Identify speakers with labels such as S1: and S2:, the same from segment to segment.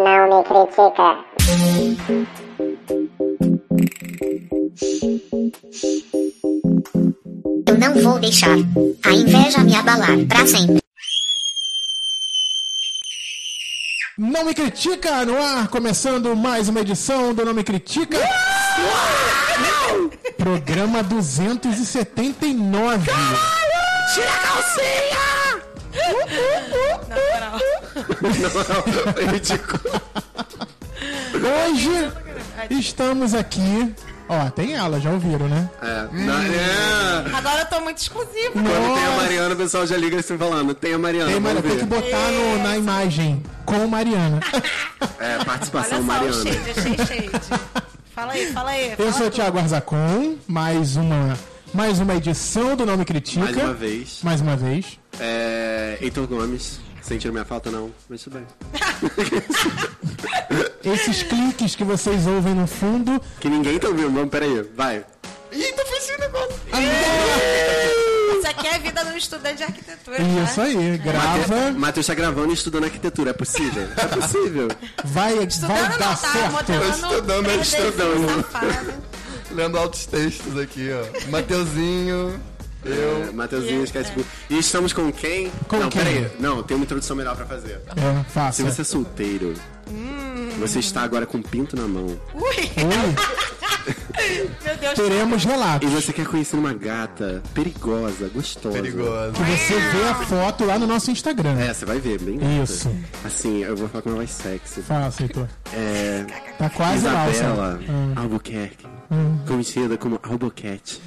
S1: me critica.
S2: Eu não vou deixar a inveja me abalar pra sempre.
S3: Não me critica no ar, começando mais uma edição do Não Me Critica. Programa 279.
S4: Tira a calcinha!
S5: Não, não, é ridículo.
S3: Hoje estamos aqui. Ó, tem ela, já ouviram, né?
S5: É, não, é.
S4: Agora eu tô muito exclusivo.
S5: Quando tem a Mariana, o pessoal já liga assim falando, tem a Mariana,
S3: Tem, Mari-
S5: vamos
S3: tem que
S5: ver.
S3: botar no- na imagem com Mariana.
S5: É,
S4: Olha
S5: participação
S4: só o
S5: Mariana.
S4: shade, achei shade. Fala aí, fala aí.
S3: Eu
S4: fala
S3: sou o
S4: tu.
S3: Thiago Arzacon, mais uma, mais uma edição do Não Me Critica.
S5: Mais uma vez.
S3: Mais uma vez.
S5: É, Heitor Gomes, sentiram minha falta não, mas tudo bem.
S3: Esses cliques que vocês ouvem no fundo.
S5: Que ninguém tá ouvindo, vamos, peraí, vai. Eita, foi esse negócio.
S4: Isso aqui é a vida do estudante de arquitetura. tá?
S3: Isso é aí, grava.
S5: Matheus tá gravando e estudando arquitetura, é possível? É possível.
S3: Vai,
S4: Estudando
S3: vai dar
S4: não, tá
S3: certo.
S4: modelando.
S6: Estudando,
S4: é
S5: estudando.
S4: safado.
S6: Lendo altos textos aqui, ó. Mateuzinho, eu.
S5: É, Mateuzinho, esquece. E estamos com quem?
S3: Com
S5: não,
S3: quem?
S5: peraí, não, tem uma introdução melhor pra fazer.
S3: É,
S5: Se
S3: faça.
S5: você é solteiro,
S3: Hum.
S5: você está agora com um pinto na mão
S4: Ui,
S5: tá-
S3: Oi,
S4: meu Deus.
S3: teremos
S5: e
S3: relatos.
S5: você quer conhecer uma gata perigosa, gostosa.
S6: Perigoso.
S3: Que você vê a foto lá no nosso Instagram.
S5: É, você vai ver, bem gata.
S3: Isso.
S5: Assim, eu vou falar com uma voz sexy.
S3: Faça, Heitor.
S5: É,
S3: Tá quase lá, o seu.
S5: Isabela Albuquerque,
S3: Hum.
S5: conhecida como Albuquete.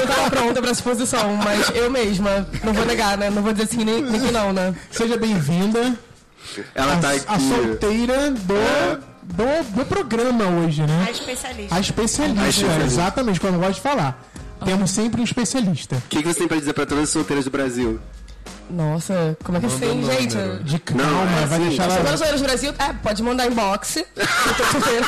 S7: Eu tava pronta pra essa posição, mas eu mesma. Não vou negar, né? Não vou dizer assim nem, nem que não, né?
S3: Seja bem-vinda.
S5: Ela tá
S3: A
S5: aqui. É.
S3: solteira do, do, do programa hoje, né?
S4: A especialista.
S3: A especialista,
S5: A especialista.
S3: exatamente como eu gosto de falar. Temos sempre um especialista.
S5: O que, que você tem pra dizer pra todas as solteiras do Brasil?
S7: Nossa, como é que é assim,
S6: Manda o
S7: gente?
S6: número.
S3: De calma,
S5: é
S3: vai
S5: assim,
S3: deixar
S5: tá
S3: ela.
S7: Todas as horas do Brasil, é, pode mandar inbox. Eu tô solteira.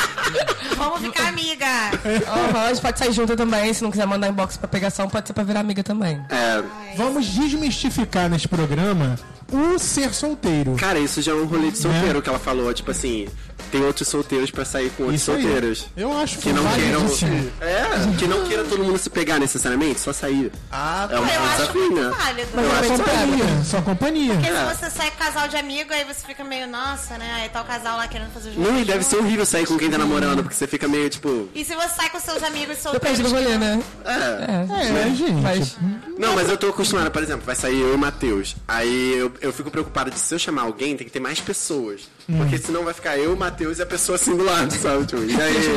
S4: Vamos ficar amiga.
S7: É, Aham, a gente pode sair junto também. Se não quiser mandar inbox pra pegação, pode ser pra virar amiga também.
S5: É,
S3: Vamos desmistificar neste programa o ser solteiro.
S5: cara, isso já é um rolê de
S3: Né?
S5: solteiro que ela falou, tipo assim, tem outros solteiros pra sair com outros
S3: Isso aí.
S5: solteiros.
S3: Eu acho que,
S5: Que não queiram.
S3: validíssimo.
S5: É, que não queira todo mundo se pegar necessariamente, só sair.
S6: Ah,
S5: É um
S4: Eu acho
S5: desafio,
S4: muito
S5: né?
S4: válido.
S7: Eu acho
S3: Só companhia, só companhia.
S4: Porque se você sai com casal de amigo, aí você fica meio, nossa, né? Aí tá o casal lá querendo fazer junto.
S5: Não, e deve ser horrível sair com quem tá namorando, porque você fica meio tipo.
S4: E se você sai com seus amigos
S7: Depende
S4: solteiros...
S7: do rolê, né?
S5: É.
S3: É, gente.
S7: Mas
S5: Não, mas eu tô acostumada, por exemplo, vai sair eu e o Matheus. Aí eu, eu fico preocupada de se eu chamar alguém, tem que ter mais pessoas.
S7: Hum.
S5: Porque senão vai ficar eu, o Matheus e a pessoa assim do lado, sabe? Tipo, e aí?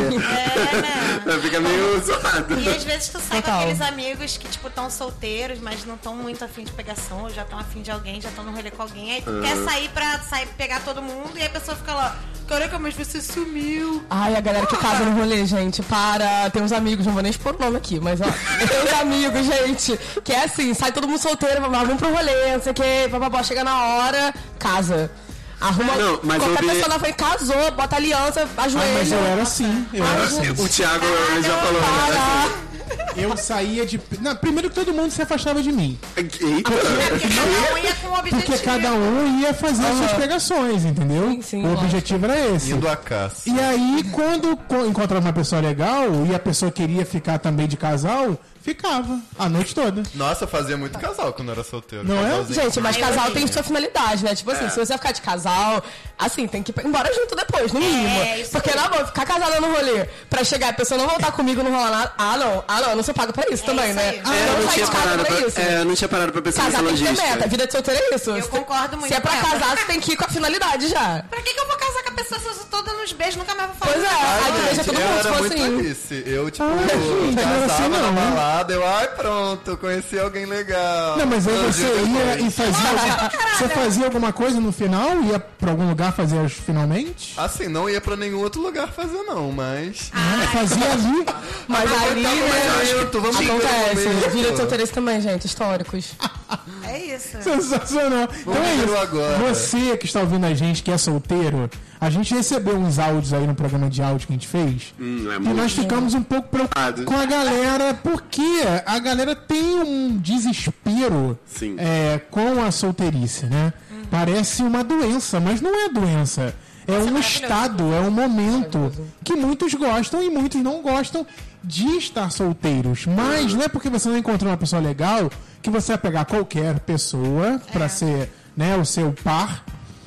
S7: né?
S4: É,
S5: Fica meio zoado.
S4: E às vezes tu sai com
S7: Total.
S4: aqueles amigos que, tipo, estão solteiros, mas não estão muito afim de pegação, ou já estão afim de alguém, já estão no rolê com alguém. Aí tu quer sair pra sair, pegar todo mundo, e aí a pessoa fica lá, caraca, mas você sumiu.
S7: Ai, a galera que casa no rolê, gente, para. Tem uns amigos, não vou nem expor o nome aqui, mas ó. Tem uns amigos, gente, que é assim, sai todo mundo solteiro, blá, blá, vamos pro rolê, não sei o que, papapá, chega na hora, casa. Arruma.
S5: Não, mas
S7: qualquer
S5: eu vi-
S7: pessoa na frente casou, bota aliança,
S3: Ah, mas eu
S7: ajoelha.
S3: era assim. Eu, era assim.
S5: O Thiago
S7: Ah,
S5: ele já falou. né?
S7: Para!
S3: eu saía de. Não, primeiro que todo mundo se afastava de mim.
S4: É
S5: Eita.
S4: porque cada um ia com um objetivo.
S3: Porque cada um ia fazer as suas
S7: Aham.
S3: pegações, entendeu?
S7: Sim, sim,
S3: o
S7: lógico.
S3: objetivo era esse.
S6: Indo a caça.
S3: E aí, quando co- encontrava uma pessoa legal e a pessoa queria ficar também de casal, ficava a noite toda.
S6: Nossa, eu fazia muito casal quando era solteiro.
S3: Não é?
S6: Casalzinho.
S7: Gente, mas casal tem sua finalidade, né? Tipo assim, se você ficar de casal, assim, tem que ir embora junto depois, no mínimo.
S4: isso
S7: Porque na boa, ficar casada no rolê pra chegar, a pessoa não voltar comigo, não rolar nada. Ah, não, ah, não, eu não sou pago pra isso também,
S4: isso aí.
S7: né? Ah,
S5: É, eu não
S7: saí
S5: tinha
S7: de casa
S5: parado
S7: pra
S5: pra, é, eu não tinha parado pra pensar nessa
S7: Casar tem que ter
S5: logística.
S7: meta, vida de solteiro é isso.
S4: Eu
S7: Se-
S4: concordo muito
S7: Se é pra
S4: com ela.
S7: casar, você tem que ir com a finalidade já.
S4: Pra que, que eu vou casar com a pessoa se eu sou toda nos beijos, nunca mais vou falar?
S7: Pois é,
S4: nada?
S7: aí tu beija todo
S6: Ah, eu
S7: mundo,
S6: era
S7: tipo
S6: muito
S7: assim.
S6: Alice. Eu, tipo,
S3: Ah, gente, não era assim,
S6: casava
S3: não,
S6: na
S3: né?
S6: balada, eu, ai, pronto, conheci alguém legal.
S3: Não, mas aí
S6: Dois
S3: você
S6: dias
S3: ia
S6: depois.
S3: e fazia. Você fazia alguma coisa no final? Ia pra algum lugar fazer os finalmente?
S6: Assim, não ia pra nenhum outro lugar fazer, não, mas. Tá
S3: Fazia ali.
S7: Mas ali,
S6: então, mas
S7: né?
S6: eu tô- vamos
S7: Acontece.
S6: ver no meio.
S7: Vida de solteiro é isso também, gente, históricos.
S4: É isso.
S3: Sensacional. então é isso.
S6: agora.
S3: Você que está ouvindo a gente, que é solteiro, a gente recebeu uns áudios aí no programa de áudio que a gente fez.
S5: Hum, é
S3: E
S5: muito
S3: nós ficamos um pouco preocupados com a galera, porque a galera tem um desespero
S5: Sim.
S4: Uhum.
S3: é, com a solteirice, né? Parece uma doença, mas não é doença. É um
S4: maravilhoso.
S3: estado, é um momento que muitos gostam e muitos não gostam de estar solteiros. Mas não é porque você não encontrou uma pessoa legal que você vai pegar qualquer pessoa pra
S4: É.
S3: ser né, o seu par.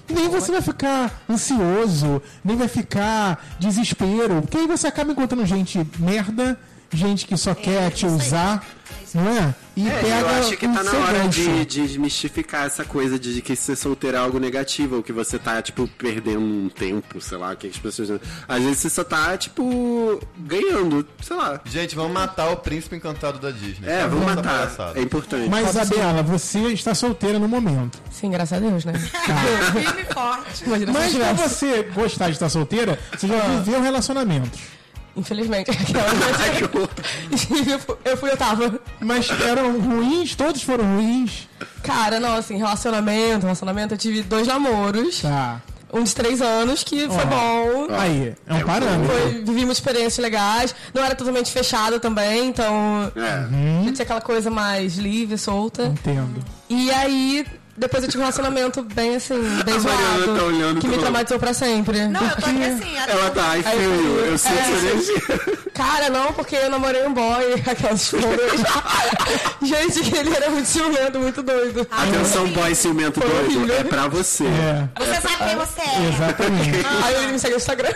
S3: Nem você vai ficar ansioso, nem vai ficar desespero. Porque aí você acaba encontrando gente merda, gente que só quer te
S4: É, isso aí.
S3: usar, não é? E
S5: É, eu acho que
S3: o
S5: tá na
S3: um seu
S5: hora
S3: gancho.
S5: de, de desmistificar essa coisa de que ser solteiro é algo negativo, ou que você tá, tipo, perdendo um tempo, sei lá, o que as pessoas. Às vezes você só tá, tipo, ganhando, sei lá.
S6: Gente, vamos matar o príncipe encantado da Disney.
S5: É,
S6: Acabou
S5: vamos
S6: essa
S5: matar.
S6: Tá palhaçada.
S5: É importante.
S3: Mas, Isabela, você está solteira no momento.
S7: Sim, graças a Deus, né?
S4: Firme e forte.
S7: Imagina se eu
S3: Mas pra
S7: tivesse.
S3: você gostar de estar solteira, você já viveu relacionamentos.
S7: Infelizmente. Tipo, eu fui, eu tava.
S3: Mas eram ruins, todos foram ruins.
S7: Cara, não, assim, relacionamento, relacionamento, eu tive dois namoros.
S3: Tá.
S7: Um de três anos, que foi
S3: Ó.
S7: bom.
S3: Aí, é um parâmetro.
S7: Foi- vivimos experiências legais. Não era totalmente fechada também, então
S5: É.
S3: Hum?
S7: eu tinha aquela coisa mais livre, solta.
S3: Entendo.
S7: E aí, depois eu tive um relacionamento bem assim, bem
S5: Mariana
S7: zoado.
S5: tá olhando
S7: que me
S5: pra-
S7: traumatizou pra sempre.
S4: Não, eu tô aqui assim. até-
S5: Ela tá, ai,
S7: Aí,
S5: feio, eu sinto
S7: é.
S5: sua energia.
S7: Cara, não, porque eu namorei um boy, aquelas flores. Gente, que ele era muito ciumento, muito doido.
S4: Ah,
S5: Atenção, boy ciumento doido,
S7: horrível.
S5: é pra você.
S3: É,
S4: Você sabe quem você é.
S3: exatamente.
S7: Aí ele me segue no Instagram.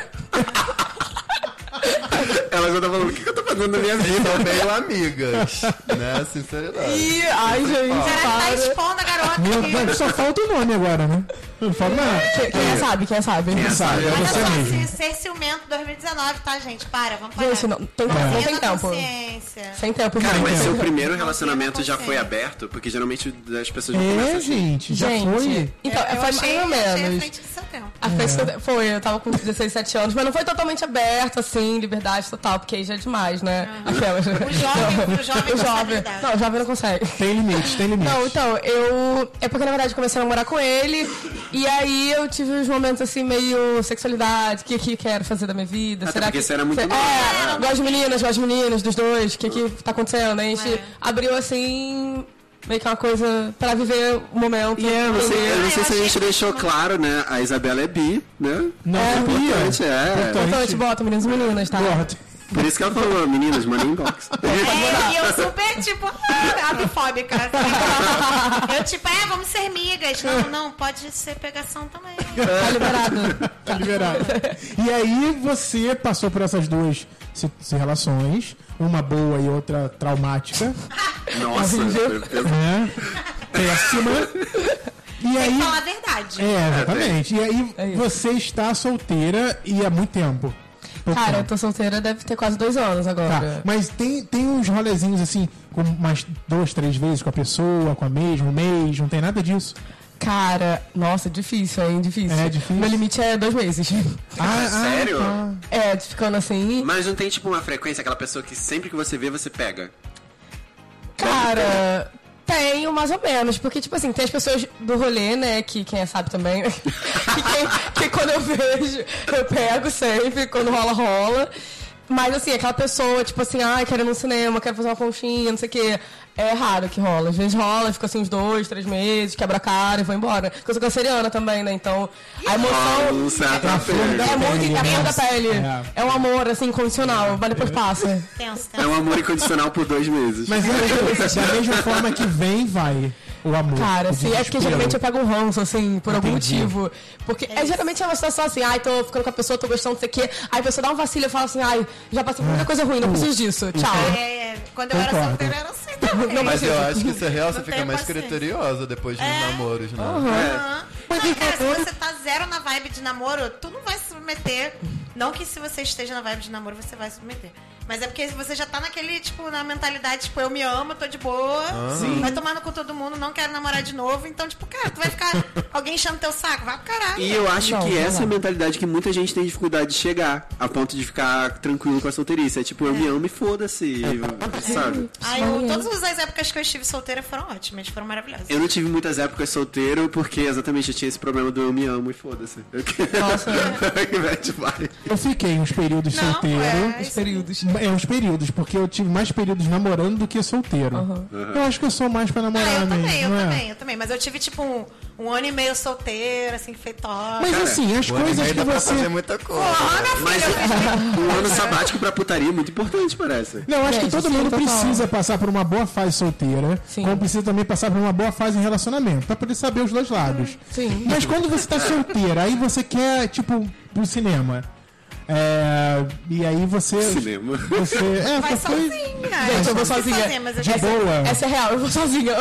S5: Ela já tá falando, o que que eu tô fazendo na minha vida?
S6: São bem amigas, né? Sinceridade.
S7: E, ai, gente,
S4: Ela tá
S7: para.
S4: expondo a garota
S3: Meu
S4: aqui.
S3: Deus, só falta o nome agora, né? Não falta nada.
S7: Quem, quem sabe, quem sabe?
S3: Sabe, é
S4: Olha
S3: você
S4: só,
S3: mesmo.
S4: se- ser ciumento 2019, tá, gente? Para, vamos parar.
S7: Gente, não, tem, não
S4: Tenha
S7: tem
S4: na
S7: tempo.
S4: é. consciência.
S7: Sem tempo,
S5: Cara,
S7: gente.
S5: mas seu
S3: Entendo.
S5: primeiro relacionamento já foi aberto? Porque geralmente as pessoas não começam
S3: É,
S5: assim.
S3: gente, já
S7: Gente,
S3: foi.
S7: então,
S4: É, Eu achei-
S7: foi mais ou
S4: achei à
S7: menos.
S4: frente do seu tempo.
S7: A festa foi, eu tava com 16, 17 anos, mas não foi totalmente aberta, assim, liberdade total, porque aí já é demais, né? Aquelas.
S4: O jovem, o jovem, com
S7: O jovem.
S4: estabilidade.
S7: Não, o jovem não consegue.
S3: Tem limite, tem limite.
S7: Não, então, eu. É porque na verdade eu comecei a namorar com ele, e aí eu tive uns momentos assim, meio sexualidade, o que que quero fazer da minha vida?
S5: Até porque
S7: que.
S5: você era muito
S7: é,
S5: nova, né?
S7: gosto de meninas, gosto de meninos, dos dois, o que que tá acontecendo? Aí a gente
S4: É.
S7: abriu assim, meio que uma coisa pra viver o momento.
S5: E é, eu não sei, eu não
S4: Ah,
S5: sei
S4: eu
S5: se a gente
S4: achei-
S5: deixou claro, né? A Isabela é bi, né?
S3: Não,
S5: é
S3: é bi,
S5: importante,
S3: é.
S5: é.
S3: Importante.
S7: Então, a gente bota meninos e meninas, tá?
S3: Corta.
S5: Por isso que ela falou, meninas, manda inbox.
S4: É, e eu super, tipo, abifóbica. assim. Eu, tipo, é, vamos ser migas. Não, não, pode ser pegação também.
S7: Tá liberado.
S3: Tá liberado. E aí você passou por essas duas si- si- relações, uma boa e outra traumática,
S5: Nossa,
S7: Horrível.
S5: eu- eu-
S3: né? Péssima. E
S4: Tem
S3: aí.
S4: que falar a verdade.
S3: É, exatamente. E aí
S7: É isso.
S3: você está solteira e há muito tempo. Pouco
S7: Cara, eu
S3: tempo.
S7: tô solteira, deve ter quase dois anos
S3: Tá,
S7: agora.
S3: Mas tem, tem uns rolezinhos assim, com umas duas, três vezes com a pessoa, com a mesma, um mês, não tem nada disso.
S7: Cara, nossa, difícil, hein? Difícil.
S3: É, difícil.
S7: Meu limite é dois meses.
S3: Ah,
S5: sério?
S7: É, ficando assim.
S5: Mas não tem, tipo, uma frequência, aquela pessoa que sempre que você vê, você pega.
S7: Cara, tenho mais ou menos. Porque, tipo assim, tem as pessoas do rolê, né? Que quem é sabe também. que, quem- que quando eu vejo, eu pego sempre. Quando rola, rola. Mas, assim, aquela pessoa, tipo assim, ai, quero ir no cinema, quero fazer uma conchinha, não sei o quê. É raro que rola. Às vezes rola, fica assim uns dois, três meses, quebra a cara e vou embora. Porque eu sou canceriana também, né? Então, a emoção.
S5: Nossa, tá feio.
S7: É muito é a flor da pele.
S3: É.
S7: É um amor, assim, incondicional. Vale por passa.
S4: Tenso, tenso.
S5: É um amor incondicional por dois meses.
S3: Mas é, da mesma forma que vem, vai o amor.
S7: Cara,
S3: o
S7: assim, é porque
S3: desespero.
S7: geralmente eu pego um ranço, assim, por algum
S3: né? Entendi.
S7: motivo. Porque é, geralmente é uma situação assim, ai, tô ficando com a pessoa, tô gostando, não sei o quê. Aí a pessoa dá um vacilo e fala assim, ai, já passei por muita coisa ruim, não preciso disso. Tchau.
S4: É, é, quando eu era
S3: Concordo.
S4: solteira, eu era assim também.
S7: Não,
S6: Mas eu acho que isso é real, você
S4: Não
S6: fica
S4: tenho
S6: mais
S4: paciência. É.
S6: criteriosa depois dos namoros, né?
S5: É.
S4: Aham. Não, cara, se você tá zero na vibe de namoro, tu não vai se submeter. Não que se você esteja na vibe de namoro, você vai se submeter. Mas é porque você já tá naquele, tipo, na mentalidade, tipo, eu me amo, tô de boa, vai tomar no cu todo mundo, não quero namorar de novo. Então, tipo, cara, tu vai ficar. Alguém chama teu saco, vai pro caralho.
S5: E eu acho
S7: Não,
S5: que
S7: não
S5: essa é
S7: dá.
S5: a mentalidade que muita gente tem dificuldade de chegar, a ponto de ficar tranquilo com a solteirice. É tipo, eu me amo e foda-se, sabe?
S4: Aí, eu- todas as épocas que eu estive solteira foram ótimas, foram maravilhosas.
S5: Eu não tive muitas épocas solteiro, porque exatamente eu tinha esse problema do eu me amo e foda-se.
S7: Nossa.
S5: Mete vai.
S3: Eu fiquei uns períodos
S4: Não,
S3: solteiro.
S4: é,
S7: Os
S4: isso-
S7: períodos.
S3: É, uns períodos, porque eu tive mais períodos namorando do que solteiro. Eu acho que eu sou mais pra namorar
S4: Ah, eu
S3: mesmo.
S4: também, eu
S3: não é?
S4: também, eu também. Mas eu tive, tipo, um, um ano e meio solteira, assim, feitosa.
S3: Mas
S5: Cara,
S3: assim, as
S6: O tá ano e
S3: coisas
S6: meio
S3: que
S6: dá pra
S3: você.
S6: fazer muita coisa.
S4: Porra, meu filho,
S5: Mas
S4: eu fiz
S5: um ano sabático pra putaria é muito importante, parece.
S3: Não, acho que
S7: Gente,
S3: todo
S7: É, sim,
S3: mundo
S7: total.
S3: precisa passar por uma boa fase solteira,
S7: Sim.
S3: como precisa também passar por uma boa fase em relacionamento, pra poder saber os dois lados.
S7: Sim.
S3: Mas quando você tá solteira, aí você quer, tipo, pro cinema. É, e aí você.
S5: Cinema.
S3: Você. É, porque,
S4: Vai sozinha.
S7: Gente, eu vou
S4: não fui
S7: sozinha.
S4: mas eu
S3: De
S4: já-
S3: boa.
S7: Essa é real, eu vou sozinha.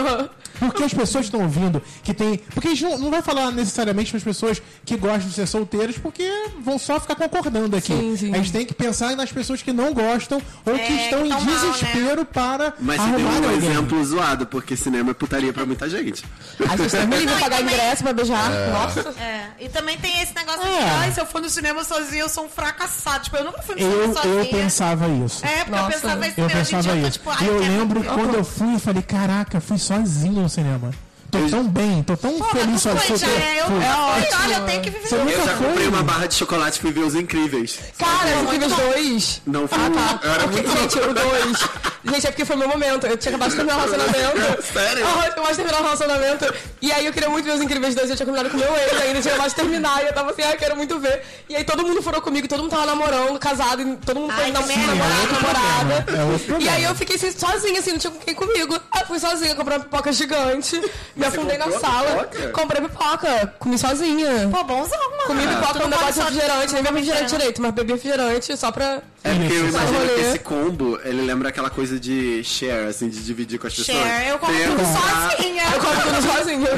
S3: porque as pessoas estão ouvindo que tem. Porque a gente não, não vai falar necessariamente para as pessoas que gostam de ser solteiras, porque vão só ficar concordando aqui.
S7: Sim, sim.
S3: A gente tem que pensar nas pessoas que não gostam ou que
S4: É,
S3: estão
S4: que
S3: em
S4: tão mal,
S7: né?
S3: desespero para
S5: Mas você deu
S3: arrumar
S5: um
S3: alguém.
S5: exemplo zoado, porque cinema é putaria pra muita gente.
S7: A gente também livre pagar ingresso pra beijar. Nossa.
S4: É, e também tem esse negócio
S3: É.
S4: de, ai, se eu for no cinema sozinha, eu sou um fracassado. Tipo, eu nunca fui no
S3: Eu,
S4: cinema sozinha.
S3: eu pensava isso.
S4: É, porque eu
S7: Nossa,
S4: pensava isso
S3: Eu
S4: mesmo. Hoje em
S7: tá,
S3: pensava
S4: dia eu tô
S3: isso.
S4: tipo, ai,
S3: e eu
S4: quero-
S3: lembro
S4: eu-
S3: quando eu fui e falei, caraca, fui sozinho no cinema. Tô
S5: Eu-
S3: tão bem, tô tão
S4: Porra,
S3: feliz
S4: tu foi,
S3: sozinho.
S4: já é, eu
S3: Fui.
S4: não fui, olha, eu tenho que viver.
S3: Você nunca
S5: Eu já
S3: foi?
S5: comprei uma barra de chocolate e fui ver os incríveis.
S7: Cara, os incríveis dois.
S5: Não fui.
S7: Ah, tá.
S5: Eu era
S7: Ok,
S5: muito
S7: gente, o dois. Gente, é porque foi meu momento. Eu tinha acabado de terminar o relacionamento.
S5: Sério?
S7: Aham, Eu acho terminar o relacionamento. E aí eu queria muito ver os incríveis dois. Eu tinha combinado com meu ex ainda, tinha acabado de terminar. E eu tava assim, ah, eu quero muito ver. E aí todo mundo furou comigo, todo mundo tava namorando, casado, e todo mundo
S4: Ai,
S7: foi nam-
S4: que merda.
S7: namorado, namorada.
S3: É outro
S7: E
S3: problema.
S7: aí eu fiquei assim, sozinha, assim, não tinha quem comigo. Aí eu fui sozinha, comprei uma pipoca gigante, me afundei na
S5: comprou
S7: sala,
S5: pipoca?
S7: comprei pipoca, comi sozinha.
S4: Pô, bonzão, mano.
S7: Comi pipoca
S4: Tu
S7: com
S4: não
S7: um negócio
S4: Ah, pode né?
S7: de
S4: só-
S7: refrigerante, nem bebi refrigerante
S4: Não.
S7: direito, mas bebi refrigerante só pra.
S5: É porque eu
S3: Isso.
S5: imagino que
S7: Rolê.
S5: esse combo, ele lembra aquela coisa de share, assim, de dividir com as pessoas.
S4: Share, eu compro
S5: Tem
S4: tudo
S5: um-
S4: sozinha.
S7: Eu como tudo sozinha.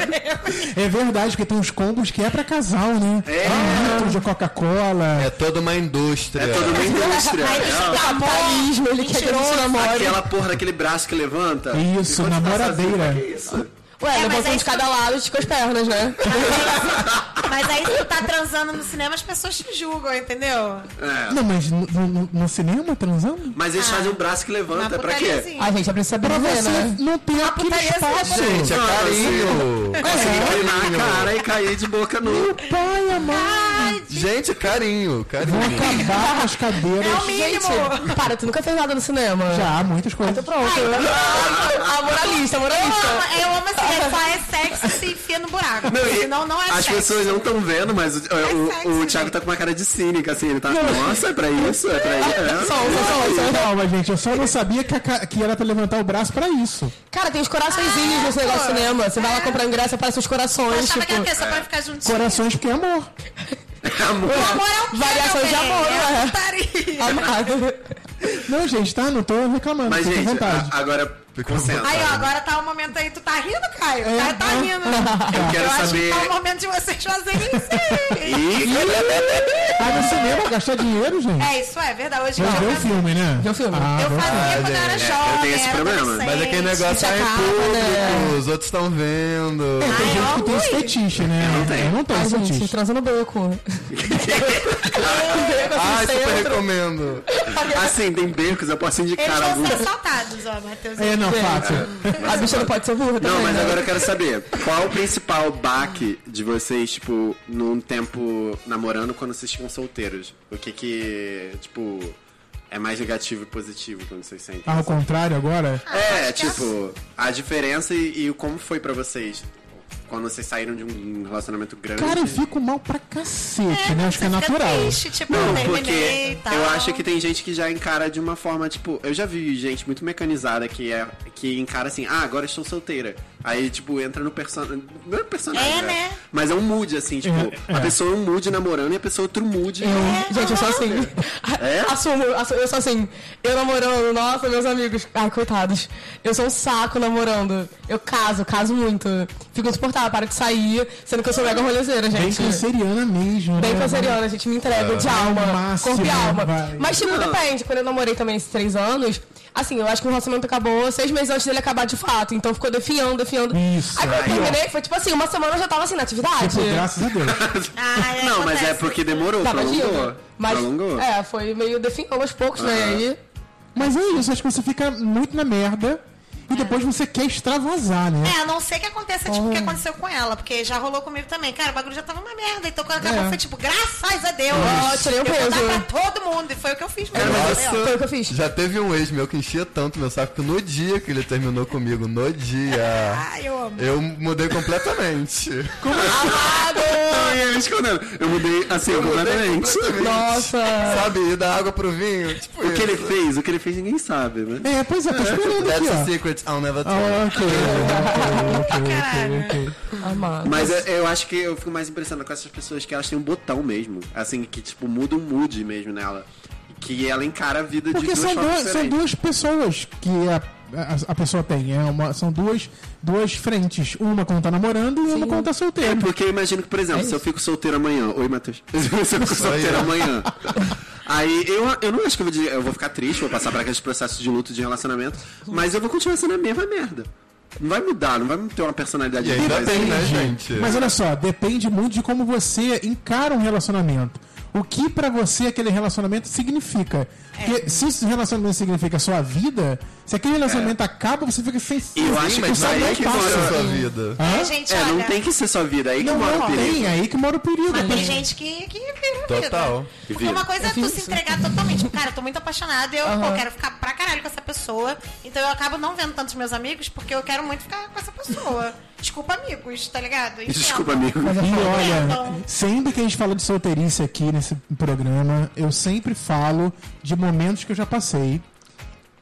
S3: É verdade, porque tem uns combos que é pra casal, né?
S5: É.
S3: Um litro de
S6: É
S3: Coca-Cola.
S6: toda uma indústria.
S5: É toda uma indústria.
S4: Aí
S5: É,
S4: deixa
S5: ó,
S4: eu dar
S7: Capitalismo, ele quer que
S5: É
S7: a gente namore.
S5: Aquela porra daquele braço que levanta.
S3: Isso,
S5: Enquanto tá
S3: namoradeira.
S5: sozinho, que isso?
S7: Ué,
S4: É,
S7: levou
S4: mas
S7: um
S4: aí
S7: de cada lado, estica as pernas, né?
S4: Mas aí se tu tá transando no cinema, as pessoas te julgam, entendeu?
S5: É.
S3: Não, mas no, no- no cinema tá transando?
S5: Mas eles fazem um braço que levanta,
S4: Na
S5: pra quê?
S4: putariazinha.
S7: A gente é pra saber
S3: Pra
S7: viver,
S3: você
S7: né?
S3: não ter aquele
S4: putaria
S3: espaço. É,
S6: Gente, é
S5: Não,
S6: carinho.
S5: Inclinar a cara e cair de boca nu.
S3: Pai, amado.
S4: Ai,
S6: Gente, é carinho,
S3: Vão
S6: carinho.
S3: acabar com as cadeiras.
S4: É o mínimo.
S7: Gente, para, tu nunca fez nada no cinema.
S3: Já, muitas coisas.
S7: Então pronto. Ah, moralista,
S4: eu
S7: moralista.
S4: amo, eu amo assim, é só é sexo e se enfia no buraco.
S5: Não, e
S4: Senão não é
S5: As
S4: sexo.
S5: pessoas não estão vendo, mas o, o-
S4: sexy,
S5: o
S4: gente.
S5: Thiago tá com uma cara de cínica, assim. Ele tá, nossa, é pra isso? É pra
S4: Ah.
S5: isso?
S7: Só, só, só, só.
S3: Não, mas gente, eu só não sabia que, a ca- que era pra levantar o braço pra isso.
S7: Cara, tem os coraçõezinhos nesse negócio de cinema. Você vai lá comprar ingresso, aparecem os
S4: Eu
S7: corações,
S4: achava
S7: tipo.
S4: que é era É. o quê? Só pra ficar juntinho.
S3: Corações porque é amor.
S5: É. Amor.
S4: Amor é o quê,
S7: Variação
S4: meu
S7: de
S4: bem?
S7: amor,
S4: É
S7: né?
S4: putaria.
S7: Amado.
S3: Não, gente, tá? Não tô reclamando.
S5: Mas,
S3: fica à
S5: gente,
S3: vontade.
S5: a- agora, concentra.
S4: Aí, ó, agora tá o momento aí. Tu tá rindo, Caio?
S3: É,
S4: Caio tá
S3: é.
S4: rindo.
S5: Eu quero
S4: acho
S5: saber...
S4: que tá o momento de vocês fazerem isso.
S5: Ih,
S3: Vai no cinema gastar dinheiro, gente.
S4: aí. É, isso é verdade. Hoje
S3: Vai
S4: em
S3: ver
S4: dia
S3: o filme, né?
S7: Ver o filme.
S3: Ah,
S4: Eu
S3: vai.
S4: fazia
S6: Ah,
S4: quando eu era
S6: gente,
S4: jovem.
S5: eu tenho esse
S4: era
S5: problema.
S6: Mas
S4: adolescente.
S6: aquele negócio é em
S7: acaba,
S6: público,
S7: né?
S6: os outros estão vendo.
S3: Tem
S4: Ai,
S3: gente que
S4: ó,
S3: tem esse
S4: ui.
S3: fetiche, né? Eu não
S5: tenho.
S3: não tenho
S7: Ai,
S3: esse
S7: gente,
S3: fetiche.
S7: transando beco. Beco
S6: Ah,
S7: assim,
S6: super
S7: centro.
S6: recomendo.
S5: assim, tem becos, eu posso
S4: Eles
S5: indicar
S4: vão
S5: alguns.
S4: ser assaltados, ó, Matheus.
S3: É, não,
S7: Gente.
S3: fácil.
S7: A bicha não pode ser burra
S5: Não,
S7: também,
S5: mas é
S7: né?
S5: agora eu quero saber, qual o principal baque de vocês, tipo, num tempo namorando quando vocês ficam solteiros? O que que, tipo, é mais negativo e positivo quando vocês sentem?
S3: Ao contrário agora.
S5: É,
S4: acho que
S5: tipo, a diferença e, e como foi pra vocês quando vocês saíram de um relacionamento grande.
S3: Cara, eu fico mal pra cacete,
S4: É,
S3: né?
S4: você
S3: Acho que é
S4: fica
S3: natural.
S4: Triste, tipo,
S5: Não,
S4: terminei e
S5: porque
S4: tal.
S5: eu acho que tem gente que já encara de uma forma, tipo, eu já vi gente muito mecanizada que é que encara assim, ah, agora estou solteira. Aí, tipo, entra no personagem. Não é personagem.
S4: É, né?
S5: Mas é um mood, assim, tipo,
S3: É,
S5: a
S3: é.
S5: pessoa é um mood namorando e a pessoa é outro mood.
S7: Eu, gente, eu sou assim.
S5: É?
S7: Assumo, assumo, eu sou assim. Eu namorando, nossa, meus amigos. Ai, coitados. Eu sou um saco namorando. Eu caso, caso muito. Fico insuportável, paro de sair, sendo que eu sou mega rolezeira,
S3: Bem
S7: gente.
S3: É canceriana mesmo,
S7: Bem
S3: né?
S7: canceriana, a gente me entrega de alma,
S3: É o máximo,
S7: corpo e alma.
S3: vai.
S7: Mas, tipo,
S5: Não.
S7: depende. Quando eu namorei também esses três anos, assim, eu acho que o relacionamento acabou seis meses antes dele acabar de fato. Então ficou definhando, definhando.
S3: Isso,
S7: Aí quando eu
S3: aí, ó.
S7: terminei, foi tipo assim, uma semana eu já tava assim, na atividade.
S3: Tipo, graças a Deus.
S4: Ai,
S5: Não, mas é
S4: acontece.
S5: porque demorou,
S7: Tava
S5: prolongou.
S7: agindo. Tá, Mas,
S5: Prolongou.
S7: é, foi meio definhando aos poucos, né? E aí...
S3: Mas é isso, acho que você fica muito na merda. E depois você quer extravasar, né?
S4: É, a não ser que aconteça, tipo, o que aconteceu com ela, porque já rolou comigo também. Cara, o bagulho já tava uma merda. Então quando acabou,
S3: É.
S4: foi tipo, graças a Deus.
S7: Ó, tirei o
S4: eu vou
S7: peso.
S4: dar pra todo mundo. E foi o que eu fiz mesmo.
S6: Nossa.
S5: Então,
S7: Foi o que eu fiz.
S6: Já teve um ex meu que enchia tanto meu saco que no dia que ele terminou comigo, no dia,
S4: Ai, eu amo.
S6: eu mudei completamente.
S7: Amado!
S5: Ai, eu escondendo. Eu mudei assim, completamente.
S7: Nossa!
S6: Sabe, ir da água pro vinho, tipo
S5: O que ele fez, o que ele fez ninguém sabe, né?
S3: É, pois é, tô esperando aqui,
S6: That's a
S3: ó.
S6: secret I'll never tell.
S3: Ah, ok, ok, ok, ok, ok.
S7: Amado.
S5: Mas eu, eu acho que eu fico mais impressionado com essas pessoas que elas têm um botão mesmo. Assim, que tipo, muda um mood mesmo nela. Que ela encara a vida de
S3: Porque
S5: duas
S3: são
S5: formas
S3: duas, são
S5: diferentes.
S3: duas pessoas que a, a, a pessoa tem. É uma, são duas, duas frentes. Uma quando tá namorando e uma quando tá solteiro.
S5: É Porque eu imagino que, por
S3: É
S5: exemplo, se eu fico solteiro amanhã. Oi, Matheus. se eu fico
S3: né?
S5: solteiro amanhã. Aí eu, eu não acho que eu vou, de- eu vou ficar triste, vou passar por aqueles processos de luto de relacionamento, mas eu vou continuar sendo a mesma merda. Não vai mudar, não vai ter uma personalidade
S6: E ainda
S5: mais-
S6: tem, né, gente?
S3: Mas olha só, depende muito de como você encara um relacionamento. O que pra você aquele relacionamento significa? Porque se esse relacionamento significa a sua vida, se aquele relacionamento acaba, você fica sem
S5: É. Eu
S6: Sim,
S5: acho que
S6: mas
S5: isso
S6: não
S5: aí
S6: é
S5: é
S6: que
S5: que
S6: mora
S5: mora-
S6: a sua vida.
S4: É,
S3: Hã?
S4: gente,
S5: É, não
S4: olha.
S5: tem que ser sua vida, aí que
S3: Não,
S5: mora o
S3: não,
S5: perigo.
S3: tem, é aí que mora o perigo.
S4: Mas
S3: Tem-
S4: tem gente que, que vive a vida.
S6: Total.
S4: Porque
S5: Vive.
S4: uma coisa é tu se entregar totalmente. Tipo, cara, eu tô muito apaixonada e eu pô, quero ficar pra caralho com essa pessoa. Então eu acabo não vendo tantos meus amigos porque eu quero muito ficar com essa pessoa. Desculpa, amigos, tá ligado? Entendam.
S5: Desculpa, amigo.
S3: E
S4: Então-
S3: olha, sempre que a gente fala de solteirice aqui nesse programa, eu sempre falo de momentos que eu já passei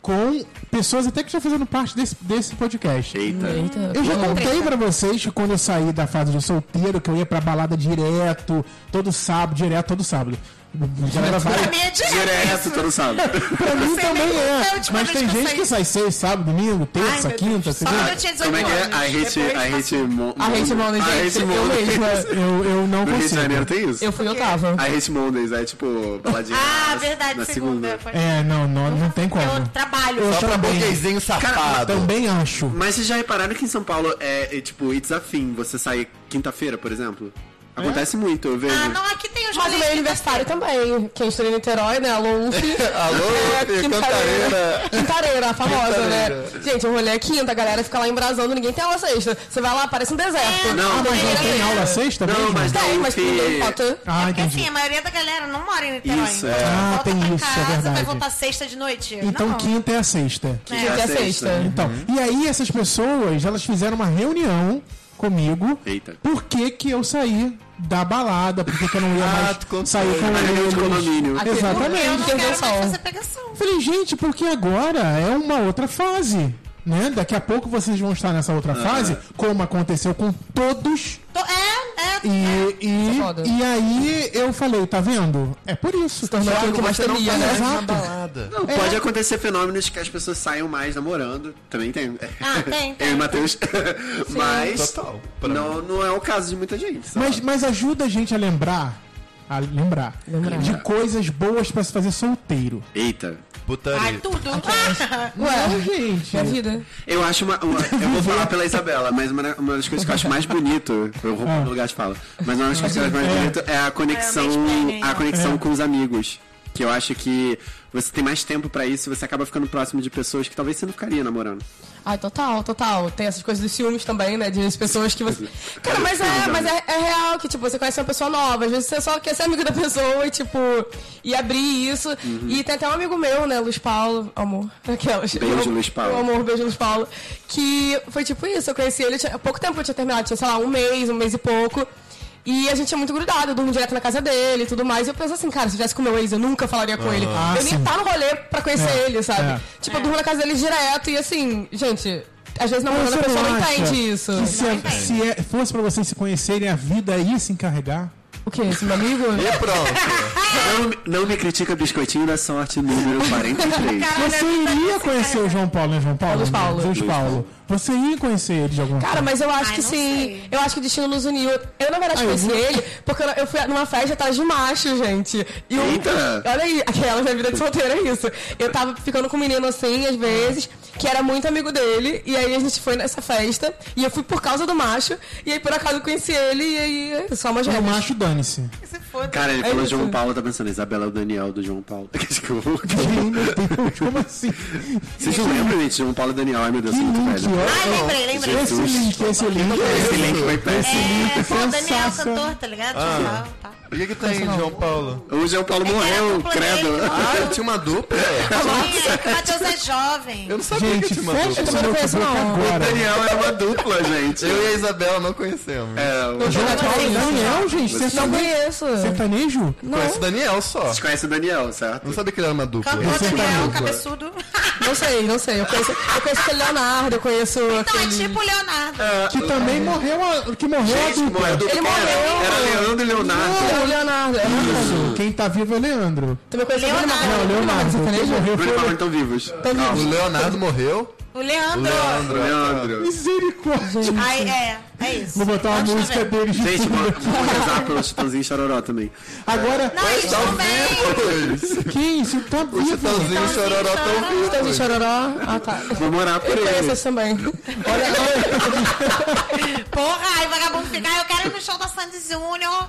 S3: com pessoas até que já fazendo parte desse, desse podcast.
S5: Eita.
S3: Eu já contei pra vocês que quando eu saí da fase de solteiro, que eu ia pra balada direto, todo sábado, direto, todo sábado. A galera vai-
S4: Pra mim é direto.
S5: Direto, tu não sabe.
S3: Pra mim
S4: sei nem
S3: também
S4: qual foi a
S3: é.
S4: última
S3: Mas
S4: vez
S3: tem
S4: que eu
S3: gente que sai seis, sábado, domingo,
S4: Ai,
S3: terça,
S4: meu Deus.
S3: quinta,
S4: Só
S3: segunda.
S4: quando eu tinha 18
S5: Como é que é?
S4: anos.
S5: A hate,
S4: Depois
S5: a hate, mo-
S7: A hate
S5: mon-
S7: Mondays,
S5: a
S7: gente,
S5: hate
S7: eu
S5: Mondays.
S7: mesma.
S3: Eu, eu não
S5: No Rio de
S3: consigo.
S5: Janeiro tem isso?
S7: Eu fui, eu tava.
S5: A Hate Mondays, é tipo, baladinha.
S4: Ah,
S5: na-
S4: verdade,
S5: na
S4: segunda. foi.
S3: É, não, não, não tem como.
S4: Eu trabalho.
S3: É. Eu
S6: Só pra
S3: também.
S6: burguesinho safado.
S3: Também acho.
S5: Mas vocês já repararam que em São Paulo é, é, tipo, it's a thing, você sai quinta-feira, por exemplo?
S7: É?
S5: Acontece muito, eu vejo.
S4: Ah, não, aqui tem os É
S7: Mas o
S4: rolês
S7: meu
S4: que-
S7: aniversário também. Quem estuda em Niterói, né? Alô, UF.
S6: Alô, Ufi, Cantareira.
S7: Quintareira, a famosa,
S6: Quintareira.
S7: né? Gente, o rolê é quinta, a galera fica lá embrasando, ninguém tem aula sexta. Você vai lá, parece um deserto.
S5: Não,
S7: Ah,
S3: Não
S5: mas
S3: tem
S7: quinta-feira.
S3: aula sexta
S5: Não,
S3: mesmo?
S5: mas
S7: Tem, mas
S5: Ufi-
S7: ninguém falta.
S3: Ah,
S4: Porque assim,
S3: entendi.
S4: a maioria da galera não mora em Niterói.
S5: Isso,
S4: então
S5: é.
S4: ela
S3: Ah,
S4: volta
S3: tem
S4: pra
S3: isso, é
S4: casa,
S3: verdade.
S4: Vai voltar sexta de noite?
S3: Então
S4: não.
S3: quinta é a sexta.
S4: É.
S7: Gente, é sexta.
S3: Então, e aí essas pessoas, elas fizeram uma reunião comigo.
S5: Eita.
S3: Por que que eu saí da balada? Por que que eu não ia
S6: Ah,
S3: mais
S6: tu contou.
S3: sair com
S5: Na reunião de condomínio.
S3: eles?
S4: Eu não
S3: Exatamente.
S7: Tem
S4: quero mais
S7: noção.
S4: fazer pegação.
S3: Falei, gente, porque agora é uma outra fase, né? Daqui a pouco vocês vão estar nessa outra fase, como aconteceu com todos.
S4: Tô- é, é.
S3: E,
S7: é
S3: e,
S7: foda.
S3: e aí eu falei, tá vendo? É por isso.
S7: Tornou
S3: Só
S7: aquilo que mais
S3: você não
S7: temia, né?
S3: faz.
S6: Na
S3: Exato.
S6: balada.
S5: Não,
S7: É.
S5: pode acontecer fenômenos que as pessoas saiam mais namorando. Também tem.
S4: Ah, tem, tem.
S5: Eu e Matheus. Mas.
S6: Total. Pra
S5: Não, não é o caso de muita gente. sabe?
S3: Mas, mas ajuda a gente a lembrar. A lembrar. De coisas boas pra se fazer solteiro.
S5: Eita.
S4: Ai,
S6: Putaria.
S4: tudo.
S3: Ué, gente.
S7: Minha vida.
S5: Eu acho uma, uma- Eu vou falar pela Isabela, mas uma, uma das coisas que eu acho mais bonito. Eu vou no lugar de fala. Mas uma das coisas que eu acho mais bonito Ah. é a conexão.
S4: mansplaining,
S5: A
S4: né?
S5: conexão com os amigos. Que eu acho que você tem mais tempo pra isso e você acaba ficando próximo de pessoas que talvez você não ficaria namorando.
S7: Ai, total, total. Tem essas coisas dos ciúmes também, né? De pessoas que você. Cara, mas é, mas
S5: né?
S7: é, é real que, tipo, você conhece uma pessoa nova. Às vezes você só quer ser amigo da pessoa e, tipo, e abrir isso.
S5: Uhum.
S7: E tem até um amigo meu, né, Luiz Paulo, amor. Aquelas.
S5: Beijo,
S7: Eu-
S5: Luiz Paulo.
S7: eu amo amor, beijo Luiz Paulo. Que foi tipo isso, eu conheci ele, tinha, pouco tempo que eu tinha terminado, tinha, sei lá, um mês, um mês e pouco. E a gente é muito grudado, eu durmo direto na casa dele e tudo mais. E eu penso assim, cara, se eu tivesse com meu ex, eu nunca falaria com ele.
S3: Ah,
S7: eu nem
S3: sim.
S7: tá no rolê pra conhecer
S3: É,
S7: ele, sabe?
S3: é.
S7: Tipo, eu durmo na casa dele direto e assim, gente, às vezes
S3: Mas
S7: namorando tá a
S3: Então, você
S7: pessoa não
S3: acha
S7: entende isso.
S3: que se, é- se é- fosse pra vocês se conhecerem, a vida ia se encarregar.
S7: O que, esse meu amigo?
S6: E pronto.
S5: Não, não me critica biscoitinho da sorte número 43.
S4: Caralho,
S3: Você
S4: Ah, a vida
S3: iria
S4: desse
S3: conhecer o João Paulo, né, João Paulo?
S7: Luiz Paulo.
S3: Luiz
S5: Luiz
S3: Paulo.
S5: Paulo.
S3: Você ia conhecer ele de alguma
S7: Cara, mas eu acho
S4: Ai,
S7: que
S4: não
S7: sim.
S4: sei.
S7: Eu acho que o destino nos uniu. Eu, na verdade,
S3: Ai, eu
S7: conheci
S3: vi.
S7: ele porque eu- eu fui numa festa atrás de macho, gente. E eu-
S5: Eita!
S7: Olha aí, aquela minha vida de solteira é isso. Eu tava ficando com um menino assim, às vezes, que era muito amigo dele. E aí a gente foi nessa festa. E eu fui por causa do macho. E aí, por acaso, eu conheci ele. E aí, só uma
S3: coisa? O
S7: gêmea.
S3: macho dane-se.
S4: Esse foda.
S5: Cara, ele falou
S7: isso.
S5: João Paulo, eu tava pensando, Isabela é o Daniel do João Paulo. Desculpa.
S3: Meu Deus, como assim?
S5: Vocês não lembram, gente? João Paulo e Daniel, ai meu Deus,
S3: Que
S5: sou muito
S3: link,
S5: velho.
S4: Ai, lembrei, lembrei.
S3: Esse link, esse link.
S5: Esse link foi péssimo.
S4: É, foi o Daniel
S3: sensacional.
S4: cantor, tá ligado? Ah. Tá.
S6: Por que que tá aí, João Paulo?
S5: O João Paulo morreu,
S4: dupla
S5: credo.
S4: dele.
S6: Ah, tinha uma dupla?
S3: Tá
S4: Tinha, que o Matheus é jovem.
S6: É. Eu não sabia que
S3: Gente,
S6: tinha uma
S3: fecha
S6: dupla.
S3: esse
S7: Eu não
S3: notebook
S7: conheço, não.
S5: O
S3: agora.
S5: Daniel era uma dupla, gente.
S6: Eu e a Isabela não conhecemos.
S5: É, o...
S3: João Paulo e Daniel, gente,
S7: Não
S3: sertanejo.
S7: conheço.
S3: Sertanejo?
S7: Não,
S6: Conheço o Daniel só.
S5: Vocês conhecem o Daniel, certo?
S6: Não sabia que ele era uma dupla.
S4: Cantor
S3: tá é.
S4: Daniel,
S6: dupla.
S4: é um cabeçudo.
S7: não sei, não sei. Eu conheço, eu conheço aquele Leonardo, eu conheço
S4: Então é
S7: aquele...
S4: tipo o Leonardo.
S3: Que também morreu a. Que morreu a
S5: Gente,
S3: dupla.
S5: morreu do
S7: Ele
S5: cara.
S7: morreu.
S5: Era Leandro e Leonardo.
S7: É o Leonardo. é o Leonardo.
S3: Isso, Quem tá vivo é Leandro.
S7: Também conheço
S4: Leonardo.
S7: o
S4: Não,
S7: Leonardo.
S3: Leonardo, quem
S7: sertanejo?
S3: morreu
S5: Bruno e Paulo
S3: foi
S5: estão vivos.
S7: Então,
S6: O Leonardo morreu.
S4: O Leandro.
S6: Leandro.
S5: Leandro.
S3: Misericórdia.
S4: Aí, é, é isso.
S3: Vou botar uma
S4: Pode
S3: música
S4: chover.
S3: dele de
S5: Gente,
S3: fundo.
S5: vou, vou rezar pelo Chitãozinho e Chororó também.
S3: Agora,
S4: Não, eles estão bem. Então, assim,
S3: quem? Isso tá
S6: O
S3: vivo.
S6: Chitãozinho e o Chororó
S3: tá
S6: tão
S4: Chororó.
S7: Tem o
S6: vivos.
S7: Chororó. Ah, tá.
S5: Vou morar por
S7: Eu conheço
S5: ele.
S7: esse também.
S4: Porra, aí vagabundo fica, "Ah, eu quero ir no show da Sandy Júnior.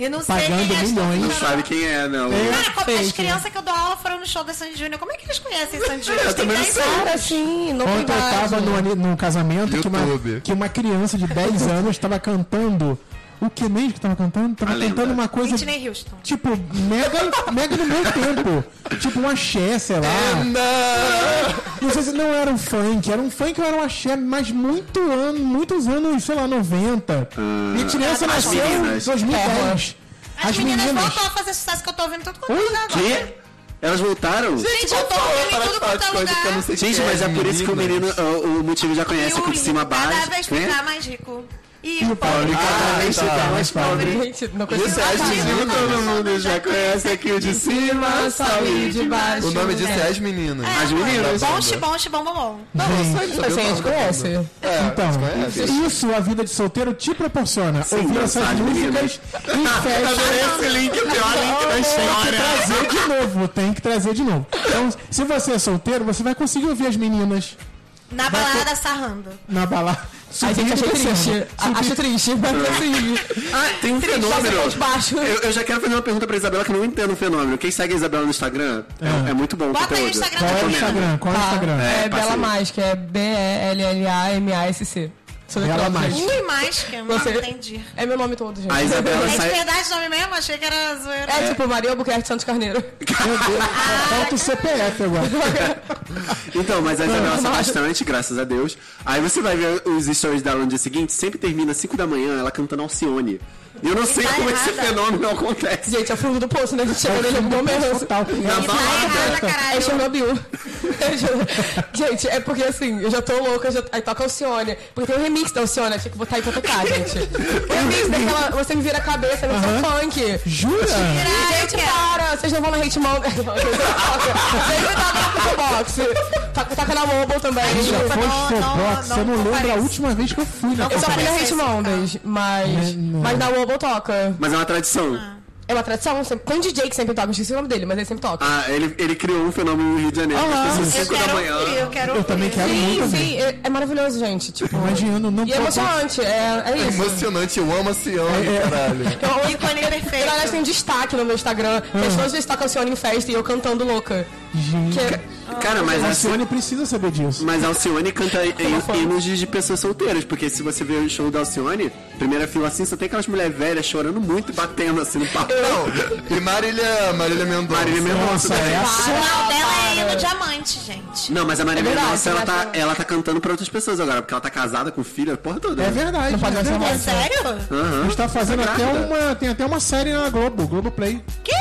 S4: E não sei
S3: Pagando
S4: quem é
S3: milhões.
S5: Não
S4: Chororó.
S5: sabe quem é, não.
S4: Cara, como as
S7: Fake.
S4: crianças que eu dou aula foram no show da Sandy Júnior, como é que eles conhecem Sandy
S5: Eu
S4: Júnior? Eles têm
S5: também não
S4: 10
S5: sei.
S4: anos.
S7: Cara, assim, não
S3: Ontem eu tava no, ani- num casamento que uma,
S6: YouTube.
S3: que uma criança de 10 anos tava cantando. O que mesmo que tava cantando? Tava
S5: A lenda.
S3: cantando uma coisa.
S4: Whitney Houston.
S3: Tipo, mega, mega no meu tempo. Tipo, um axé, sei lá.
S6: É,
S3: Não sei se não era um funk, era um funk ou era um axé, mas muito ano, muitos anos, sei lá, 90. e a criança
S5: Ah. As
S3: nasceu em
S5: meninas.
S3: 2010.
S4: As, meninas, voltam a fazer sucesso que eu tô ouvindo tudo quanto é lugar agora.
S5: Quê? Elas voltaram?
S4: Gente, eu tô ouvindo em tudo quanto é lugar.
S6: sei
S5: Gente, mas é por isso que o menino, o, o motivo já conhece aqui de cima a
S4: cada
S5: baixo.
S4: vez
S5: Quê?
S4: ficar mais rico. E o
S5: E
S4: pobre
S5: tá- cada vez
S6: tá.
S5: ficar mais pobre.
S7: Gente, não conheço
S6: Isso é as
S5: Menino,
S6: meninas.
S5: todo mundo já conhece aqui o de cima, sobe de baixo.
S6: O nome disso é as meninas.
S5: As meninas.
S4: Bom, xibom, xibom, bom, bom.
S6: Não, eu sabia o
S7: Assim, a
S6: nome
S7: gente
S6: da
S7: conhece.
S6: banda.
S3: Então,
S6: conhece?
S3: isso a vida de solteiro te proporciona. ouvir essas
S5: é dançar,
S3: músicas
S5: Ah,
S3: em festa.
S5: Adorei tá É esse link, o pior link da
S3: Tem que
S5: história.
S3: trazer de novo, tem que trazer de novo. Então, se você é solteiro, você vai conseguir ouvir as meninas
S4: Na balada sarrando.
S3: na balada.
S7: A gente achei
S3: subindo e
S7: triste.
S3: descendo.
S7: A- Acho triste, mas consegui.
S5: Ah, tem um
S7: Triste, assim, de
S5: fenômeno.
S7: baixo.
S5: Eu, eu já quero fazer uma pergunta pra Isabela que eu não entendo o fenômeno. Quem segue a Isabela no Instagram é, é muito bom o
S4: Bota aí o
S5: conteúdo. Tá
S4: Instagram
S3: Qual é o
S5: Recomendo.
S3: Instagram? Qual é o
S7: Tá,
S3: Instagram?
S5: É,
S7: É,
S5: passa
S7: Bela
S5: aí.
S7: Mais, que é B-E-L-L-A-M-A-S-C. Sou
S3: Bela
S7: daquela,
S3: Mais.
S7: gente.
S4: Ui, mais que eu não
S7: Você-
S4: entendi.
S7: É meu nome todo, gente.
S5: A Isabela
S4: É de
S5: sai.
S4: verdade o nome mesmo? Achei que era zoeira.
S7: É tipo Maria Albuquerque Santos Carneiro.
S3: Meu Deus, falta o CPF agora.
S5: Então, mas a Isabela sai bastante, graças a Deus. Aí você vai ver os stories dela no dia seguinte, sempre termina às 5 da manhã ela cantando Alcione. E eu não sei
S4: tá
S5: como esse
S4: errada.
S5: fenômeno acontece.
S7: Gente, é o fundo do poço, né? A gente chega nele em algum momento.
S3: Total.
S5: Na
S4: E tá errada,
S5: balada.
S7: É
S4: caralho.
S7: Chernobyl. É Chernobyl. gente, é porque assim, eu já tô louca, eu já... aí toca Alcione. Porque tem um remix da Alcione, eu tinha que botar aí pra tocar, gente. O remix daquela Você Me Vira a Cabeça, é versão funk.
S3: Jura?
S4: Caralho,
S7: Gente,
S4: Ah, eu quero.
S7: para! Vocês não vão na Hate Monger. Vocês não tocam no Box. Toca, toca na Mobile também.
S3: Já
S4: Não,
S3: foi
S4: não,
S3: Fofox,
S4: não,
S3: você não
S4: não
S3: lembra a
S4: parece.
S3: última vez que eu fui na
S7: Eu só fui na
S4: Parece
S7: Hate
S4: esse
S7: Mondays, mas,
S3: Não.
S7: mas na Mobile toca.
S5: Mas é uma tradição.
S4: Ah.
S7: É uma tradição, sempre- tem um DJ que sempre toca, eu esqueci o nome dele, mas ele sempre toca.
S5: Ah, ele, ele criou um fenômeno no Rio de Janeiro.
S3: Ah,
S5: As pessoas
S4: Eu
S5: 5 da
S4: quero
S5: manhã.
S4: ouvir, eu quero um
S3: Eu também um
S4: ouvir.
S3: quero muito.
S7: Sim,
S3: amigo.
S7: sim, é, é maravilhoso, gente. Tipo,
S3: Imagino, não
S7: e é emocionante, é, é isso. Então,
S6: Emocionante, eu amo a Cione,
S5: É.
S6: caralho.
S7: Eu-
S4: Ícone
S7: Eu,
S4: perfeito.
S7: aliás, tem um destaque no meu Instagram.
S3: Ah.
S7: que As pessoas destacam o Cione em festa e eu cantando louca.
S3: Gente,
S7: Que- é
S5: Cara, mas
S3: a
S5: assim,
S3: Sônia precisa saber disso.
S5: Mas a Alcione canta em- em- hinos de de pessoas solteiras, porque se você ver o show da Alcione, primeira fila assim, só tem aquelas mulheres velhas chorando muito e batendo assim no papel.
S6: Não, e Marília, Marília Mendonça.
S5: Marília
S3: Nossa,
S5: Mendonça.
S3: essa.
S4: O final dela é Hino Diamante, gente.
S5: Não, mas a Marília
S7: É verdade,
S5: Mendonça,
S3: né,
S5: ela
S7: eu
S5: tá,
S7: acho-
S5: ela tá cantando pra outras pessoas agora, porque ela tá casada com filho, a porra toda. né?
S3: É verdade.
S7: Não pode
S3: é
S7: lançar
S3: verdade.
S4: É sério?
S3: A
S5: Aham.
S3: gente tá fazendo
S5: Tá
S3: até
S5: grávida.
S3: uma. Tem até uma série na Globo, Globoplay.
S4: Quê?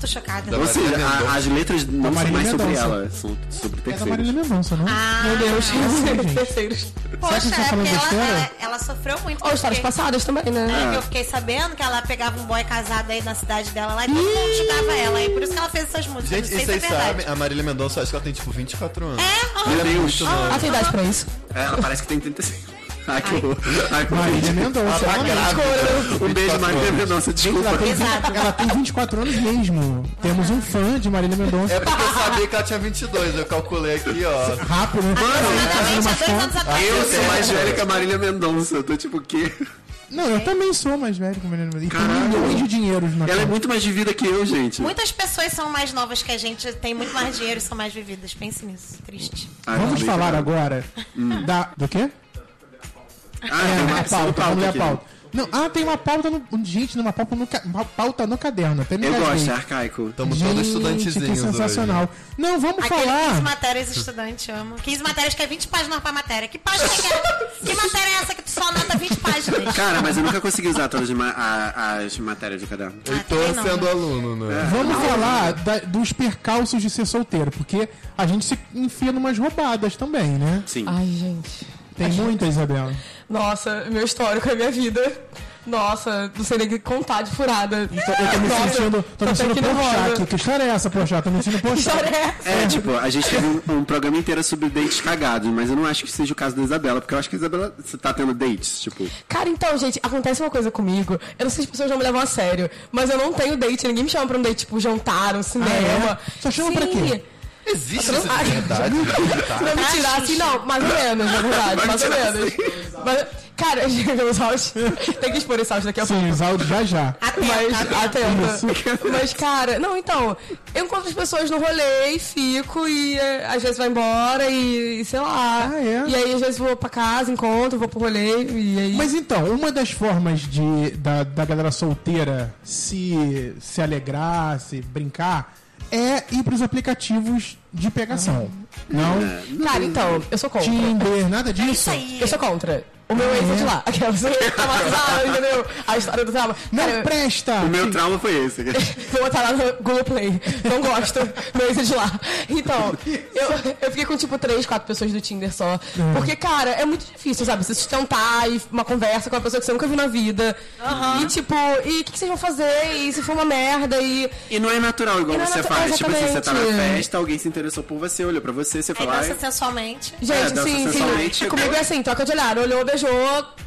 S4: Tô chocada.
S5: Ou
S6: Marília
S5: seja, a-
S6: Mendonça.
S5: as letras não são
S3: Marília
S5: mais sobre
S3: É Mendonça.
S5: ela, são sobre
S3: É da Marília
S5: terceiros.
S3: Mendonça, não?
S4: Ah,
S7: Meu Deus,
S3: gente.
S7: assim, terceiros.
S4: Poxa,
S3: que vocês estão
S4: é
S3: falando
S4: porque ela,
S3: besteira? Ah.
S4: ela, ela sofreu muito.
S7: Ou histórias
S4: porque-
S7: passadas também, né?
S4: É, que eu fiquei sabendo que ela pegava um boy casado aí na cidade dela lá e todo mundo julgava ela. E por isso que ela fez essas músicas.
S6: Gente,
S4: não sei
S6: e vocês
S4: se é verdade.
S6: sabem, a Marília Mendonça, acho que ela tem tipo 24 anos.
S4: É, aham.
S5: Meu Deus.
S7: Ela tem idade pra isso.
S5: É, Ela parece que tem 35. Ai, que horror. Ai, que horror.
S3: Marília
S4: É,
S3: Mendonça.
S6: Ela tá
S3: realmente.
S6: grávida.
S5: Um beijo,
S6: 24
S5: Marília
S6: anos.
S5: Mendonça, desculpa.
S3: Ela tem,
S4: Exato.
S3: ela tem 24 anos mesmo. Temos um fã de Marília Mendonça.
S6: É porque eu sabia que ela tinha 22, eu calculei aqui, ó.
S3: Rápido, né? Fazendo umas
S4: Exatamente, há dois anos
S3: contas.
S4: atrás.
S5: Eu sou mais velha que a Marília Mendonça, eu tô tipo o quê?
S3: Não, eu também sou mais velho que o Mariana Bandeira. E tenho milhões de dinheiros na
S5: Ela é
S3: conta.
S5: muito mais de vida que eu, gente.
S4: Muitas pessoas são mais novas que a gente, tem muito mais dinheiro e são mais vividas. Pense nisso. Triste.
S5: Ah,
S3: Vamos
S5: não,
S3: falar
S5: não.
S3: agora da. Do quê?
S5: Ah, tem uma
S3: É,
S5: opção
S3: pauta,
S5: pauta
S3: vamos ler a
S5: aqui.
S3: pauta. Não, ah, tem uma pauta no. Gente, numa pauta no, ca- uma pauta no caderno. Até me
S5: Eu
S3: engasguei.
S5: gosto, é arcaico.
S6: Estamos todos
S3: Gente, que
S6: estudantezinhos
S3: sensacional. Não, vamos
S4: Aquele 15
S3: falar.
S4: matérias estudante, amo. 15 matérias que é 20 páginas pra matéria. Que página que é? Que matéria é essa que tu só anota 20 páginas?
S5: Cara, mas eu nunca consegui usar todas as ma- a- as matérias um. do caderno.
S6: hoje.
S4: Ah,
S6: E tô
S4: também não,
S6: sendo
S4: né?
S6: aluno,
S5: É.
S6: né?
S3: Vamos falar da- dos percalços de ser solteiro, porque a gente se enfia numas roubadas também, né?
S5: Sim.
S7: Ai, gente.
S3: Tem muita, Isabela.
S7: Nossa, meu histórico é minha vida. Nossa, não sei nem o que contar de furada.
S3: Eu tô me
S7: Nossa,
S3: sentindo, tô me
S7: até
S3: sentindo
S7: que nervosa.
S3: Porchat. Que história é essa, Porchat? Tô me sentindo
S7: Que
S3: Porchat.
S7: história é essa?
S5: É, tipo, a gente teve um, um programa inteiro sobre dates cagados, mas eu não acho que seja o caso da Isabela, porque eu acho que a Isabela você tá tendo dates, tipo.
S7: Cara, então, gente, acontece uma coisa comigo. Eu não sei se as pessoas não me levam a sério, mas eu não tenho date. Ninguém me chama pra um date, tipo, jantar, um cinema.
S3: Ah, é? Só chama pra quê?
S6: Existe
S7: Não-
S6: essa de verdade?
S7: Não é mentira, assim não, mais ou menos, na verdade, mais ou
S6: é
S7: menos.
S6: assim.
S7: Mas, cara, os áudios. Tem que expor esse áudio daqui a pouco.
S3: Sim, os áudios já já.
S7: Mas,
S3: é
S7: atenta. Mas, cara, não, então, eu encontro as pessoas no rolê e fico, e é, às vezes vai embora e, e sei lá.
S3: Ah, é?
S7: E aí, às vezes, vou pra casa, encontro, vou pro rolê, e é aí.
S3: Mas então, uma das formas de da, da galera solteira se, se alegrar, se brincar, é ir pros aplicativos de pegação.
S5: Uhum.
S3: Não?
S5: É.
S7: Cara, então, eu sou contra.
S3: Tinder,
S7: é
S3: nada disso.
S4: Isso aí.
S7: Eu sou contra. O meu ex é de lá. Aquelas traumatizadas, entendeu? A história do trauma.
S3: Não
S7: Cara,
S3: presta!
S5: O meu trauma foi esse.
S7: Vou botar lá no Google Play. Não gosto. Meu ex é de lá. Então, eu, eu fiquei com tipo três, quatro pessoas do Tinder só. Porque, cara, é muito difícil, sabe? Você sustentar e uma conversa com uma pessoa que você nunca viu na vida. E tipo, e o que, que vocês vão fazer? E se for uma merda? E.
S5: E não é natural igual
S7: E não é
S5: você
S7: natu-
S5: faz. Tipo assim, você tá na
S7: Exatamente.
S5: festa, alguém se interessou por você, olhou pra você, você
S4: Aí
S5: fala.
S4: dança
S5: "Ai,
S4: sensualmente.
S5: É,
S7: Gente,
S5: dança
S7: sim,
S5: sensualmente,
S7: sim.
S5: chegou.
S7: Comigo é assim, troca de olhar. Olhou, beijou.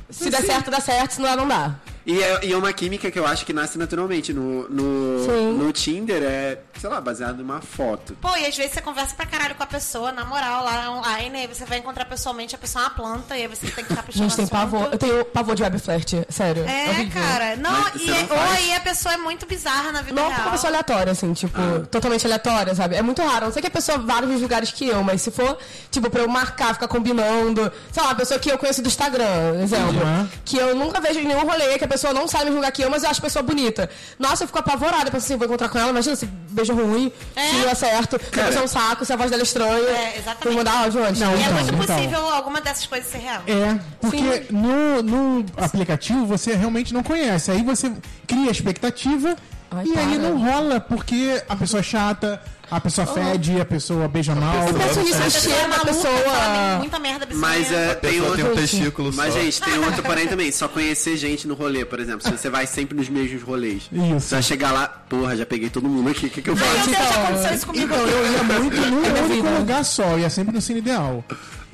S7: Se der certo, dá certo. Se não dá, não dá.
S5: E é, e é uma química que eu acho que nasce naturalmente. No, no,
S7: Sim.
S5: no Tinder é, sei lá, baseado numa foto.
S4: Pô, e às vezes você conversa pra caralho com a pessoa, na moral, lá online, aí você vai encontrar pessoalmente, a pessoa é uma planta, e aí você tem que estar puxando
S7: Gente, tem
S4: assunto.
S7: pavor. Eu tenho pavor de web flerte, sério.
S4: É,
S7: horrível.
S4: cara. Não,
S5: Mas
S4: e
S5: você não
S4: ou
S5: faz?
S4: aí a pessoa é muito bizarra na vida
S7: Não
S4: real.
S7: uma pessoa aleatória, assim, tipo,
S3: Ah.
S7: totalmente aleatória, sabe? É muito raro. A não sei que a pessoa vá nos lugares que eu, mas se for, tipo, pra eu marcar, ficar combinando, sei lá, a pessoa que eu conheço do Instagram, exemplo,
S3: Uhum.
S7: que eu nunca vejo em nenhum rolê, que a pessoa não sabe no lugar que eu, mas eu acho a pessoa bonita. Nossa, eu fico apavorada, penso assim, vou encontrar com ela, imagina se beijo ruim,
S4: É.
S7: se eu acerto, se a
S5: Cara.
S7: pessoa é um saco, se a voz dela é estranha.
S4: É, exatamente.
S7: Tem que mandar áudio antes.
S3: Não,
S4: E é
S3: Então,
S4: muito
S3: então.
S4: possível alguma dessas coisas ser real.
S3: É, porque
S7: Sim.
S3: no, no aplicativo você realmente não conhece. Aí você cria expectativa
S7: Ai,
S3: e aí
S7: para. Oh.
S3: não rola, porque a pessoa é chata, a pessoa fede, a pessoa beija mal.
S7: Eu penso nisso,
S4: A
S7: eu
S4: pessoa é
S7: chego na
S4: maluca, fala
S7: pessoa.
S4: muita merda bizarra.
S5: Mas é,
S6: A
S5: tem
S6: pessoa tem
S5: outro.
S6: um testículo só.
S5: Mas, gente, tem outro porém também. Só conhecer gente no rolê, por exemplo. Se você vai sempre nos mesmos rolês.
S3: Isso.
S5: Você vai chegar lá, porra, já peguei todo mundo aqui, o que, que eu
S4: Meu
S5: faço?
S4: Deus, já
S7: Então,
S4: aconteceu isso comigo.
S3: Então, eu ia muito num
S7: é minha
S3: único
S7: vida.
S3: lugar só, eu ia sempre no Cine Ideal.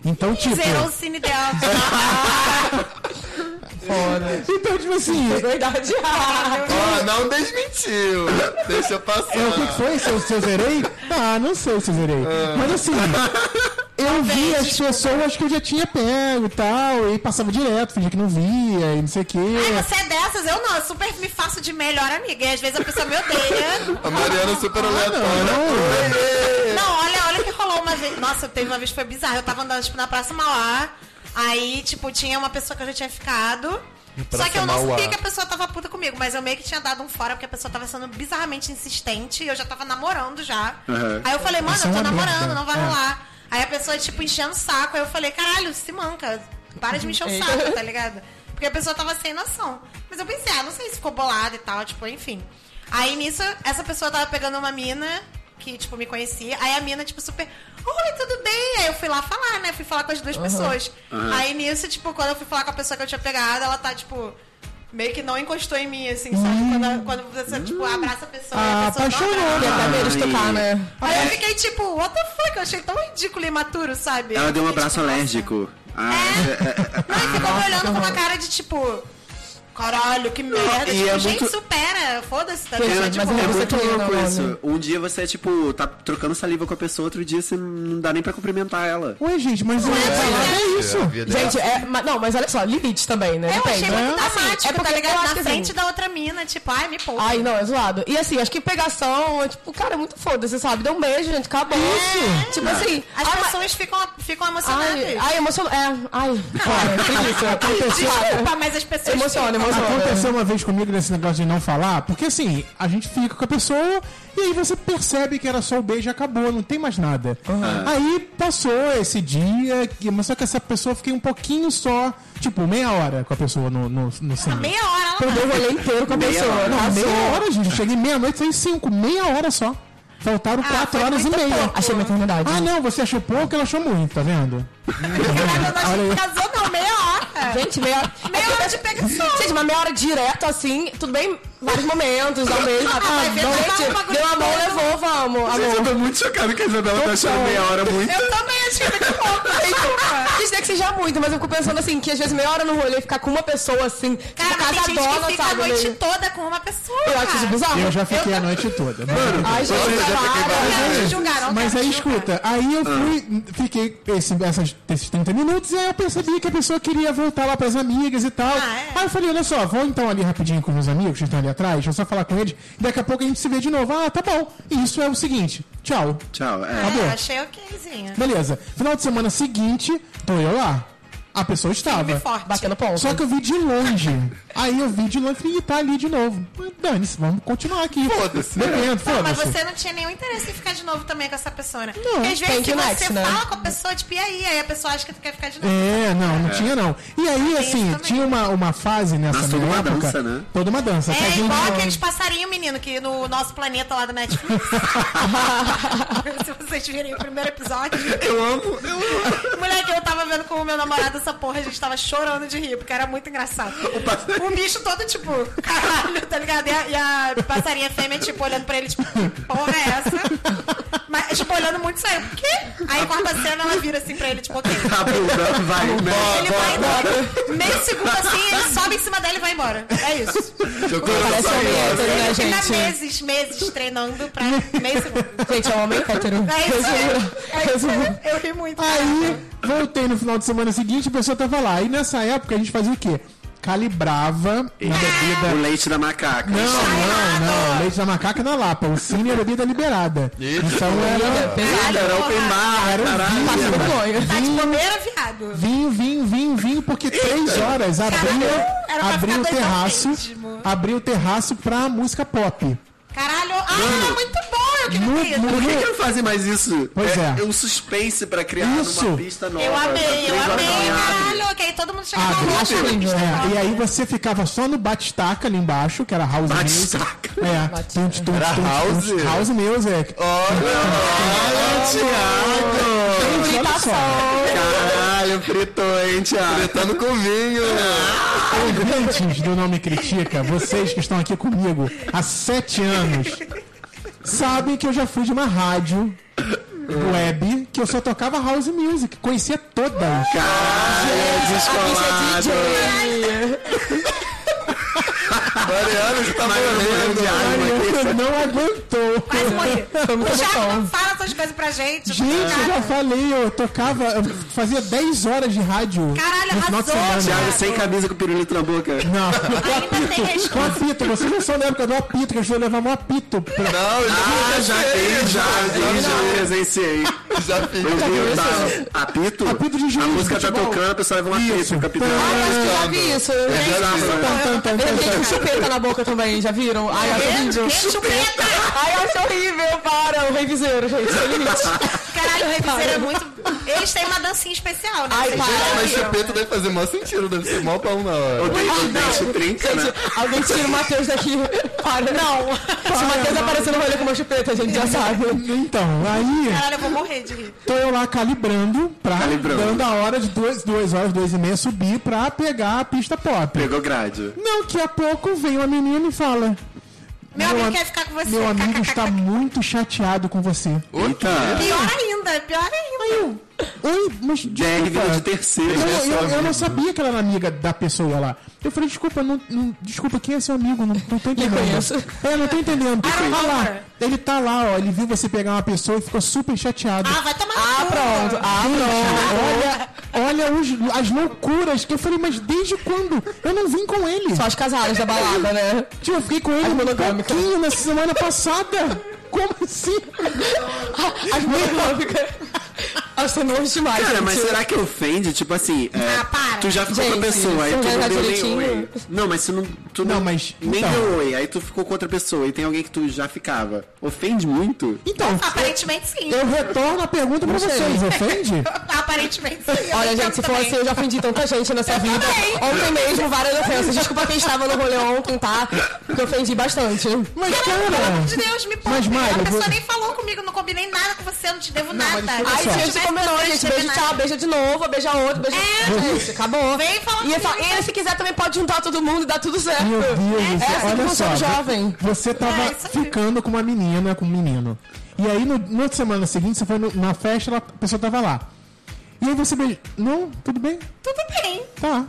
S3: Então, tipo.
S4: Zerou o cine ideal.
S7: Foda.
S3: Então, tipo assim,
S7: É verdade. né?
S6: Ó, não desmentiu. Deixa passar.
S3: é o que que foi? Se eu, se eu zerei? Ah, não sei se eu zerei. Mas assim. Eu vi as pessoas que eu já tinha pego e tal, e passava direto, fingia que não via, e não sei o quê.
S4: Ai, você é dessas? Eu não, eu super me faço de melhor amiga. E às vezes a pessoa me odeia.
S6: A Mariana é
S5: Ah,
S6: super aleatória.
S3: É.
S4: Não, olha, olha o que rolou uma vez. Nossa, teve uma vez que foi bizarro. Eu tava andando, tipo, na Praça Mauá. Aí, tipo, tinha uma pessoa que eu já tinha ficado. Só
S6: Praça
S4: que eu não
S6: Mauá.
S4: sabia que a pessoa tava puta comigo, mas eu meio que tinha dado um fora, porque a pessoa tava sendo bizarramente insistente e eu já tava namorando já.
S5: Uhum.
S4: Aí eu falei, mano,
S3: Isso
S4: eu
S3: é
S4: tô
S3: uma merda.
S4: namorando, não vai
S3: É.
S4: rolar. Aí a pessoa, tipo, enchendo o saco. Aí eu falei, caralho, se manca. Para de me
S3: É.
S4: encher o saco, tá ligado? Porque a pessoa tava sem noção. Mas eu pensei, ah, não sei se ficou bolada e tal, tipo, enfim. Aí nisso, essa pessoa tava pegando uma mina que, tipo, me conhecia. Aí a mina, tipo, super, oi, tudo bem? Aí eu fui lá falar, né? Fui falar com as duas pessoas. Aí nisso, tipo, quando eu fui falar com a pessoa que eu tinha pegado, ela tá, tipo. Meio que não encostou em mim, assim, sabe? Quando, a- quando você, tipo, abraça a pessoa, e a pessoa não
S3: Hum. Ah, apaixonou,
S4: abraça.
S7: Porque dá medo de
S5: Ai.
S7: tocar, né?
S4: Aí eu fiquei tipo, what the fuck? Eu achei tão ridículo e imaturo, sabe?
S5: Ela
S4: Eu
S5: deu um
S4: fiquei,
S5: abraço
S4: tipo, nossa.
S5: alérgico. Ah,
S4: É. Não, e ficou me olhando com uma cara de tipo. Caralho, que merda.
S5: E
S4: tipo,
S5: é
S4: gente,
S5: muito-
S4: supera. Foda-se, tá
S7: Pois
S5: É,
S4: ligado?
S7: Mas
S5: tipo,
S7: é
S5: é
S7: você
S5: muito
S7: querer,
S5: louco
S7: né?
S5: isso. Um dia você, tipo, tá trocando saliva com a pessoa, outro dia você não dá nem pra cumprimentar ela.
S3: Ué, gente, mas eu balada é isso.
S6: A vida
S7: Gente, é, mas, não, mas olha só, limite também, né?
S4: Eu achei
S7: Depende.
S4: muito
S7: Assim,
S4: dramático,
S7: é
S4: tá
S7: porque eu
S4: ligado?
S7: acho
S4: Na
S7: que, assim,
S4: frente da outra mina, tipo, ai, me poupa.
S7: Ai, não, é zoado. E assim, acho que pegação é tipo, cara, é muito foda, você sabe? Dá um beijo, gente, acabou.
S4: É.
S7: Tipo assim,
S4: As
S7: ai,
S4: pessoas ficam, ficam emocionadas.
S7: Ai, ai, emociona. É, ai, para, que isso.
S3: Aconteceu-
S4: Desculpa, mas as pessoas.
S7: Emociona,
S4: ficam-
S7: emociona.
S3: Aconteceu uma vez comigo nesse negócio de não falar, porque assim, a gente fica com a pessoa e aí você percebe que era só o beijo e acabou, não tem mais nada. Aí passou esse dia, que- mas só que essa pessoa eu fiquei um pouquinho só, tipo, meia hora com a pessoa no, no, no cinema.
S4: Ah, Meia hora ela tá
S7: Perdeu o rolê inteiro com a
S5: Meia
S7: pessoa.
S5: hora.
S3: Não,
S7: Arrasou.
S3: meia hora, gente. Eu cheguei meia-noite, saí cinco, meia hora só. Faltaram quatro
S4: foi
S3: horas e
S4: muito
S3: meia.
S4: pouco.
S7: Achei uma eternidade.
S3: Ah, não, você achou pouco, ela achou muito, tá vendo?
S4: Não,
S3: Olha
S4: não,
S3: aí.
S4: não casou, não, meia hora.
S7: Gente, meia hora.
S4: Meia hora de pegação.
S7: Gente, uma meia hora direto, assim, tudo bem? Vários momentos, dá um beijo. Ah,
S4: vai ver, vai dar um
S7: gente,
S4: bagulho
S7: deu a mão,
S4: todo.
S7: levou, vamos.
S5: Gente,
S7: Amor.
S5: eu tô muito chocado que a Isabela tá achando meia hora muito.
S4: Eu também achei muito pouco.
S7: Gente, Gente, não é que seja muito, mas eu fico pensando assim, que às vezes meia hora no rolê ficar com uma pessoa assim,
S4: Cara,
S7: tipo,
S4: mas tem gente
S7: casadona,
S4: que fica a
S7: sabe?
S4: noite
S7: né?
S4: toda com uma pessoa.
S7: Eu acho isso
S4: cara.
S7: bizarro.
S3: Eu já fiquei a noite toda. Mano,
S7: Ai, gente, né? para.
S4: Quero te julgar, não
S3: Mas
S7: é
S4: quero
S3: aí
S4: te julgar.
S3: escuta, aí eu fui, fiquei esse, essas, esses 30 minutos e aí eu percebi que a pessoa queria voltar lá pras amigas e tal.
S4: Ah, é?
S3: Aí eu falei, olha só, vou então ali rapidinho com meus amigos que estão ali atrás, deixa eu só falar com eles, daqui a pouco a gente se vê de novo. Ah, tá bom. E isso é o seguinte, tchau.
S5: Tchau, é.
S3: Acabou.
S4: É, achei okzinho.
S3: Beleza. Final de semana seguinte, tô eu lá. A pessoa
S4: Filme
S3: estava.
S4: forte.
S7: Batendo ponto.
S3: Só que eu vi de longe. Aí eu vi de longe e falei, "Ih, tá ali de novo. Mas Dane-se, vamos continuar aqui.
S6: Foda-se, né?
S3: Bebendo,
S4: Não, mas
S3: foda-se.
S4: você não tinha nenhum interesse em ficar de novo também com essa pessoa, né?
S3: Não,
S4: Porque às vezes
S7: tem
S4: se
S7: que
S4: você
S7: next, né?
S4: fala com a pessoa, tipo, e aí? Aí a pessoa acha que tu quer ficar de novo.
S3: É, não, não tinha não. E aí, assim,
S4: também.
S3: tinha uma, uma fase nessa
S5: Nossa,
S3: minha
S5: toda uma
S3: época.
S5: dança, né?
S3: Toda uma dança. que a
S4: É
S3: gente-
S4: igual aqueles passarinhos, menino, que no nosso planeta lá do Netflix. Se vocês virem o primeiro episódio.
S5: Eu amo.
S4: Moleque, eu tava vendo com o meu namorado essa porra, a gente tava chorando de rir, porque era muito engraçado. O bicho todo, tipo, caralho, tá ligado? E a, e a passarinha fêmea, tipo, olhando pra ele, tipo, que porra é essa? Mas, tipo, olhando muito sério, o quê? Aí corta a cena, ela vira assim pra ele, tipo, ok.
S5: A bunda Tá vai, né?
S4: Ele vai embora. Meio segundo assim, ele sobe em cima dela e vai embora. É isso.
S6: Jogou
S7: Parece
S6: na
S7: um homem
S6: saída.
S7: hétero, né,
S4: Ele fica
S7: gente?
S4: meses, meses treinando pra meio segundo.
S7: Gente, é um homem hétero.
S4: É isso aí. É isso
S7: Resumo.
S4: aí. Eu ri muito.
S3: Aí, voltei no final de semana seguinte, a pessoa tava lá. E nessa época a gente fazia o quê? Calibrava
S5: É.
S3: na bebida.
S5: O leite da macaca.
S3: Não, não, não.
S4: errado.
S3: Leite da macaca na Lapa. O cine é bebida liberada.
S6: Eita.
S3: Então era.
S7: Pesado.
S5: Era open bar,
S7: Passa
S5: caralho.
S7: vergonha.
S4: Tá de bobeira, viado.
S3: Vinho, vinho, vinho, vinho, porque três horas
S4: Era
S3: abria,
S4: pra
S3: abria o
S4: ficar dois ao
S3: terraço,
S4: mesmo.
S3: abria o terraço pra música pop.
S4: Caralho. Ah, é muito bom. Eu
S3: Muito,
S4: queria
S3: muito.
S5: Por que, que não fazem mais isso?
S3: Pois é.
S5: um suspense pra criar
S3: Isso.
S5: numa pista nova.
S4: Eu amei, eu
S5: Três horas da
S4: amei,
S5: manhã.
S4: caralho. Ok, todo mundo chega
S3: Abre.
S4: na
S7: Acho
S4: né?
S7: horrível.
S3: É, e aí você ficava só no batistaca ali embaixo, que era house
S5: Ah,
S3: music.
S5: Batistaca.
S3: É,
S7: Batistaca.
S3: tunt, tunt,
S6: Era
S3: tunt,
S6: house?
S3: tunt, house music.
S6: Olha, Thiago!
S3: Gente, olha só.
S5: Caralho, fritou, hein, Thiago?
S6: Tretando com vinho! né?
S3: Ouvintes do Não Me Critica, vocês que estão aqui comigo há sete anos, sabem que eu já fui de uma rádio web que eu só tocava house music. Conhecia todas.
S5: Caralho,
S7: é
S5: descolado.
S6: Mariano, você tá
S5: Mariano,
S6: morrendo!
S3: Mariana não aguentou.
S4: Quase morri.
S7: Foi muito
S4: O Thiago
S7: bom.
S4: não fala essas coisas pra gente.
S3: Gente, eu
S4: cara.
S3: já falei, eu tocava, eu fazia 10 horas de rádio.
S4: Caralho,
S3: no final de semana.
S4: arrasou,
S5: Thiago, sem camisa com pirulito na boca.
S3: Não,
S4: Ainda tem
S3: com
S4: resquício.
S3: apito, vocês não são da época do apito, que a gente levava um apito. Pra...
S6: Não,
S5: Ah, já vi, já vi, já presenciei.
S6: Já fiz.
S5: Eu vi, tá, apito?
S3: um Apito de juiz,
S5: A música tá
S3: futebol.
S5: tocando, a pessoa leva um
S3: Isso. Ah,
S5: apito, capitão.
S7: Ah, Eu acho que eu já vi isso. Eu
S5: É
S7: já-
S5: bizarro, né?
S3: Tan, tan,
S7: Eu
S3: tan,
S7: fiquei com
S3: tan.
S7: chupeta na boca também, já viram? Ai, eu acho horrível.
S4: Gente, chupeta.
S7: Ai, eu acho horrível, para, o reviseiro, gente. Sem limite.
S4: Caralho, o reviseiro é muito. Eles têm uma dancinha especial, né?
S7: Ai,
S4: Vocês
S7: para.
S4: já
S6: Mas
S4: viram?
S6: chupeta deve fazer mó sentido, deve ser mó pão na
S5: O
S6: hora.
S5: dente- o dente trinca, né?
S7: Gente, alguém tira o Matheus daqui. Para, não. Se o Matheus aparecer no rolê com uma chupeta, a gente já sabe.
S3: Então, aí
S4: Caralho, eu vou morrer de rir.
S3: tô eu lá calibrando, pra,
S5: Calibrando.
S3: dando a hora de 2 horas, 2 e meia, subir pra pegar a pista pop.
S5: Pegou grade.
S3: Não, que a pouco vem uma menina e fala...
S4: Meu amigo
S3: am-
S4: quer ficar com você.
S3: Meu amigo está muito chateado com você.
S5: Eita.
S4: Pior ainda, pior ainda.
S3: Oi, mas
S5: Dériva de
S3: desculpa.
S5: terceiro.
S3: Eu,
S5: né,
S3: eu,
S5: sua
S3: eu não
S5: amiga.
S3: sabia que ela era amiga da pessoa lá. Eu falei, desculpa, não, não- desculpa, quem é seu amigo? Não, não tô entendendo.
S7: conheço.
S3: É, não tô entendendo.
S4: Ah,
S3: Olha lá,
S4: Walter.
S3: ele tá lá, ó. Ele viu você pegar uma pessoa e ficou super chateado.
S4: Ah, vai tomar
S7: Ah,
S4: no cu.
S7: pronto. Ah, pronto.
S3: Olha, olha os- as loucuras que eu falei, mas desde quando? Eu não vim com ele.
S7: Só as casadas da balada, né?
S3: Tio, eu fiquei com ele
S7: As
S3: um
S7: monogâmicas.
S3: pouquinho na semana passada. Como assim?
S7: As monogâmicas. Elas são longe demais,
S5: Cara,
S7: gente.
S5: mas será que ofende? Tipo assim, é,
S4: Ah, para.
S5: tu já ficou com
S7: Gente,
S5: a pessoa, aí
S7: isso
S5: tu
S7: já
S5: não
S7: tá
S5: deu nem
S7: direitinho.
S5: oi. Não, mas tu não. Tu
S3: Não, mas,
S5: Nem
S3: então.
S5: deu oi, aí tu ficou com outra pessoa e tem alguém que tu já ficava. Ofende muito?
S3: Então,
S4: Aparentemente sim.
S3: eu retorno a pergunta pra
S7: Não sei.
S3: vocês, ofende?
S4: Aparentemente sim. eu
S7: Olha,
S4: entendo
S7: gente, se for
S4: também.
S7: assim, eu já ofendi tanta gente nessa vida. Ontem mesmo, várias ofensas. Desculpa quem estava no rolê ontem, tá? Porque eu ofendi bastante.
S3: Mas,
S4: Pelo amor de
S3: cara...
S4: Deus, me
S3: Mas,
S4: poupe.
S3: Mari,
S4: a
S3: eu
S4: pessoa
S3: vou-
S4: nem falou comigo, não combinei nada com você, eu não te devo
S3: mas
S4: nada.
S3: escuta
S7: Aí
S3: só.
S7: a
S4: se eu
S7: gente
S4: tivesse
S7: combinou,
S4: tentado
S7: gente.
S4: te
S7: Beijo,
S4: terminar-
S7: tchau, beija de novo, beija outro, beija.
S4: É.
S7: Gente, acabou.
S4: Vem falar
S7: e, ele fala-
S4: comigo.
S7: e ele, se quiser, também pode juntar todo mundo e dar tudo certo.
S3: Meu Deus, do céu,
S7: é assim que
S3: olha só.
S7: funciona o jovem.
S3: Você tava
S4: É, isso aí.
S3: ficando com uma menina, com um menino. E aí, no, na outra semana seguinte, você foi no- na festa, ela- a pessoa tava lá. E aí você beijou. Não, tudo bem?
S4: Tudo bem.
S3: Tá.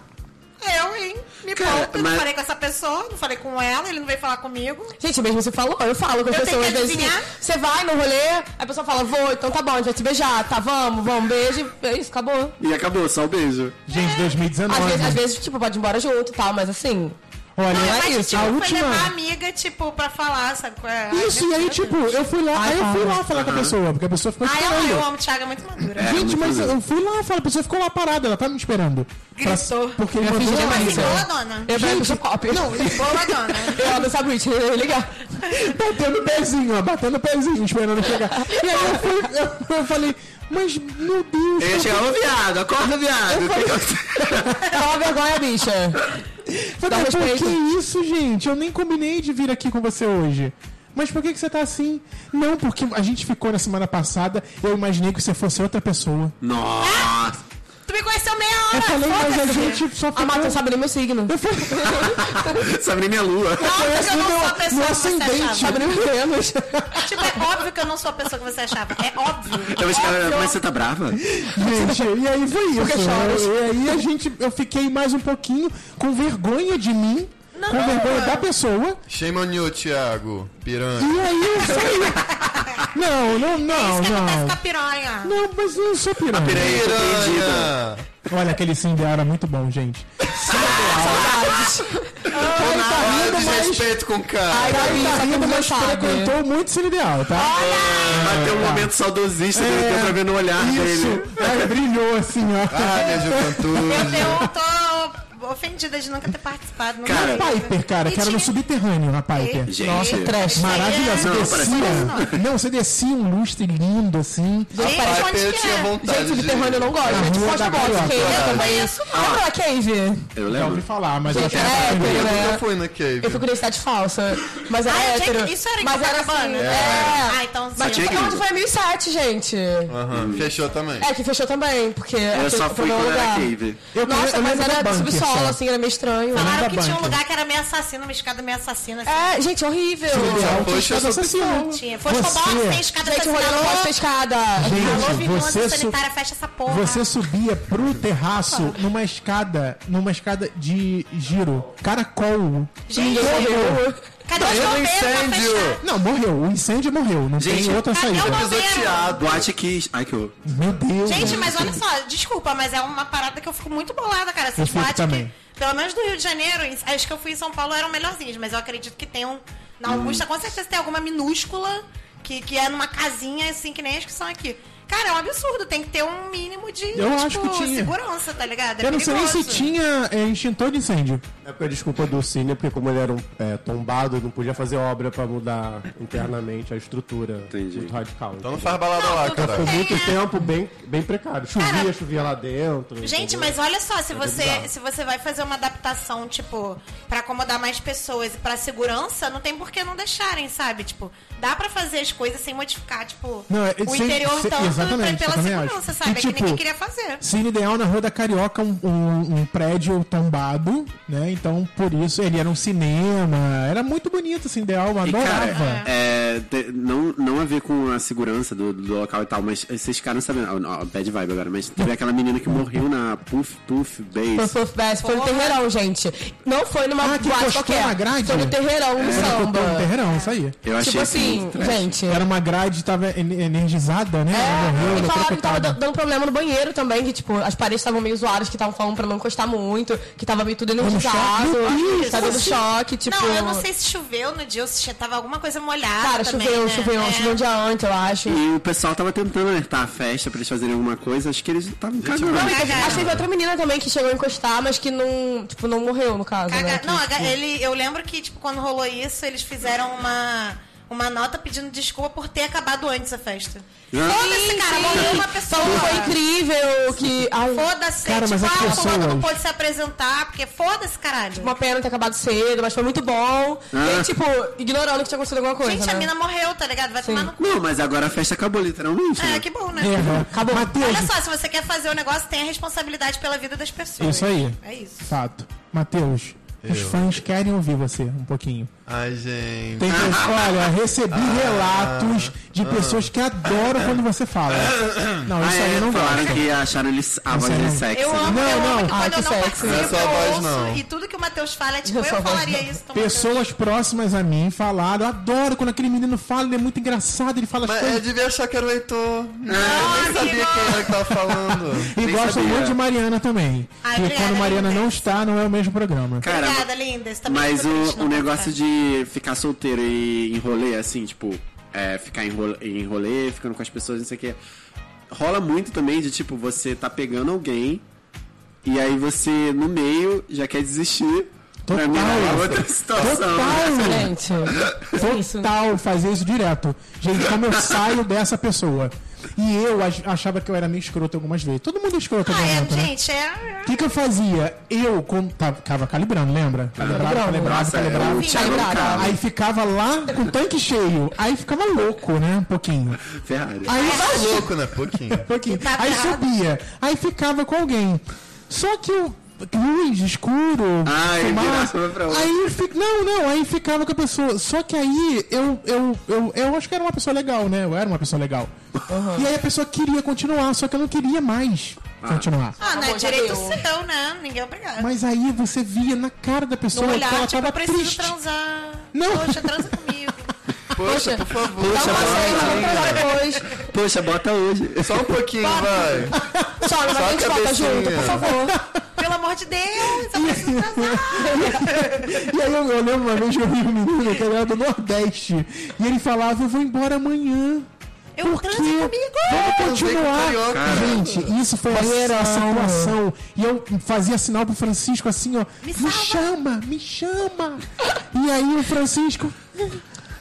S4: Eu, hein? Me
S5: Cara,
S4: poupe, eu
S5: mas-
S4: não falei com essa pessoa, não falei com ela, ele não veio falar comigo.
S7: Gente, mesmo você falou, eu falo com as
S4: Eu tenho
S7: pessoas.
S4: que
S7: às vezes,
S4: adivinhar?
S7: assim, Você vai no rolê, a pessoa fala, vou, então tá bom, a gente vai se beijar, tá, vamos, vamos, beijo. e É isso, acabou.
S5: E acabou, só o beijo.
S3: Gente, 2019.
S7: Às vezes, às vezes, tipo, pode ir embora junto e tal, mas assim,
S3: né? Olha,
S7: Não,
S4: Mas,
S7: é isso,
S4: tipo,
S3: a
S4: foi
S3: última-
S4: levar a amiga, tipo, pra falar, sabe? qual é? Ai,
S3: Isso,
S4: meu
S3: e aí,
S4: Deus.
S3: tipo, eu fui lá,
S7: Ai,
S3: aí eu fui
S7: para.
S3: lá falar com a pessoa, porque a pessoa ficou
S4: Ai, eu, eu
S3: esperando.
S4: amo o Thiago, é muito madura.
S5: É,
S3: Gente,
S5: muito
S3: mas
S5: legal.
S3: eu fui lá, falar, a pessoa ficou lá parada, ela tava me esperando. Pra-
S4: Gritou.
S3: Porque ele
S7: Eu
S3: mandou
S7: fiz
S3: lá,
S7: demais,
S4: Assim,
S3: né?
S4: boa dona.
S7: eu pego o copy. Não,
S4: Boa dona.
S7: eu amo essa Brit, é legal.
S3: Batendo o pezinho, ó, batendo o pezinho, esperando chegar. E aí eu, fui, eu, eu falei, mas meu Deus,
S5: Eu ia chegar, ô viado, acorda, viado.
S7: É uma vergonha, bicha.
S3: Foi
S7: Dá um
S3: por
S7: respeito.
S3: que isso, gente? Eu nem combinei de vir aqui com você hoje. Mas por que, que você tá assim? Não, porque a gente ficou na semana passada, eu imaginei que você fosse outra pessoa.
S5: Nossa!
S4: Tu me conheceu meia hora.
S3: Eu falei, mas a
S4: foda-se.
S3: gente só
S7: A
S3: ficou...
S7: Mata sabe nem meu signo.
S3: Eu falei,
S5: Sabe nem minha lua.
S4: Óbvio que eu
S3: Conhece
S4: não sou a
S3: meu- meu
S4: pessoa que você
S3: ascendente.
S4: achava.
S7: Sabe nem meu Vênus.
S4: Tipo, é óbvio que eu não sou a pessoa que você achava. É óbvio.
S5: Eu vou chegar,
S4: Óbvio.
S5: mas você tá brava?
S3: gente, e aí foi isso.
S7: choras?
S3: E aí a gente, eu fiquei mais um pouquinho com vergonha de mim,
S4: Não.
S3: com vergonha da pessoa.
S6: Shame on you, Thiago. Piranha.
S3: E aí eu saí. Não, não, não,
S4: Isso que acontece com a
S3: não.
S4: piranha.
S3: Não, mas eu não sou piranha.
S5: Peraí, ofendida.
S6: Piranha!
S3: Olha, aquele Cinderela é muito bom, gente.
S6: Ah,
S3: rindo, mas-
S6: desrespeito com o cara.
S7: Ai,
S3: Ele tá
S7: Só que
S3: rindo,
S7: não
S3: mas
S7: sabe.
S3: frequentou muito Cine Ideal, tá?
S5: Bateu um momento saudosista, que deu pra ver no olhar
S3: Isso!
S5: dele.
S3: Ai, brilhou assim, ó.
S6: Ah, minha
S4: Eu,
S6: juventude.
S4: eu tô ofendida de nunca ter participado. Nunca
S5: Cara,
S4: vi.
S3: é Piper, cara,
S4: E
S3: que era no
S4: tinha-
S3: subterrâneo, a Piper.
S5: Gente.
S7: Nossa, trash.
S4: Isso aí é-
S3: Maravilhosa,
S5: Não,
S3: você
S5: parece
S3: descia. Não, você descia um lustre lindo assim.
S4: Gente,
S6: Pai,
S4: onde
S6: eu
S4: que
S6: tinha
S4: é?
S7: Gente,
S6: vontade
S7: subterrâneo eu não gosto.
S3: Na
S7: Gente,
S3: rua da
S7: forte bosta.
S3: Barota.
S7: Cave também.
S4: Isso não.
S7: Lembra a Cave?
S5: Eu
S3: Já ouvi
S5: lembro.
S3: falar, mas eu
S7: Gente,
S3: quero.
S7: é
S6: Eu
S7: hétero,
S6: nunca
S7: né?
S6: fui na cave.
S7: Eu fico identidade falsa. Mas era
S4: Ah, eu tinha-
S7: hétero.
S4: isso era em
S7: mas era assim.
S4: Copacabana?
S7: É.
S4: Ah, então sim.
S7: Mas
S5: tinha
S7: tipo,
S5: que-
S7: onde foi em 2007, gente?
S6: Aham, Fechou também.
S7: É, que fechou também, porque...
S5: Eu só
S7: foi
S5: fui
S7: meu
S5: quando era
S7: lugar.
S5: cave.
S3: Eu
S7: Nossa,
S3: eu
S7: mas
S3: lembro
S7: era
S3: do
S7: de
S3: bunker
S7: subsolo,
S3: só.
S7: assim, era meio estranho.
S4: Falaram
S3: da
S4: que tinha um
S3: banca.
S4: lugar que era meio assassino, uma escada meio assassina. Assim.
S7: É, gente, horrível.
S3: Ideal tinha
S6: Poxa,
S3: escada
S6: eu sou
S3: assassina.
S4: Tinha. Foi escobar, tem escada
S7: Gente, o rolê não pode ter
S4: assassina.
S7: escada.
S4: Alô,
S3: Gente,
S4: vigilância
S3: é você, su-
S4: sanitária, fecha essa porra.
S3: você subia pro terraço numa escada, numa escada de giro. Caracol.
S4: Gente,
S3: morreu.
S4: cadê os
S6: Saiu é do
S4: bombeiros pra
S6: incêndio.
S4: fechar?
S3: Não, morreu. O incêndio morreu. Não
S5: Gente,
S3: tem outra
S4: cadê
S3: saída.
S4: o bombeiro?
S6: Pisoteado.
S5: Boate Kiss. Ai, que horror.
S3: Meu Deus.
S4: Gente, mas olha só, desculpa, mas é uma parada que eu fico muito bolada, cara.
S3: Eu
S4: Esses
S3: fico
S4: boates que,
S3: também.
S4: pelo menos do Rio de Janeiro, em- acho que eu fui em São Paulo eram melhorzinhos, mas eu acredito que tem um. Na Augusta, com certeza tem alguma minúscula que, que é numa casinha, assim, que nem as que são aqui. Cara, é um absurdo, tem que ter um mínimo de tipo,
S3: Eu acho que tinha.
S4: segurança, tá ligado? É
S3: Eu não sei nem se
S4: perigoso.
S3: tinha é, extintor de incêndio.
S1: É porque a desculpa do Cine é porque como ele era um, é, tombado, não podia fazer obra pra mudar internamente a estrutura.
S5: Entendi.
S1: Muito radical.
S6: Então não faz balada
S4: Não,
S6: lá,
S4: tudo
S6: cara.
S1: Por
S4: bem.
S1: muito
S4: É.
S1: tempo bem, bem precário. Chovia,
S4: Cara,
S1: chovia lá dentro.
S4: Gente,
S1: entendeu?
S4: mas olha só,
S7: É
S4: se você,
S1: bizarro.
S4: se você vai fazer uma adaptação, tipo, pra acomodar mais pessoas e pra segurança, não tem por que não deixarem, sabe? Tipo, dá pra fazer as coisas sem modificar, tipo,
S3: Não, é-
S4: o
S3: sem-
S4: interior
S3: sem-
S4: tanto
S3: exatamente,
S4: foi pela
S3: eu também
S4: segurança,
S3: acho.
S4: sabe?
S3: E,
S4: é que ninguém
S3: tipo,
S4: queria fazer.
S3: Cine Ideal na Rua da Carioca, um, um- um prédio tombado, né? Então, por isso, ele era um cinema. Era muito bonito, Cine Ideal, eu
S5: E,
S3: adorava.
S5: cara, é, te- não, não a ver com a segurança do, do local e tal, mas vocês ficaram sabendo. ó, ó, bad vibe agora, mas teve aquela menina que morreu na Puff Puff
S7: Foi,
S5: Base.
S7: foi, foi, foi no terreirão, gente. Não foi numa
S3: Ah, que
S7: boate
S3: encostou
S7: qualquer.
S3: na grade?
S7: Foi no terreirão, no samba.
S3: Pô, terreirão, isso aí.
S5: Eu achei
S7: Tipo
S5: isso
S7: assim,
S5: muito trash.
S7: gente.
S3: Era uma grade, tava en- energizada, né? Ela morreu,
S7: É, e
S3: ela foi
S7: falaram que tava
S3: cortada.
S7: dan- dando problema no banheiro também, que tipo, as paredes estavam meio zoadas, que estavam falando pra não encostar muito, que tava meio tudo energizado, tá dando choque, tipo.
S4: Não, eu não sei se choveu no dia ou se tava alguma coisa molhada.
S7: Cara,
S4: também,
S7: choveu,
S4: né?
S7: choveu,
S4: É.
S7: choveu um dia antes, eu acho.
S5: E o pessoal tava tentando alertar a festa pra eles fazerem alguma coisa, acho que eles estavam cagando.
S4: Não, é
S7: Acho que teve outra menina também que chegou a encostar, mas que não, tipo, não morreu, no caso,
S4: Caga-
S7: né? Que-
S4: Não, a ga- ele, eu lembro que, tipo, quando rolou isso, eles fizeram uma, uma nota pedindo desculpa por ter acabado antes a festa.
S5: Não.
S4: Foda-se, cara,
S7: Sim,
S4: morreu
S7: sim.
S4: uma pessoa.
S7: Falou que foi incrível, que... Ai,
S4: Foda-se,
S3: Cara, mas é as
S4: tipo, ah, a fulana não
S3: pessoas-
S4: pôde se apresentar, porque foda-se, caralho.
S7: Tipo uma pena ter acabado cedo, mas foi muito bom. E aí, tipo, ignorando que tinha acontecido alguma coisa,
S4: Gente,
S7: né?
S4: a mina morreu, tá ligado? Vai tomar no cu.
S5: Não, mas agora a festa acabou, literalmente.
S4: É,
S5: né?
S4: que bom, né?
S3: É, Acabou. Matheus,
S4: Olha só, se você quer fazer o negócio, tem a responsabilidade pela vida das pessoas.
S3: Isso aí.
S4: É isso.
S3: fato. Matheus, os
S6: Eu.
S3: fãs querem ouvir você um pouquinho.
S6: Ai, gente.
S3: Tem pessoas, olha, recebi relatos de pessoas que adoram quando você fala. Não,
S5: Ah,
S3: isso aí
S5: é,
S3: eu não
S5: falaram
S3: gosto.
S5: que acharam ele, a voz
S3: aí
S5: dele
S3: não.
S5: sexy. né?
S4: Eu amo,
S3: Não,
S4: eu amo
S3: não.
S4: que quando
S7: Ai, que
S4: eu não
S7: sexy.
S4: participo,
S6: Não é só a
S4: eu
S6: voz,
S4: ouço.
S6: não.
S4: E tudo que o Matheus fala é tipo,
S7: Não é só a
S4: eu
S7: voz,
S4: falaria
S7: não.
S4: isso. então, Matheus.
S3: Pessoas próximas a mim falaram, adoro quando aquele menino fala, ele é muito engraçado, ele fala as
S5: é
S6: Mas eu
S3: coisas.
S6: devia achar que era o Heitor. Não, eu nem sabia quem era que tava falando.
S3: E
S5: nem
S3: gosto
S5: sabia.
S3: muito de Mariana também.
S4: Ai,
S3: e
S4: obrigada,
S3: quando Mariana
S4: linda.
S3: não está, não é o mesmo programa.
S5: Cara,
S4: Obrigada, linda. Você tá
S5: Mas
S4: muito triste,
S5: o,
S4: não
S5: o
S4: tá
S5: negócio
S4: certo.
S5: de ficar solteiro e enrolê, assim, tipo, é, ficar em rolê, em rolê, ficando com as pessoas, não sei o quê. Rola muito também de, tipo, você tá pegando alguém e aí você, no meio, já quer desistir. pra
S3: Total.
S5: mim é outra situação.
S3: Total!
S7: Gente,
S4: é
S7: isso.
S3: Total, fazer isso direto. Gente, como eu saio dessa pessoa. E eu ach- achava que eu era meio escroto algumas vezes. Todo mundo é escroto
S4: Ah,
S3: algumas
S4: é,
S3: vezes, né?
S4: gente, é...
S3: O que, que eu fazia? Eu com- tava, tava calibrando, lembra? Calibrava, calibrava,
S5: Nossa, é,
S3: calibrava.
S5: o Thiago é um cara.
S3: Aí ficava lá com o tanque cheio. Aí ficava louco, né? Um pouquinho.
S5: Ferrari.
S3: Aí, um
S6: Tá louco, né? Pouquinho.
S3: pouquinho.
S4: Tá
S3: aí
S4: errado.
S3: subia. Aí ficava com alguém. Só que o. Luz, escuro,
S5: Ah, ele
S3: fumaça.
S5: virava pra outra.
S3: Aí fi- não, não, aí ficava com a pessoa. Só que aí eu, eu, eu, eu acho que era uma pessoa legal, né? Eu era uma pessoa legal. E aí a pessoa queria continuar, só que eu não queria mais continuar.
S4: Ah, não é
S7: Acabou, já
S4: direito
S7: deu.
S4: seu, né? Ninguém é obrigado.
S3: Mas aí você via na cara da pessoa
S4: No
S3: que
S4: olhar,
S3: ela
S4: tipo,
S3: tava
S4: eu preciso
S3: triste.
S4: transar.
S3: Não.
S4: Poxa, transa comigo.
S6: Poxa, por favor.
S7: Dá um
S5: Poxa,
S7: passeio,
S5: bota
S7: vamos pra
S5: hoje.
S7: depois.
S5: Poxa, bota hoje.
S6: Só um pouquinho, vai.
S7: Tchau,
S6: Só
S7: mas
S6: a
S7: a gente volta
S6: cabecinha.
S7: junto, por favor.
S4: Pelo amor de Deus, eu preciso transar.
S3: E aí eu, eu lembro uma vez que eu vi um menino que ele era do Nordeste. E ele falava, eu vou embora amanhã.
S4: Eu
S3: Por quê?
S4: transo comigo.
S3: Vamos
S6: transei com
S3: continuar.
S6: carioca. Cara.
S3: Gente, isso foi essa situação. E eu fazia sinal pro Francisco assim, ó. Me,
S4: salva."
S3: chama, me chama. e aí o Francisco.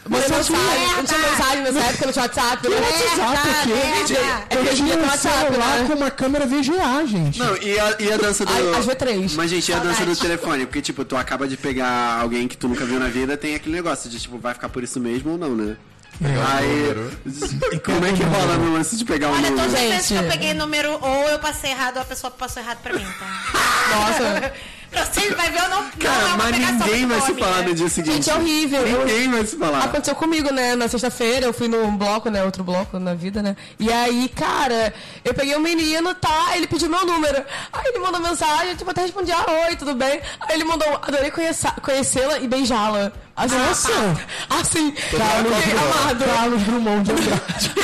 S7: Mandei
S3: Você
S7: mensagem,
S3: tinha-
S7: não tinha mensagem nessa época, não tinha WhatsApp.
S3: Que
S7: né?
S3: um WhatsApp
S4: merda,
S3: aqui?
S4: merda.
S7: É que
S3: Eu
S7: hoje em
S3: tinha
S7: dia tem
S3: um
S7: WhatsApp,
S3: celular
S7: né?
S3: com uma câmera VGA, gente.
S5: Não, e a, e a dança do.
S7: Ai, as V3.
S5: Mas, gente, e a dança do
S4: Saudade.
S5: telefone? Porque, tipo, tu acaba de pegar alguém que tu nunca viu na vida, tem aquele negócio de, tipo, vai ficar por isso mesmo ou não, né? Aí. Como é que rola no lance de pegar um
S4: Olha, todas
S5: número?
S4: as vezes que eu
S7: Gente.
S4: peguei número ou eu passei errado ou a pessoa passou errado pra mim, tá?
S7: Nossa,
S4: Você vai ver ou não? não,
S5: Cara,
S4: é uma
S5: mas
S4: pegação
S5: ninguém
S4: muito
S5: vai se
S4: boa,
S5: falar no
S4: amiga.
S5: dia seguinte.
S7: gente, é horrível. Eu-
S3: um-
S5: Ninguém vai se falar.
S7: Aconteceu comigo, né? Na sexta-feira, eu fui num bloco, né? Outro bloco na vida, né? E aí, cara, eu peguei um menino, tá? Ele pediu meu número. Aí ele mandou mensagem, tipo, até respondi, ah, oi, tudo bem? Aí ele mandou, adorei conheça- conhecê-la e beijá-la. Assim,
S3: Nossa!
S7: Assim, eu fiquei amado.
S3: Carlos Drummond de Andrade.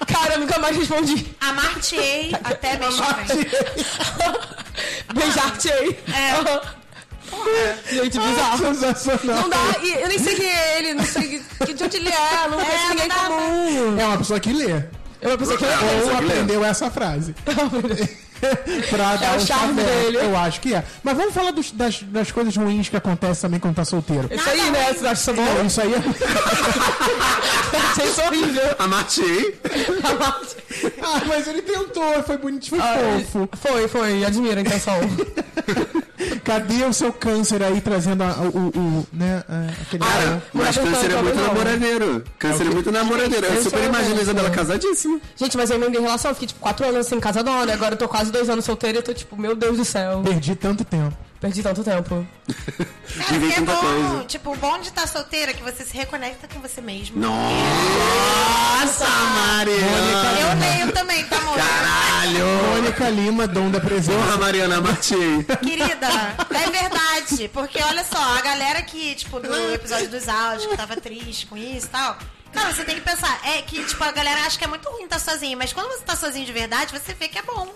S7: cara, eu nunca mais respondi.
S4: Amar-te-ei até mesmo.
S7: Beijar-te aí. Gente, bizarro.
S3: Sensacional.
S7: É. Não dá, e eu nem sei quem é ele, não sei que- de onde ele é, não conheço
S4: não
S7: ninguém
S4: dá,
S7: comum.
S3: É uma pessoa que lê.
S7: É uma pessoa que eu não
S5: Não,
S7: conheço.
S3: Ou
S5: Você que lê?
S3: aprendeu essa frase. pra dar
S7: o
S3: um
S7: charme
S3: chaveco.
S7: dele.
S3: Eu acho que é. Mas vamos falar dos- das, das coisas ruins que acontecem também quando tá solteiro.
S7: Isso aí, né? Você acha que
S3: Não, isso aí é.
S7: isso é horrível?
S5: A Matei.
S3: Ah, mas ele tentou, foi bonito, foi fofo.
S7: então, um. Foi, foi, admiro a intenção.
S3: Cadê o seu câncer aí trazendo a- o, o- o, né, é, aquele
S5: Cara, mas
S7: Mas não
S5: câncer é
S7: foi
S5: muito
S7: problema.
S5: namoradeiro. Câncer é muito namoradeiro. Eu
S7: Eu
S5: super
S7: sou
S5: imagino a Isabela
S7: mesmo.
S5: casadíssima.
S7: Gente, mas eu emendei relação, eu fiquei tipo 4 anos assim, casadona, agora eu tô quase 2 anos solteira e eu tô tipo, meu Deus do céu,
S3: perdi tanto tempo.
S7: perdi tanto tempo.
S4: Cara,
S5: Vivi
S4: que é
S5: tanta
S4: bom.
S5: coisa.
S4: Tipo, o bom de estar solteira é que você se reconecta com você mesmo.
S5: Nossa, Mariana!
S4: Eu leio também, tá, amor?
S5: Caralho!
S3: Mônica Lima, dom da presença.
S5: Porra, Mariana, matei.
S4: Querida, é verdade. Porque olha só, a galera que, tipo, do episódio dos áudios, que tava triste com isso e tal. Cara, você tem que pensar. É que, tipo, a galera acha que é muito ruim estar sozinho, mas quando você tá sozinho de verdade, você vê que é bom.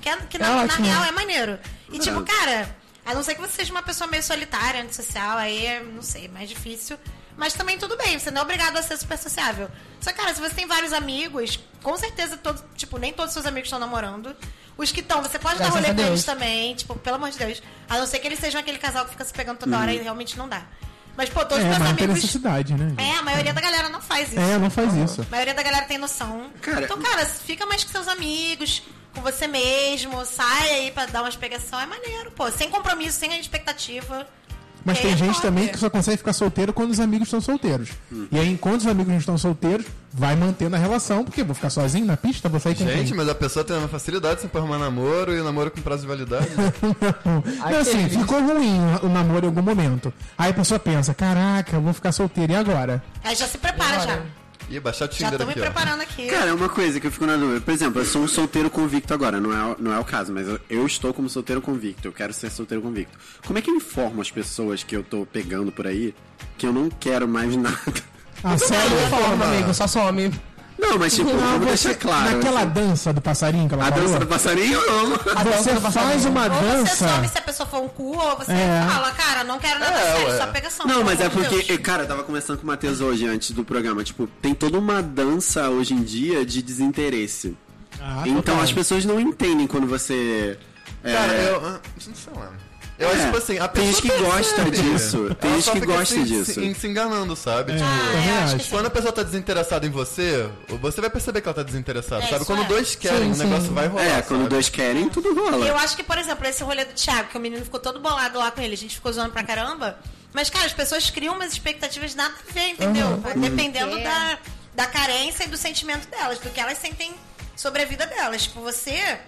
S4: Que, é- que na, na
S7: ótimo.
S4: real é maneiro. E, tipo, cara, a não ser que você seja uma pessoa meio solitária, antissocial, aí é, não sei, mais difícil. Mas também tudo bem, você não é obrigado a ser super sociável. Só, cara, se você tem vários amigos, com certeza todos, tipo, nem todos os seus amigos estão namorando. Os que estão, você pode
S7: Graças
S4: dar
S7: a
S4: rolê com
S7: Deus.
S4: eles também, tipo, pelo amor de Deus. A não ser que eles sejam aquele casal que fica se pegando toda hora e realmente não dá. Mas, pô, todos os
S3: Hum. É, mas
S4: meus
S3: não tem
S4: amigos.
S3: necessidade, né? gente?
S4: É, a maioria da galera não faz isso.
S3: É, não faz isso.
S4: A maioria da galera tem noção.
S5: Cara-
S4: então, cara, fica mais com seus amigos, com você mesmo, sai aí pra dar umas pegação. É maneiro, pô. Sem compromisso, sem expectativa.
S3: Mas
S4: É
S3: tem gente
S4: top.
S3: também que só consegue ficar solteiro quando os amigos estão solteiros. E aí, enquanto os amigos não estão solteiros, vai mantendo a relação, porque vou ficar sozinho na pista, vou sair com
S6: Gente,
S3: quem?
S6: mas a pessoa tem uma facilidade assim pra arrumar namoro e namoro com prazo de validade.
S3: Não, assim, ficou ruim o namoro em algum momento. Aí a pessoa pensa, caraca, eu vou ficar solteiro, e agora?
S4: Aí já se prepara já.
S6: Ih, baixar o
S4: Já
S6: Tinder
S4: tô me
S6: aqui, ó.
S4: preparando aqui.
S5: Cara, é uma coisa que eu fico na dúvida. Por exemplo, eu sou um solteiro convicto agora, não é, o- não é o caso, mas eu, eu estou como solteiro convicto, eu quero ser solteiro convicto. Como é que eu informo as pessoas que eu tô pegando por aí que eu não quero mais nada?
S3: A
S7: Sério,
S3: série...
S7: é forma, amigo, só some.
S5: Não, mas tipo,
S3: Não,
S5: vamos
S3: você-
S5: deixar claro.
S3: naquela
S5: assim.
S3: dança do passarinho que ela
S5: A
S3: falou,
S5: dança do passarinho eu amo.
S7: A dança
S3: você
S7: do
S3: faz
S7: passarinho.
S3: uma
S4: Ou você
S3: dança...
S4: some se a pessoa for um cu, ou você
S3: É.
S4: fala, cara, não quero nada
S6: É,
S4: sério,
S6: ué.
S4: só pegação.
S5: Não,
S4: pelo
S5: mas é
S4: amor de
S5: porque,
S4: Deus.
S5: eh, cara, eu tava conversando com o Matheus hoje, antes do programa. Tipo, tem toda uma dança hoje em dia de desinteresse.
S3: Ah,
S5: então
S3: total.
S5: as pessoas não entendem quando você. é,
S6: Cara, eu. ah, Não sei lá. Eu
S5: É.
S6: acho tipo assim, a
S5: Tem
S6: pessoa.
S5: gente que gosta
S6: percebe.
S5: disso. Tem
S6: Ela
S5: gente
S6: só
S5: que
S6: fica
S5: gosta
S6: se-
S5: disso.
S6: Se, se enganando, sabe?
S3: É,
S6: Tipo,
S3: eu também
S4: acho que
S3: acho.
S6: quando a pessoa tá desinteressada em você, você vai perceber que ela tá desinteressada,
S4: É,
S6: sabe?
S4: isso
S6: Quando
S4: é.
S6: dois querem,
S7: Sim,
S6: o negócio
S7: sim.
S6: vai rolar.
S5: É, quando
S6: sabe?
S5: dois querem, tudo
S4: E eu
S5: rola.
S4: acho que, por exemplo, esse rolê do Thiago, que o menino ficou todo bolado lá com ele, a gente ficou zoando pra caramba. Mas, cara, as pessoas criam umas expectativas nada a ver, entendeu? Dependendo
S8: É.
S4: da, da carência e do sentimento delas, do que elas sentem sobre a vida delas. Tipo, você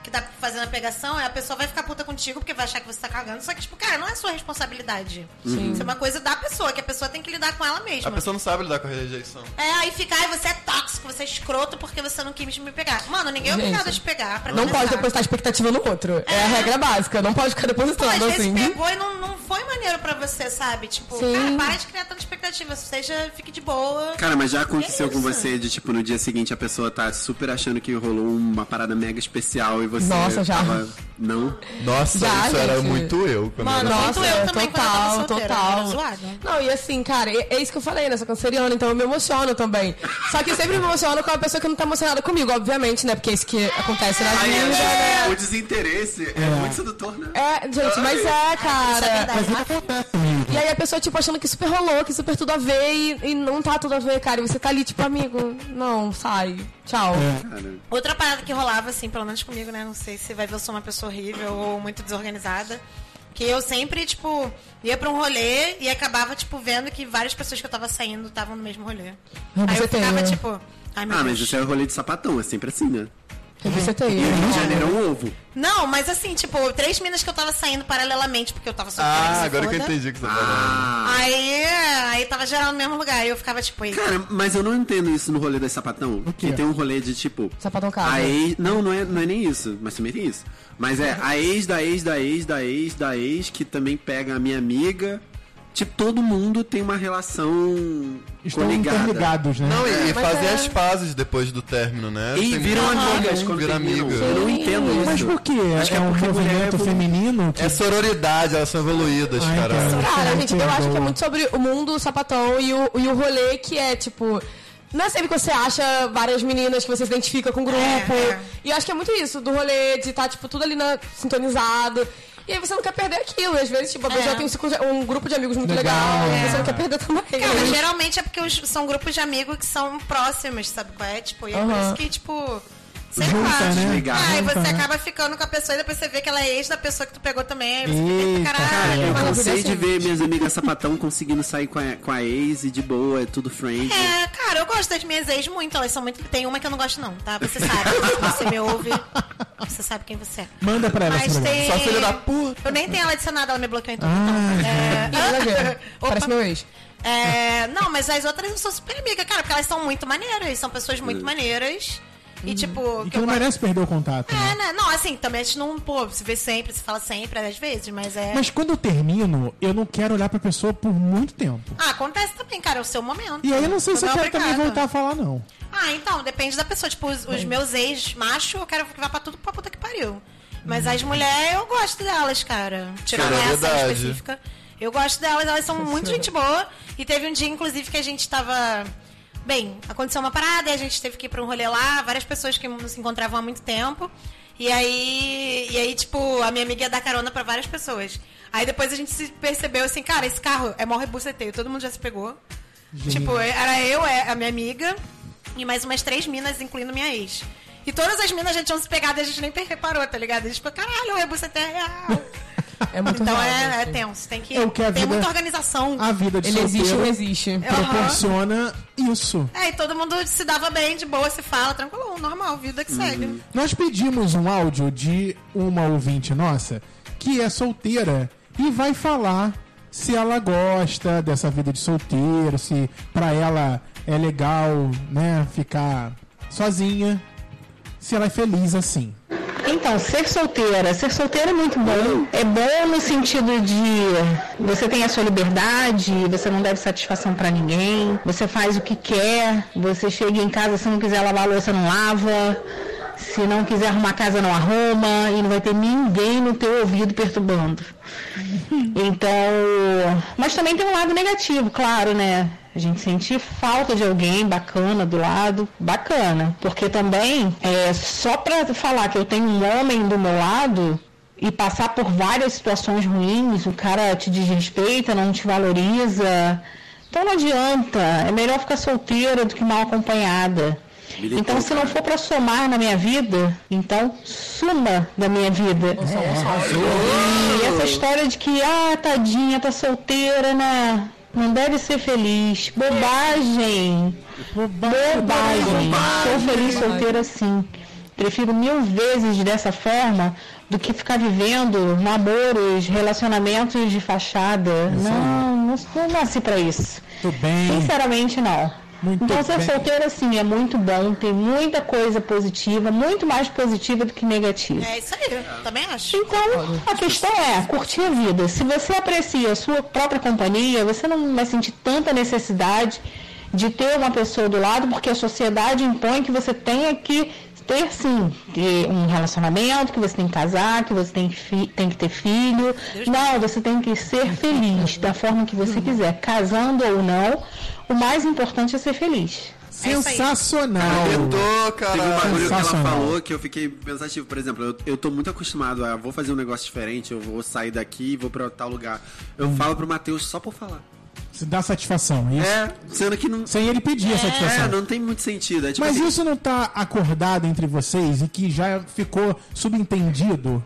S4: que tá fazendo a pegação, a pessoa vai ficar puta contigo porque vai achar que você tá cagando. Só que, tipo, cara, não é sua responsabilidade. Isso é uma coisa da pessoa, que a pessoa tem que lidar com ela mesma.
S6: A pessoa não sabe lidar com a rejeição.
S4: É, aí fica, ai, você é tóxico, você é escroto porque você não quis me pegar. Mano, ninguém é
S7: Gente,
S4: obrigado a te pegar. Pra
S7: Não é pode
S4: começar.
S7: depositar expectativa no outro. É a regra básica, não pode ficar
S4: Pô, às
S7: depositando
S4: vezes
S7: assim.
S4: pegou e não, não foi maneiro pra você, sabe? Tipo,
S7: Sim.
S4: cara, para de criar tanta expectativa. Seja, fique de boa.
S5: Cara, mas já aconteceu
S4: Que
S5: com
S4: isso?
S5: você de, tipo, no dia seguinte a pessoa tá super achando que rolou uma parada mega especial e você.
S7: Nossa, já.
S5: tava- Não?
S6: Nossa,
S7: Já,
S6: isso era
S7: gente.
S6: muito eu. Quando
S4: Mano,
S6: eu era-
S4: muito eu também quando eu tava
S7: total,
S4: solteira,
S7: total.
S4: era zoado.
S7: Não, e assim, cara, é, é isso que eu falei, né? Sou canceriana, então eu me emociono também. Só que eu sempre me emociono com a pessoa que não tá emocionada comigo, obviamente, né? Porque é isso que acontece na
S5: Aí,
S7: vida,
S5: é,
S7: né?
S5: o desinteresse é, muito sedutor, né?
S7: É, gente, mas é,
S4: Isso é
S7: cara.
S4: verdade.
S3: Acontece comigo.
S7: E aí a pessoa, tipo, achando que super rolou, que super tudo a ver e, e não tá tudo a ver, cara. E você tá ali, tipo, amigo, não, sai, tchau.
S5: Cara,
S4: Outra parada que rolava, assim, pelo menos comigo, né? Não sei se vai ver eu sou uma pessoa horrível ou muito desorganizada. Que eu sempre, tipo, ia pra um rolê e acabava, tipo, vendo que várias pessoas que eu tava saindo estavam no mesmo rolê. Aí
S7: você
S4: eu ficava,
S7: tem, né?
S4: tipo, ai meu
S5: Ah, mas
S4: Deus.
S5: isso é o rolê de sapatão, é sempre assim, né?
S7: Você tem.
S5: E o Rio de Janeiro é um ovo.
S4: Não, mas assim, tipo, três minas que eu tava saindo paralelamente, porque eu tava solteira. que se
S6: Ah, agora que eu
S4: foda.
S6: entendi o que você tá falando.
S5: Ah,
S4: Aí, é, aí tava geral no mesmo lugar. E eu ficava tipo, eita.
S5: Cara, mas eu não entendo isso no rolê das sapatão.
S3: quê?
S5: Que tem um rolê de tipo.
S7: Sapatão casa.
S5: A ex... Não, não é, não é nem isso, mas também tem isso. Mas é a ex da ex da ex da ex da ex que também pega a minha amiga. Tipo, todo mundo tem uma relação
S3: Estão
S5: coligada.
S3: interligados, né?
S6: Não, e, e
S7: mas
S6: fazer
S7: é.
S6: as pazes depois do término, né?
S5: E
S6: Tem
S5: viram
S6: muito-
S5: amigas quando
S6: Viram
S5: terminam.
S6: amigas.
S5: Eu não entendo isso.
S3: Mas por quê?
S5: Acho que
S3: é,
S5: é
S3: um
S5: porque mulher
S3: movimento
S5: é bu-
S3: feminino que...
S6: É sororidade, elas são evoluídas,
S3: Ah,
S6: cara.
S3: entendo.
S7: Cara,
S3: Sim,
S7: gente, eu acho que é
S3: perdoa.
S7: muito sobre o mundo o sapatão e o, e o rolê que é, tipo. Não é sempre que você acha várias meninas que você se identifica com o grupo.
S4: É, é.
S7: E eu acho que é muito isso, do rolê, de tá, tipo, tudo ali na, sintonizado. E aí você não quer perder aquilo. E às vezes, tipo, a pessoa
S4: É.
S7: tem um, ciclo de- um grupo de amigos muito
S3: Legal,
S7: legal.
S3: é.
S7: e Você não quer perder também.
S4: Cara, geralmente é porque os- são grupos de amigos que são próximos, sabe qual é? Tipo, e é por
S7: Aham.
S4: isso que, tipo, sei
S3: Junta,
S4: lá.
S3: né?
S5: Desligar.
S4: Aí
S3: Junta,
S4: você
S3: né?
S4: acaba ficando com a pessoa e depois você vê que ela é ex da pessoa que tu pegou também. Aí você fica, tipo,
S3: Eita,
S4: caralho,
S5: Eu
S4: mano.
S5: cansei de ver minhas amigas sapatão conseguindo sair com a, com a ex e de boa, é tudo friend.
S4: É, cara, eu gosto das minhas ex muito, elas são muito. Tem uma que eu não gosto, não, tá? Você sabe. Se você me ouve, você sabe quem você é.
S3: Manda pra ela
S4: Mas
S3: esse
S4: tem.
S3: programa.
S6: Sua filha da puta.
S4: Eu nem tenho ela adicionada, ela me bloqueou em tudo.
S3: Ah,
S4: então.
S7: Nada
S4: É...
S7: a ver. Parece meu ex.
S4: É, não, mas as outras eu sou super amiga, cara, porque elas são muito maneiras, são pessoas muito maneiras. E tipo.
S3: e
S4: que
S3: que
S4: eu
S3: não
S4: gosto-
S3: merece perder o contato. né?
S4: É, né? Não, assim, também a gente não, pô, se vê sempre, se fala sempre, às vezes, mas é.
S3: Mas quando eu termino, eu não quero olhar pra pessoa por muito tempo.
S4: Ah, acontece também, cara, é o seu momento.
S3: E aí eu não sei se eu
S4: Tudo é
S3: quero também
S4: obrigado.
S3: voltar a falar, não.
S4: Ah, então, depende da pessoa. Tipo, os, os meus ex macho, eu quero que vá pra tudo pra puta que pariu. Mas as mulheres, eu gosto delas, cara. Tirando
S6: Cara, é
S4: essa
S6: verdade.
S4: específica. Eu gosto delas, elas são muito gente boa. E teve um dia, inclusive, que a gente tava. Bem, aconteceu uma parada e a gente teve que ir pra um rolê lá, várias pessoas que não se encontravam há muito tempo. E aí, e aí, tipo, a minha amiga ia dar carona pra várias pessoas. Aí depois a gente se percebeu assim, cara, esse carro é mó rebuceteio, todo mundo já se pegou. Tipo, era eu, é, a minha amiga e mais umas três minas, incluindo minha ex. E todas as minas já tinham se pegado e a gente nem reparou, tá ligado? A gente ficou, caralho, o rebuceteio é real.
S7: É muito
S4: Então
S7: real,
S4: é, é
S7: assim.
S4: tenso, tem que.
S3: É o que a
S4: tem
S3: vida- Ah.
S4: muita organização.
S3: A vida de
S7: Ele existe um ou
S3: solteiro
S7: existe.
S4: Aham.
S3: proporciona isso.
S4: É, e todo mundo se dava bem, de boa, se fala, tranquilo, normal, vida que segue.
S3: Nós pedimos um áudio de uma ouvinte nossa que é solteira e vai falar se ela gosta dessa vida de solteiro, se pra ela é legal, né, ficar sozinha, se ela é feliz assim.
S8: Então, ser solteira. Ser solteira é muito bom. É bom no sentido de você tem a sua liberdade, você não deve satisfação pra ninguém, você faz o que quer, você chega em casa, se não quiser lavar a louça, não lava. Se não quiser arrumar casa, não arruma. E não vai ter ninguém no teu ouvido perturbando. Então, mas também tem um lado negativo, claro, né? A gente sentir falta de alguém bacana do lado, bacana. Porque também, é, só pra falar que eu tenho um homem do meu lado e passar por várias situações ruins, o cara te desrespeita, não te valoriza. Então não adianta. É melhor ficar solteira do que mal acompanhada. Então, se não for pra somar na minha vida, então suma da minha vida. É, E essa história de que, ah, tadinha, tá solteira, né? Não deve ser feliz. Bobagem. Bobagem. Sou feliz solteira sim. Prefiro mil vezes dessa forma do que ficar vivendo namoros, relacionamentos de fachada. Não, não, não nasci pra isso.
S3: Tô bem.
S8: Então, é Sinceramente, não.
S3: Muito
S8: então, ser
S3: bem.
S8: solteira, sim, é muito bom. Tem muita coisa positiva, muito mais positiva do que negativa.
S4: É isso aí, também acho.
S8: Então, a questão é curtir a vida. Se você aprecia a sua própria companhia, você não vai sentir tanta necessidade de ter uma pessoa do lado, porque a sociedade impõe que você tenha que ter sim ter um relacionamento, que você tem que casar, que você tem que, fi- tem que ter filho. Não, você tem que ser feliz da forma que você quiser, casando ou não. O mais importante é ser feliz.
S3: Sensacional.
S5: Teve um
S6: Tentou, cara.
S5: bagulho que ela
S3: Sensacional.
S5: falou que eu fiquei pensativo. Por exemplo, eu, eu tô muito acostumado a vou fazer um negócio diferente, eu vou sair daqui e vou pra tal lugar. Eu
S3: Hum.
S5: falo pro Matheus só por falar.
S3: Se dá satisfação, isso.
S5: É, sendo que não.
S3: Sem ele pedir a satisfação.
S5: É, não tem muito sentido. É tipo
S3: Mas
S5: assim,
S3: isso não tá acordado entre vocês e que já ficou subentendido?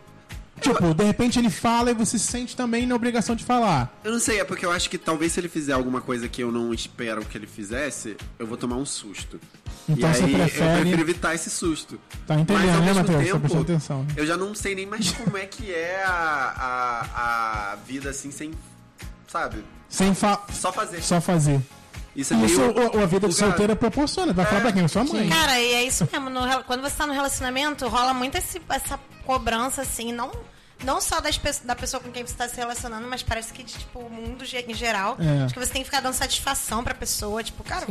S3: Tipo, de repente ele fala e você se sente também na obrigação de falar.
S5: Eu não sei, é porque eu acho que talvez se ele fizer alguma coisa que eu não espero que ele fizesse, eu vou tomar um susto.
S3: Então
S5: e
S3: você
S5: aí eu
S3: prefere-
S5: prefiro evitar esse susto.
S3: Tá entendendo,
S5: Mas, ao
S3: né,
S5: mesmo
S3: Matheus? Tá
S5: tempo,
S3: prestando atenção, né?
S5: Eu já não sei nem mais como é que é a, a, a vida assim sem. Sabe?
S3: Sem fa
S5: Só fazer.
S3: só fazer.
S5: Isso é meio.
S3: Isso o- a vida
S5: bugado.
S3: de solteira proporciona.
S5: É.
S3: Vai falar pra quem? Sua mãe.
S4: Cara, e é isso mesmo. no rela- quando você tá no relacionamento, rola muito esse- essa cobrança, assim, não, não só das pe- da pessoa com quem você tá se relacionando, mas parece que de, tipo, o mundo ge- em geral.
S3: É.
S4: Acho que você tem que ficar dando satisfação pra pessoa, tipo, cara.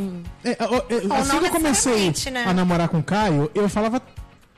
S3: É, é, é,
S4: Ou
S3: assim
S4: não
S3: que eu comecei
S4: necessariamente, né?
S3: a namorar com o Caio, eu falava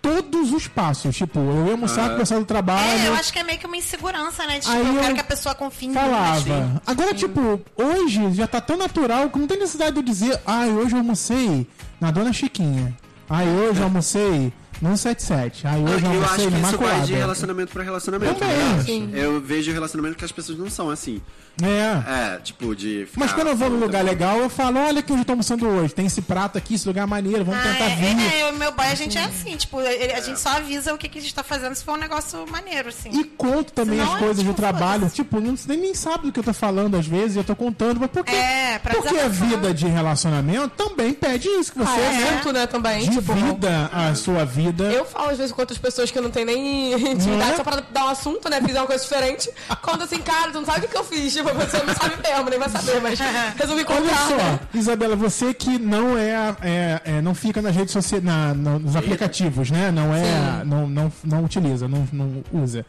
S3: todos os passos. Tipo, eu ia
S5: Ah.
S3: almoçar com o pessoal do trabalho.
S4: É, eu acho que é meio que uma insegurança, né? De, tipo,
S3: Aí
S4: eu
S3: eu
S4: quero que a pessoa confie em mim.
S3: Falava. Agora, tipo, hoje já tá tão natural que não tem necessidade de eu dizer, ai, hoje eu almocei na Dona Chiquinha. Ai, hoje eu almocei Não 77. Aí hoje é
S5: Eu
S3: uma
S5: acho que
S3: cena
S5: isso vai de
S3: maculada.
S5: relacionamento pra relacionamento.
S3: Também.
S5: né?
S3: Sim.
S5: Eu vejo relacionamento que as pessoas não são assim.
S3: É.
S5: É, tipo, de. ficar-
S3: Mas
S4: Ah,
S3: quando eu vou
S4: tá
S3: num lugar legal, eu falo, olha que eu já tô almoçando hoje. Tem esse prato aqui, esse lugar é maneiro, vamos
S4: Ah,
S3: tentar
S4: é,
S3: vir.
S4: é, é, o meu boy, a gente é assim, tipo, ele- a gente só avisa o que, que a gente tá fazendo se for um negócio maneiro, assim.
S3: E conto também
S4: Senão
S3: as
S4: é,
S3: coisas do
S4: tipo,
S3: trabalho.
S4: foda-se.
S3: Tipo, não, nem, nem sabe do que eu tô falando às vezes, eu tô contando, mas por quê?
S4: É, pra
S3: Porque a
S4: desabafar. Tá
S3: vida de relacionamento também pede isso, que
S4: Ah, é?
S3: você né,
S7: Assunto, né, também. Tipo,
S3: divida a sua vida.
S7: eu falo às vezes com outras pessoas que eu não tenho nem intimidade
S3: Né?
S7: só pra dar um assunto, né? Fiz uma coisa diferente. Conta assim, cara, tu não sabe o que, que eu fiz. Tipo, você não sabe mesmo, nem vai saber, mas resolvi contar.
S3: Olha
S7: né?
S3: só, Isabela, você que não é, a- é- é, não fica nas redes sociais, na- no- nos aplicativos, né? Não é, não, não, não utiliza, não, não usa.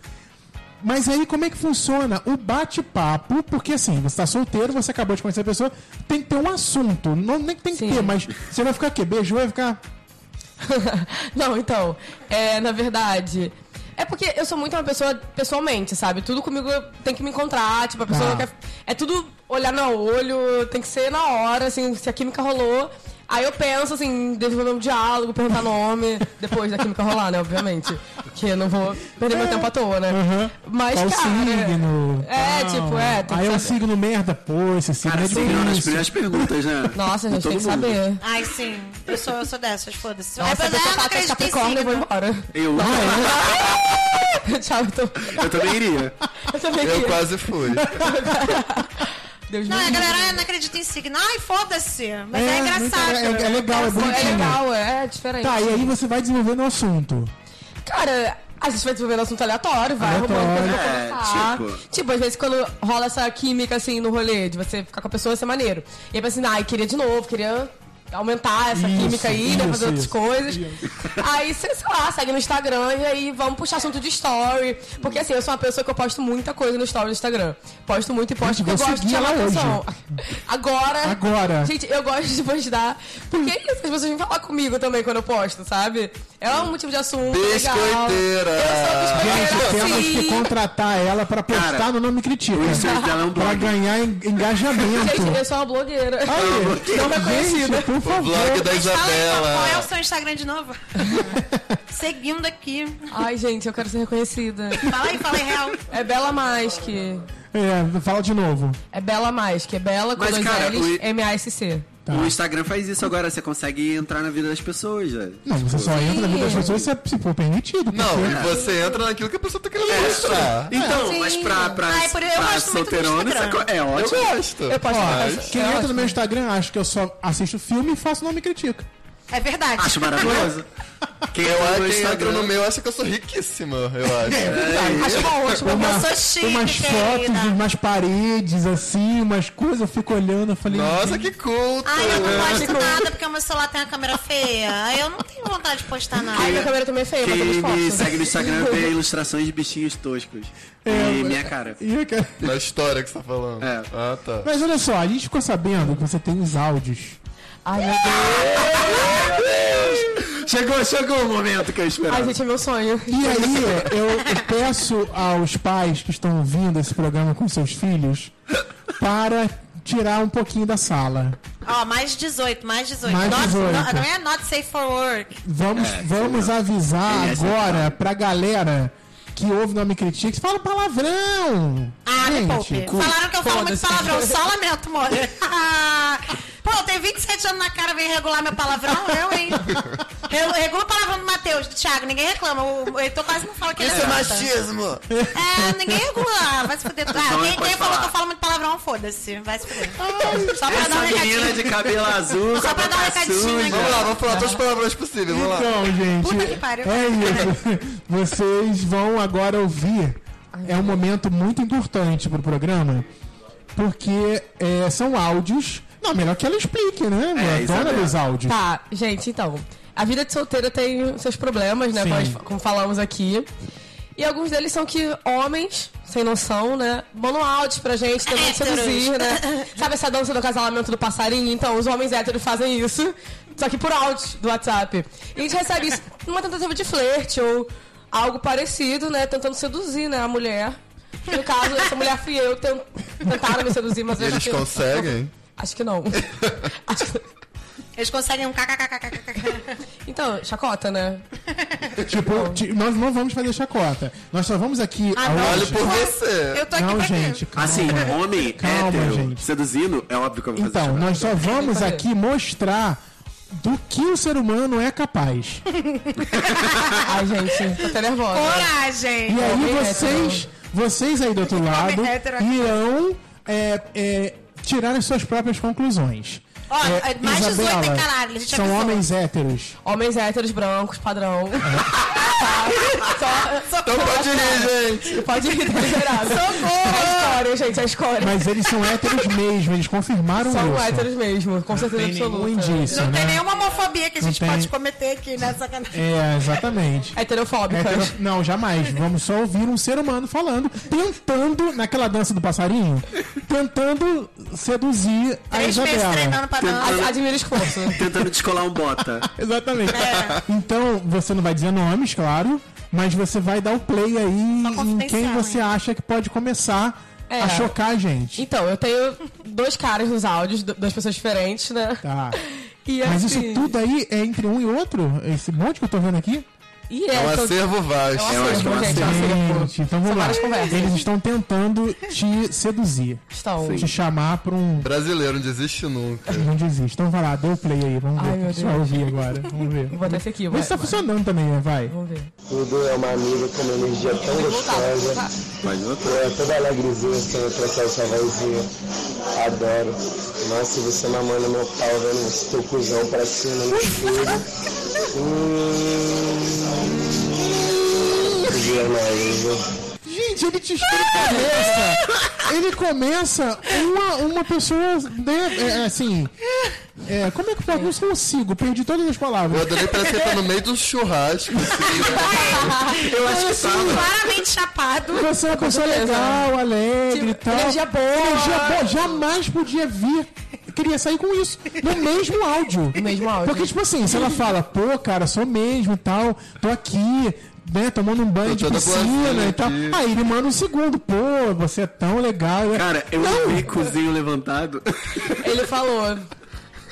S3: Mas aí como é que funciona o bate-papo? Porque assim, você tá solteiro, você acabou de conhecer a pessoa, tem que ter um assunto, não nem que tem que
S7: Sim.
S3: ter, mas você vai ficar o quê? Beijou, vai ficar
S7: Não, então, é, na verdade. É porque eu sou muito uma pessoa pessoalmente, sabe? Tudo comigo eu- tem que me encontrar, tipo, a pessoa
S3: Tá.
S7: não quer. É tudo olhar no olho, tem que ser na hora, assim, se a química rolou. Aí eu penso, assim, desenvolver um diálogo, perguntar nome, depois da química rolar, né? Obviamente. Que eu não vou perder meu tempo à toa, né?
S3: Aham.
S7: Mas,
S3: qual o
S7: cara.
S3: signo?
S7: É,
S3: tal.
S7: tipo, é, tem
S3: Aí
S7: que
S3: é um
S7: saber.
S3: signo merda, pô, esse signo
S5: Cara,
S3: é
S5: essa é uma das
S3: difícil.
S5: primeiras perguntas, né?
S7: Nossa, gente,
S5: Todo
S7: tem que
S5: mundo.
S7: saber.
S4: Ai, sim. Eu sou, eu sou dessas, foda-se.
S7: Nossa,
S4: Mas
S7: se a pessoa
S4: eu não
S7: fala que é
S4: acredito em
S7: Capricórnio, eu vou
S4: signo.
S7: embora.
S5: Eu,
S3: Ah,
S7: Tchau, então.
S3: é?
S5: eu também iria.
S7: Eu também
S6: Eu
S7: queria.
S6: quase fui.
S7: Deus
S4: Não, é
S7: me
S4: a
S7: livre.
S4: galera ah, não acredita em signo. Ai, foda-se. Mas é,
S3: É,
S4: engraçado.
S3: muito- é- é legal, é
S7: É
S3: bonitinho.
S7: legal, é diferente.
S3: Tá, e aí você vai desenvolvendo o assunto.
S7: Cara, a gente vai desenvolvendo assunto aleatório, vai
S3: Aleatório.
S7: arrumando coisa pra
S5: É,
S7: conversar.
S5: tipo-
S7: Tipo, às vezes quando rola essa química, assim, no rolê, de você ficar com a pessoa, isso é maneiro. E aí pensa assim, ai, queria de novo, queria aumentar essa
S3: Isso,
S7: química aí, né,
S3: isso,
S7: fazer outras
S3: isso.
S7: coisas. Aí você, sei lá, segue no Instagram e aí vamos puxar assunto de story. Porque assim, eu sou uma pessoa que eu posto muita coisa no story do Instagram. Posto muito e posto
S3: Gente,
S7: porque eu
S3: vou
S7: gosto de
S3: seguir
S7: chamar
S3: ela hoje.
S7: atenção. Agora.
S3: Agora.
S7: Gente, eu gosto de postar. Porque é isso, as pessoas vêm falar comigo também quando eu posto, sabe? É um motivo de assunto. legal.
S6: Biscoiteira.
S7: Eu
S3: Gente,
S7: sou
S3: temos que
S7: biscoiteira, sim.
S3: contratar ela pra postar
S5: Cara,
S3: no Nome Critica.
S5: O Instagram dela é um
S3: Pra
S5: blog.
S3: ganhar en- engajamento.
S7: Gente, eu sou uma blogueira.
S3: Aí,
S7: não
S3: gente,
S7: reconhecida.
S3: por
S6: O blog
S3: favor.
S6: um da
S4: Mas fala aí, qual- qual é o
S6: Isabela.
S4: seu Instagram de novo? Seguindo aqui.
S7: Ai, gente, eu quero ser reconhecida.
S4: Fala aí, fala aí, real.
S7: É Bela Mais que.
S3: É, fala de novo.
S7: É Bela Mais, que é Bela com
S5: Mas,
S7: dois
S5: cara, o-
S7: L's, M-A-S-C.
S5: O Instagram faz isso agora, você consegue entrar na vida das pessoas, velho.
S3: Não, você só entra na vida das pessoas se, se for permitido.
S6: Não,
S3: porque-
S6: e você entra naquilo que a pessoa tá querendo mostrar.
S5: Então,
S7: sim.
S5: mas pra, pra,
S4: Ai, por- eu
S5: pra
S4: gosto muito do
S5: solteirona,
S4: Instagram.
S5: isso é, é
S6: Eu
S5: ótimo.
S6: gosto.
S7: Eu posso
S6: Mas-
S3: Quem entra no meu Instagram acha que eu só assisto filme e faço Nome Critica.
S4: É verdade.
S5: Acho maravilhoso. Quem
S6: Eu
S5: é
S6: acho
S5: no
S6: que entra
S5: Instagram
S6: no meu acha que eu sou riquíssima, eu acho.
S7: Acho bom, acho bom.
S4: Eu
S3: Uma-
S4: sou chique,
S3: umas
S4: querida.
S3: fotos, umas paredes, assim, umas coisas, eu fico olhando, eu falei...
S6: Nossa, que culto!
S4: Ai, eu
S6: É.
S4: não posto nada porque o meu celular tem uma câmera feia. Aí eu não tenho vontade de postar nada.
S7: Ai, minha câmera também é feia, mas eu
S5: Quem me
S7: esforço.
S5: segue no Instagram é vê ilustrações de bichinhos toscos. e minha cara.
S3: E eu quero-
S6: Na história que você tá falando.
S5: É.
S6: Ah, tá.
S3: Mas olha só, a gente ficou sabendo que você tem uns áudios.
S7: Ai, meu Deus.
S5: Chegou, chegou o momento que eu esperava.
S7: Ai, gente, é meu sonho.
S3: E aí, eu peço aos pais que estão ouvindo esse programa com seus filhos para tirar um pouquinho da sala.
S4: Ó, mais 18, mais 18.
S3: Mais
S4: Not-
S3: 18.
S4: Não, não é not safe for work.
S3: Vamos, vamos avisar
S5: É, essa
S3: agora pra galera que ouve o Nome Critica que fala palavrão.
S4: Ah, me poupe.
S3: cu-
S4: Falaram que eu falo muito
S7: foda-se.
S4: palavrão, só lamento, Mori. Pô, tem 27 anos na cara, vem regular meu palavrão? Eu, hein? Eu regulo o palavrão do Matheus, do Thiago, ninguém reclama. O o Heitor quase não fala que ele é
S6: machismo!
S4: É, ninguém regula. Vai se fuder. Ah,
S5: Então
S4: quem
S5: ele pode
S4: quem falou
S5: falar.
S4: que eu falo muito palavrão, foda-se. Vai se fuder. Só pra dar um
S5: Essa menina de
S4: recadinho.
S5: cabelo azul,
S4: Só pra dar um recadinho aqui.
S6: Vamos lá, vamos falar todas as palavras possíveis, vamos lá.
S3: Então, gente,
S4: Puta que pariu.
S3: é isso. Vocês vão agora ouvir. É um momento muito importante pro programa, porque é, são áudios. Não, melhor que ela explique, né? É, a dona
S5: Isabela.
S3: dos áudios.
S7: Tá, gente, então. A vida de solteira tem seus problemas, né?
S3: Sim.
S7: Como, como falamos aqui. E alguns deles são que homens, sem noção, né? Mandam áudios pra gente, tentando
S4: Héteros.
S7: seduzir, né? Sabe essa dança do casalamento do passarinho? Então, os homens héteros fazem isso, só que por áudios do WhatsApp. E a gente recebe isso numa tentativa de flerte ou algo parecido, né? Tentando seduzir, né? A mulher. No caso, essa mulher fui eu, tent- tentaram me seduzir, mas eu já
S6: Eles
S7: fui-
S6: conseguem?
S7: Acho que não. Acho que-
S4: Eles conseguem um kkkkk.
S7: Então, chacota, né?
S3: Tipo, ti- nós não vamos fazer chacota. Nós só vamos aqui.
S4: Ah,
S3: ao-
S4: não.
S6: Olha por você.
S4: Eu tô aqui
S3: Não,
S4: pra quê?
S3: gente. Calma.
S5: Assim, homem
S3: Calma,
S5: hétero
S3: gente.
S5: seduzindo, é óbvio que eu vou fazer
S3: Então,
S5: chorar.
S3: nós só vamos aqui mostrar do que o ser humano é capaz.
S7: Ai, gente, tô até nervosa.
S4: Coragem!
S3: E aí
S7: Homem
S3: vocês, vocês aí do outro lado,
S4: hétero aqui.
S3: irão é, é, tirar as suas próprias conclusões.
S4: Ó, é mais 18 é caralho, a gente
S3: São
S4: avisou.
S3: homens héteros.
S7: Homens héteros, brancos, padrão. tá? Só,
S6: Então pode rir, gente.
S7: só, pode rir, tá liberado. É a história, gente, é a história.
S3: Mas né? eles são héteros mesmo, eles confirmaram
S7: São
S3: isso.
S7: héteros mesmo, com certeza
S3: Tem nenhum
S7: absoluta.
S3: indício,
S4: Não tem
S3: né?
S4: nenhuma homofobia que a
S3: Não
S4: gente
S3: tem.
S4: pode cometer aqui, né? Sacanagem.
S3: É, exatamente.
S7: Heterofóbicas.
S3: Hétero- Não, jamais. Vamos só ouvir um ser humano falando, tentando, naquela dança do passarinho, tentando seduzir a
S4: Três meses
S3: Isabela.
S7: né?
S4: treinando pra não.
S7: Ad- Admiro o esforço.
S5: Tentando descolar um bota.
S3: Exatamente.
S4: É.
S3: Então, você não vai dizer nomes, claro, mas você vai dar o play aí em
S4: confidencial,
S3: quem você acha que pode começar
S7: É.
S3: a chocar a gente.
S7: Então, eu tenho dois caras nos áudios, do- duas pessoas diferentes, né?
S3: Tá.
S7: E
S3: Mas isso
S7: assim-
S3: tudo aí é entre um e outro? Esse monte que eu tô vendo aqui?
S7: E
S6: É um
S7: essa-
S6: acervo vasto.
S7: É um acervo,
S5: Eu acho que é um
S7: gente, é um acervo.
S3: Gente, então vamos
S7: São
S3: lá.
S7: várias conversas.
S3: Eles estão tentando te seduzir.
S7: Estão.
S3: Te chamar pra um
S6: Brasileiro, não desiste nunca.
S3: Não desiste. Então vai lá, dê o play aí. Vamos ver.
S7: Ai, meu
S3: Deixa eu
S7: Deus.
S3: ouvir agora. Vamos ver.
S7: Vou botar esse aqui,
S3: Mas
S7: vai.
S3: tá funcionando também, né? Vai.
S7: Vamos ver.
S9: Tudo é uma amiga com uma energia tão gostosa.
S5: Mas outro.
S9: É toda alegrezinha quando eu trocar essa vozinha. Adoro. Nossa, você mamando meu pau, vendo esse teu cuzão pra cima no espelho. Hum. Jornalismo.
S3: Gente, ele te começa. Ele começa uma, uma pessoa. Né, é, é, assim. É, como é que eu não consigo? Perdi todas as
S6: Eu
S3: palavras.
S6: adorei, parece que tá no meio do churrasco. assim.
S5: Eu acho que
S4: tá.
S5: tava.
S4: Claramente chapado.
S3: Você é uma pessoa
S7: certeza.
S3: legal, alegre e
S7: Tipo,
S3: tal.
S7: energia boa.
S3: Energia boa. Jamais podia vir. Queria sair com isso. No mesmo áudio.
S7: No mesmo áudio.
S3: Porque, tipo assim, se ela fala, pô, cara, sou mesmo e tal, tô aqui, né, tomando um banho
S6: Tô
S3: de
S6: toda
S3: piscina
S6: boazinha
S3: e tal.
S6: aqui.
S3: Aí ele manda um segundo, pô, você é tão legal. né?
S5: Cara, eu
S3: Não.
S5: vi cozinho levantado.
S7: Ele falou.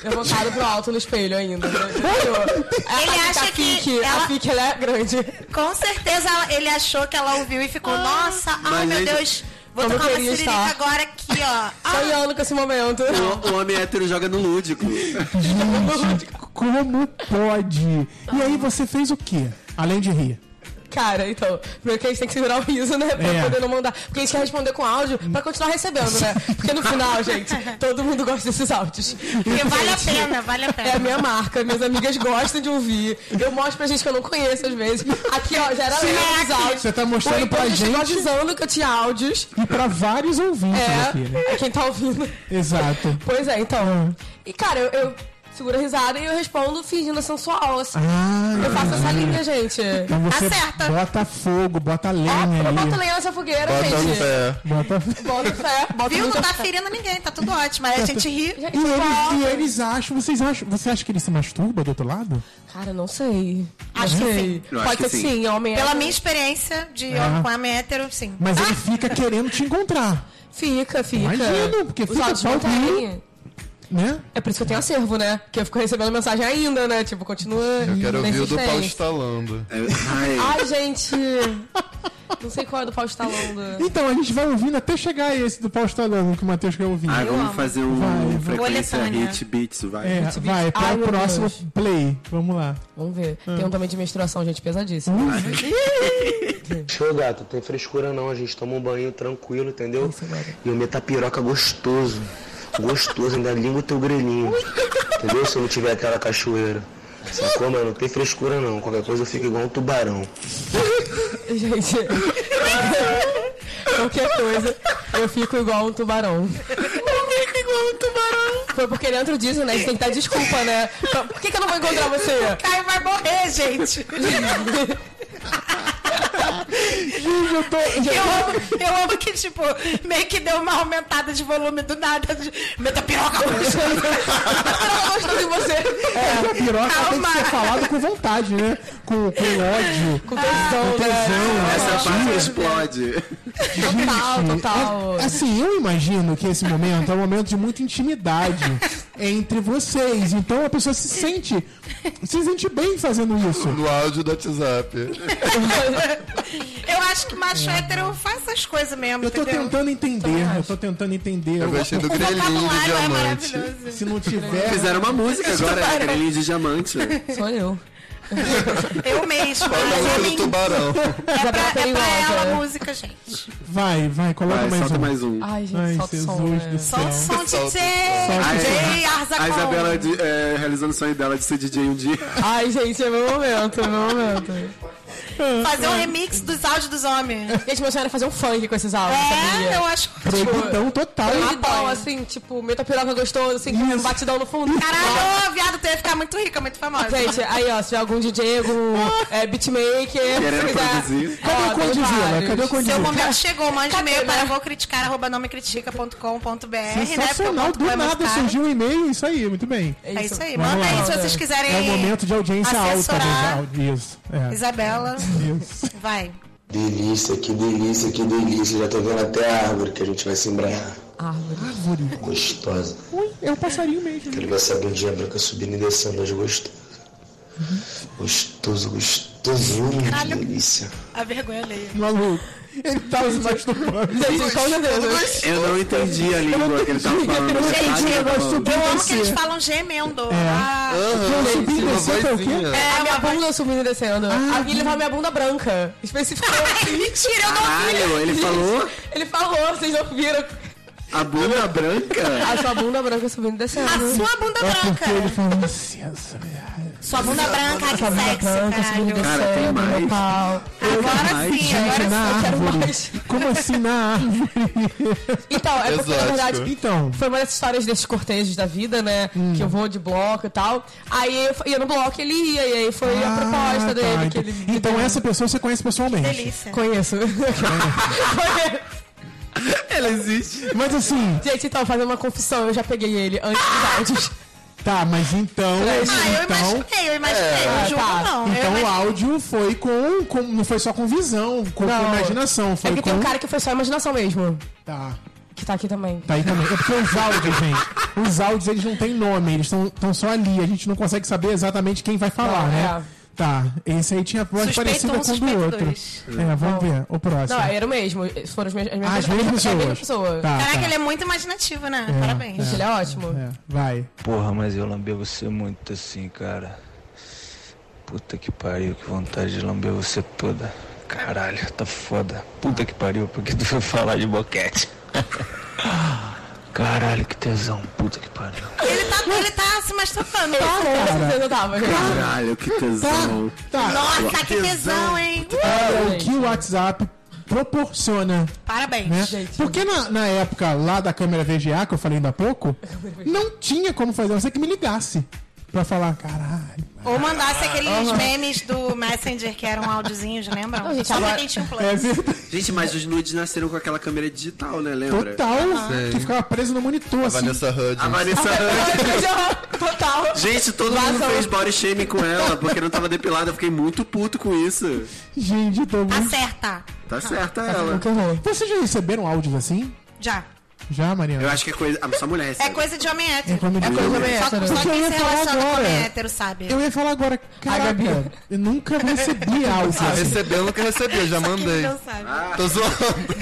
S7: Levantado pro alto no espelho ainda. Ele
S4: acha
S7: a
S4: que
S7: Fique,
S4: ela-
S7: A Fique, ela é grande.
S4: Com certeza ela- ele achou que ela ouviu e ficou, nossa, ai
S5: Mas
S4: meu
S5: ele-
S4: Deus, vou
S7: Como
S4: tocar uma
S7: queria
S4: siririca
S7: estar.
S4: agora aqui, ó. Ah,
S7: Sonhando com esse momento.
S5: O, o homem hétero joga no lúdico.
S3: Gente, como pode? E aí você fez o quê? Além de rir.
S7: Cara, então, primeiro que a gente tem que segurar o riso, né? Pra
S3: É.
S7: poder não mandar. Porque a gente quer responder com áudio pra continuar recebendo, né? Porque no final, gente, todo mundo gosta desses áudios.
S4: porque vale a pena, vale a pena.
S7: É a minha marca, minhas amigas gostam de ouvir. Eu mostro pra gente que eu não conheço às vezes. Aqui, ó, já era lento os áudios.
S3: Você tá mostrando
S7: Ou então
S3: pra
S7: eu chego
S3: gente.
S7: avisando que eu tinha áudios.
S3: E pra vários ouvintes aqui, né?
S7: É, é quem tá ouvindo.
S3: Exato.
S7: Pois é, então. E, cara, eu, eu seguro a risada e eu respondo fingindo sensual, assim.
S3: Ah,
S7: Eu faço essa linha, gente. Eu
S3: então você
S4: Acerta.
S3: bota fogo, bota lenha
S7: boto
S3: ali.
S7: lenha nessa fogueira,
S6: Bota
S7: gente.
S6: um pé.
S3: Bota
S7: Bota fé. Bota
S4: Viu? Não
S7: muita
S4: tá
S7: fé.
S4: ferindo ninguém, tá tudo ótimo. Aí a gente ri.
S7: Gente,
S3: E eles,
S7: bota.
S3: e eles acham, vocês acham, você acha que ele se masturba do outro lado?
S7: Cara, não sei.
S4: Acho
S7: não
S4: que
S7: sei.
S4: sim.
S5: Eu
S7: Pode
S5: acho
S7: ser
S5: que
S7: que
S5: sim.
S7: sim, homem.
S4: Pela
S7: hétero.
S4: minha experiência de
S3: Ah.
S4: com homem hétero, sim.
S3: Mas ele fica querendo te encontrar,
S7: Fica, fica.
S3: Imagino, porque
S7: Os
S3: fica
S7: áudios não
S3: pau duro.
S7: caem.
S3: né?
S7: É por isso que eu tenho acervo, né? Que eu fico recebendo mensagem ainda, né? Tipo, continua.
S6: Eu quero
S7: na
S6: ouvir o do pau
S7: insistência.
S6: estalando.
S5: É, ai,
S7: Ai, gente. Não sei qual é do pau estalando.
S3: Então, a gente vai ouvindo até chegar esse do Paulo Stalano que o Matheus quer ouvir.
S5: ai, vamos
S4: amo.
S5: fazer um
S3: Vai, vai.
S5: frequência
S4: Coletânea.
S5: hit beats, vai.
S3: é, vai, pra
S7: Ai,
S3: o
S7: meu
S3: próximo
S7: Deus.
S3: play. Vamos lá.
S7: Vamos ver. Tem um também de menstruação, gente, pesadíssimo.
S9: Show, gato. Tem frescura não. A gente toma um banho tranquilo, entendeu?
S7: Isso, gato.
S9: E o metapiroca gostoso. Gostoso, ainda língua o teu grelhinho. Entendeu? Se eu não tiver aquela cachoeira. Sacou, mano? Não tem frescura não. Qualquer coisa eu fico igual um tubarão.
S7: Gente. Qualquer coisa, eu fico igual um tubarão.
S5: fica igual um tubarão.
S7: Foi porque dentro disso, né? A gente tem que dar desculpa, né? Então, Por que, que eu não vou encontrar você?
S4: Caio vai morrer, gente.
S3: Eu tô-
S4: Eu amo, eu amo que, tipo, meio que deu uma aumentada de volume do nada. Meta piroca
S7: Eu não gosto de você. É,
S3: piroca tem que ser falado com vontade, né? Com, com ódio.
S7: Com tesão, né?
S5: Essa parte explode.
S7: Total, total.
S3: Assim, eu imagino que esse momento é um momento de muita intimidade entre vocês. Então a pessoa se sente, se sente bem fazendo isso.
S6: No áudio do WhatsApp.
S4: Eu acho que macho hétero faz essas coisas mesmo,
S3: Eu tô
S4: entendeu?
S3: tentando entender, eu tô tentando entender.
S6: Eu gostei do
S4: O
S6: grelhinho de
S4: vocabulário é
S6: diamante.
S4: maravilhoso.
S3: Se não tiver.
S5: Fizeram uma música agora, é Grelhinho de Diamante.
S7: Sou eu.
S4: Eu mesmo.
S6: Olha o
S4: mas
S6: nome
S4: é
S6: do
S4: mim.
S6: tubarão.
S4: É pra,
S7: Isabela
S4: é pra
S7: Perigosa,
S4: ela a
S7: né?
S4: música, gente.
S3: Vai, vai, coloca
S5: Vai,
S3: mais
S5: solta
S3: um.
S5: mais um.
S7: Ai, gente,
S3: Ai,
S7: solta o
S3: Jesus
S7: som. né?
S3: do
S4: Só o
S3: céu.
S4: som
S6: Solta o
S4: DJ.
S3: um som.
S4: DJ
S5: A Isabela
S4: Arzacon.
S5: de- é, realizando o sonho dela de ser DJ um dia.
S7: Ai, gente, é meu momento, é meu momento.
S4: Fazer um remix dos áudios dos homens.
S7: Gente, meu sonho era fazer um funk com esses áudios, sabia?
S4: É, eu acho.
S3: Proibidão total.
S7: Proibidão, assim, tipo, meta piroca gostoso, assim, com um batidão no fundo.
S4: Caralho, ô, viado, tu ia ficar muito rica, muito famosa.
S7: Gente, é aí, ó, se tiver algum DJ, algum é, beatmaker...
S5: Querendo
S7: se quiser-
S5: produzir.
S7: Ó,
S3: Cadê o
S7: tem
S3: Condizila?
S7: vários.
S3: Cadê o
S4: Seu
S3: Condizila?
S4: momento né? chegou, mande e-mail
S7: Cadê, né?
S4: para voucritica.com.br, né? Porque o
S3: Sensacional,
S4: ponto
S3: do
S4: com é muito
S3: nada
S4: caro.
S3: surgiu um e-mail, isso aí, muito bem.
S4: É isso aí.
S3: Vamos
S4: Manda
S3: lá.
S4: aí se vocês quiserem.
S3: É o momento de audiência alta.
S4: Assessorar.
S3: Né? Isso, é.
S4: Isabela,
S3: Isso.
S4: vai.
S9: Delícia, que delícia, que delícia. Já tô vendo até a árvore que a gente vai se embranhar. Árvore. Gostosa.
S3: Ui, é um passarinho mesmo.
S9: Ele vai saber onde é branca subindo e descendo as gostosas. Gostoso, gostoso. Hum,
S4: Caralho.
S9: Que delícia.
S4: A vergonha alheia.
S3: Maluco. Ele tava se masturbando.
S7: Gente, então com certeza.
S5: Eu não entendi a língua que ele tava Tá falando. né,
S3: entendi, eu gosto
S5: Ele
S3: do-
S4: Eu amo
S3: Você.
S4: que eles falam gemendo.
S3: É.
S4: Ah,
S6: Aham,
S3: subi
S6: uma
S3: desse até o quê?
S6: vozinha.
S7: É, a minha bunda subindo e descendo. a Guilherme vai minha bunda branca. Especificamente. Mentira, eu não vi.
S5: Caralho, ele falou
S7: Ele falou, vocês não viram.
S5: a bunda branca.
S7: A sua bunda branca subindo e descendo.
S4: a sua
S3: É
S4: bunda branca.
S3: Ele falou, licença,
S4: Sua bunda branca, que sexy,
S7: subindo e
S4: caralho.
S5: Cara, tem
S7: descendo,
S5: mais.
S7: meu pau.
S4: Agora sim, agora
S3: gente,
S4: sim.
S3: na
S7: eu quero
S3: árvore.
S7: mais.
S3: Ah, Como assim na árvore?
S7: Então, é porque, na
S6: Exótico.
S7: verdade,
S3: Então,
S7: Foi uma dessas histórias desses cortejos da vida, né? Que eu vou de bloco e tal. Aí eu f- ia no bloco, ele ia. E aí foi a proposta
S3: Ah,
S7: dele.
S3: tá.
S7: Que ele me
S3: Então
S7: deu.
S3: essa pessoa você conhece pessoalmente.
S4: Delícia.
S7: Conheço. Conheço.
S5: Ela existe.
S3: Mas assim,
S7: Gente, então, fazer uma confissão. Eu já peguei ele antes dos áudios.
S3: tá, mas então.
S4: Ah, eu
S3: então,
S4: imaginei, eu imaginei. Não julgo,
S7: tá.
S4: não. Eu
S3: então o
S4: imaginei.
S3: áudio foi com, com- Não foi só com visão, com, com
S7: Não.
S3: imaginação. Foi
S7: É que
S3: com.
S7: tem um cara que foi só imaginação mesmo.
S3: Tá.
S7: Que tá aqui também.
S3: Tá aí também. É porque os áudios, gente. Os áudios, eles não têm nome, eles estão só ali. A gente não consegue saber exatamente quem vai falar,
S7: Não,
S3: né? Tá. Esse aí tinha voz
S4: Suspeito
S3: parecida
S4: um,
S3: com o
S4: suspeito
S3: do outro.
S4: dois. é-
S3: É, vamos ver. O próximo.
S7: Não, era o mesmo. Foram as mes- as mesmas
S3: As mesmas
S7: é a mesma
S3: pessoas.
S7: pessoa.
S3: Tá,
S4: Caraca,
S3: tá.
S4: ele é muito imaginativo, né? Parabéns.
S7: Gente, ele é ótimo.
S3: É, vai.
S10: Porra, mas eu lambei você muito assim, cara. Puta que pariu, que vontade de lamber você toda. Caralho, tá foda. Puta que pariu, porque tu foi falar de boquete. Caralho, que tesão. Puta que pariu.
S4: Ele tá, ele tá se masturbando.
S7: Ah, não, com certeza eu tava, gente.
S5: Caralho, que tesão.
S3: Tá.
S4: Nossa, que tesão, hein? Uh,
S3: É o que o WhatsApp proporciona
S4: parabéns.
S3: né?
S7: Gente.
S3: Porque na, na época lá da câmera VGA, que eu falei ainda há pouco, não tinha como fazer, a não ser que me ligasse pra falar, caralho.
S4: Ou mandasse aqueles memes do Messenger que eram áudiozinhos, lembram?
S7: Não, gente,
S4: Só pra
S7: agora-
S4: quem tinha um plano.
S3: É verdade.
S5: Gente, mas os nudes nasceram com aquela câmera digital, né? Lembra?
S3: Total. Tu ficava preso no monitor,
S6: A
S3: assim.
S6: Vanessa
S5: A
S6: Hudgens.
S5: Vanessa Hudgens.
S7: Total.
S5: Gente, todo mundo fez body shaming com ela, porque não tava depilada. Eu fiquei muito puto com isso.
S3: Gente, eu tô muito...
S4: Acerta.
S5: Tá certa ela.
S3: Vocês já receberam áudios assim?
S4: Já.
S3: Já,
S5: Eu
S3: Mariana?
S5: acho que é coisa. Ah, só mulher
S4: É
S5: recebe.
S4: coisa de homem hétero.
S3: É coisa de homem
S4: Só,
S7: hétero.
S3: Porque
S4: só
S3: né? eu
S4: quem
S3: ia
S4: se
S3: falar
S4: relaciona com
S3: agora.
S4: homem hétero sabe.
S3: Eu ia falar agora,
S7: Gabi.
S3: caraca, eu nunca recebi áudio
S6: Ah,
S3: assim.
S6: recebeu, nunca recebeu, já mandei.
S4: Não sabe.
S6: Tô zoando.
S5: Ah,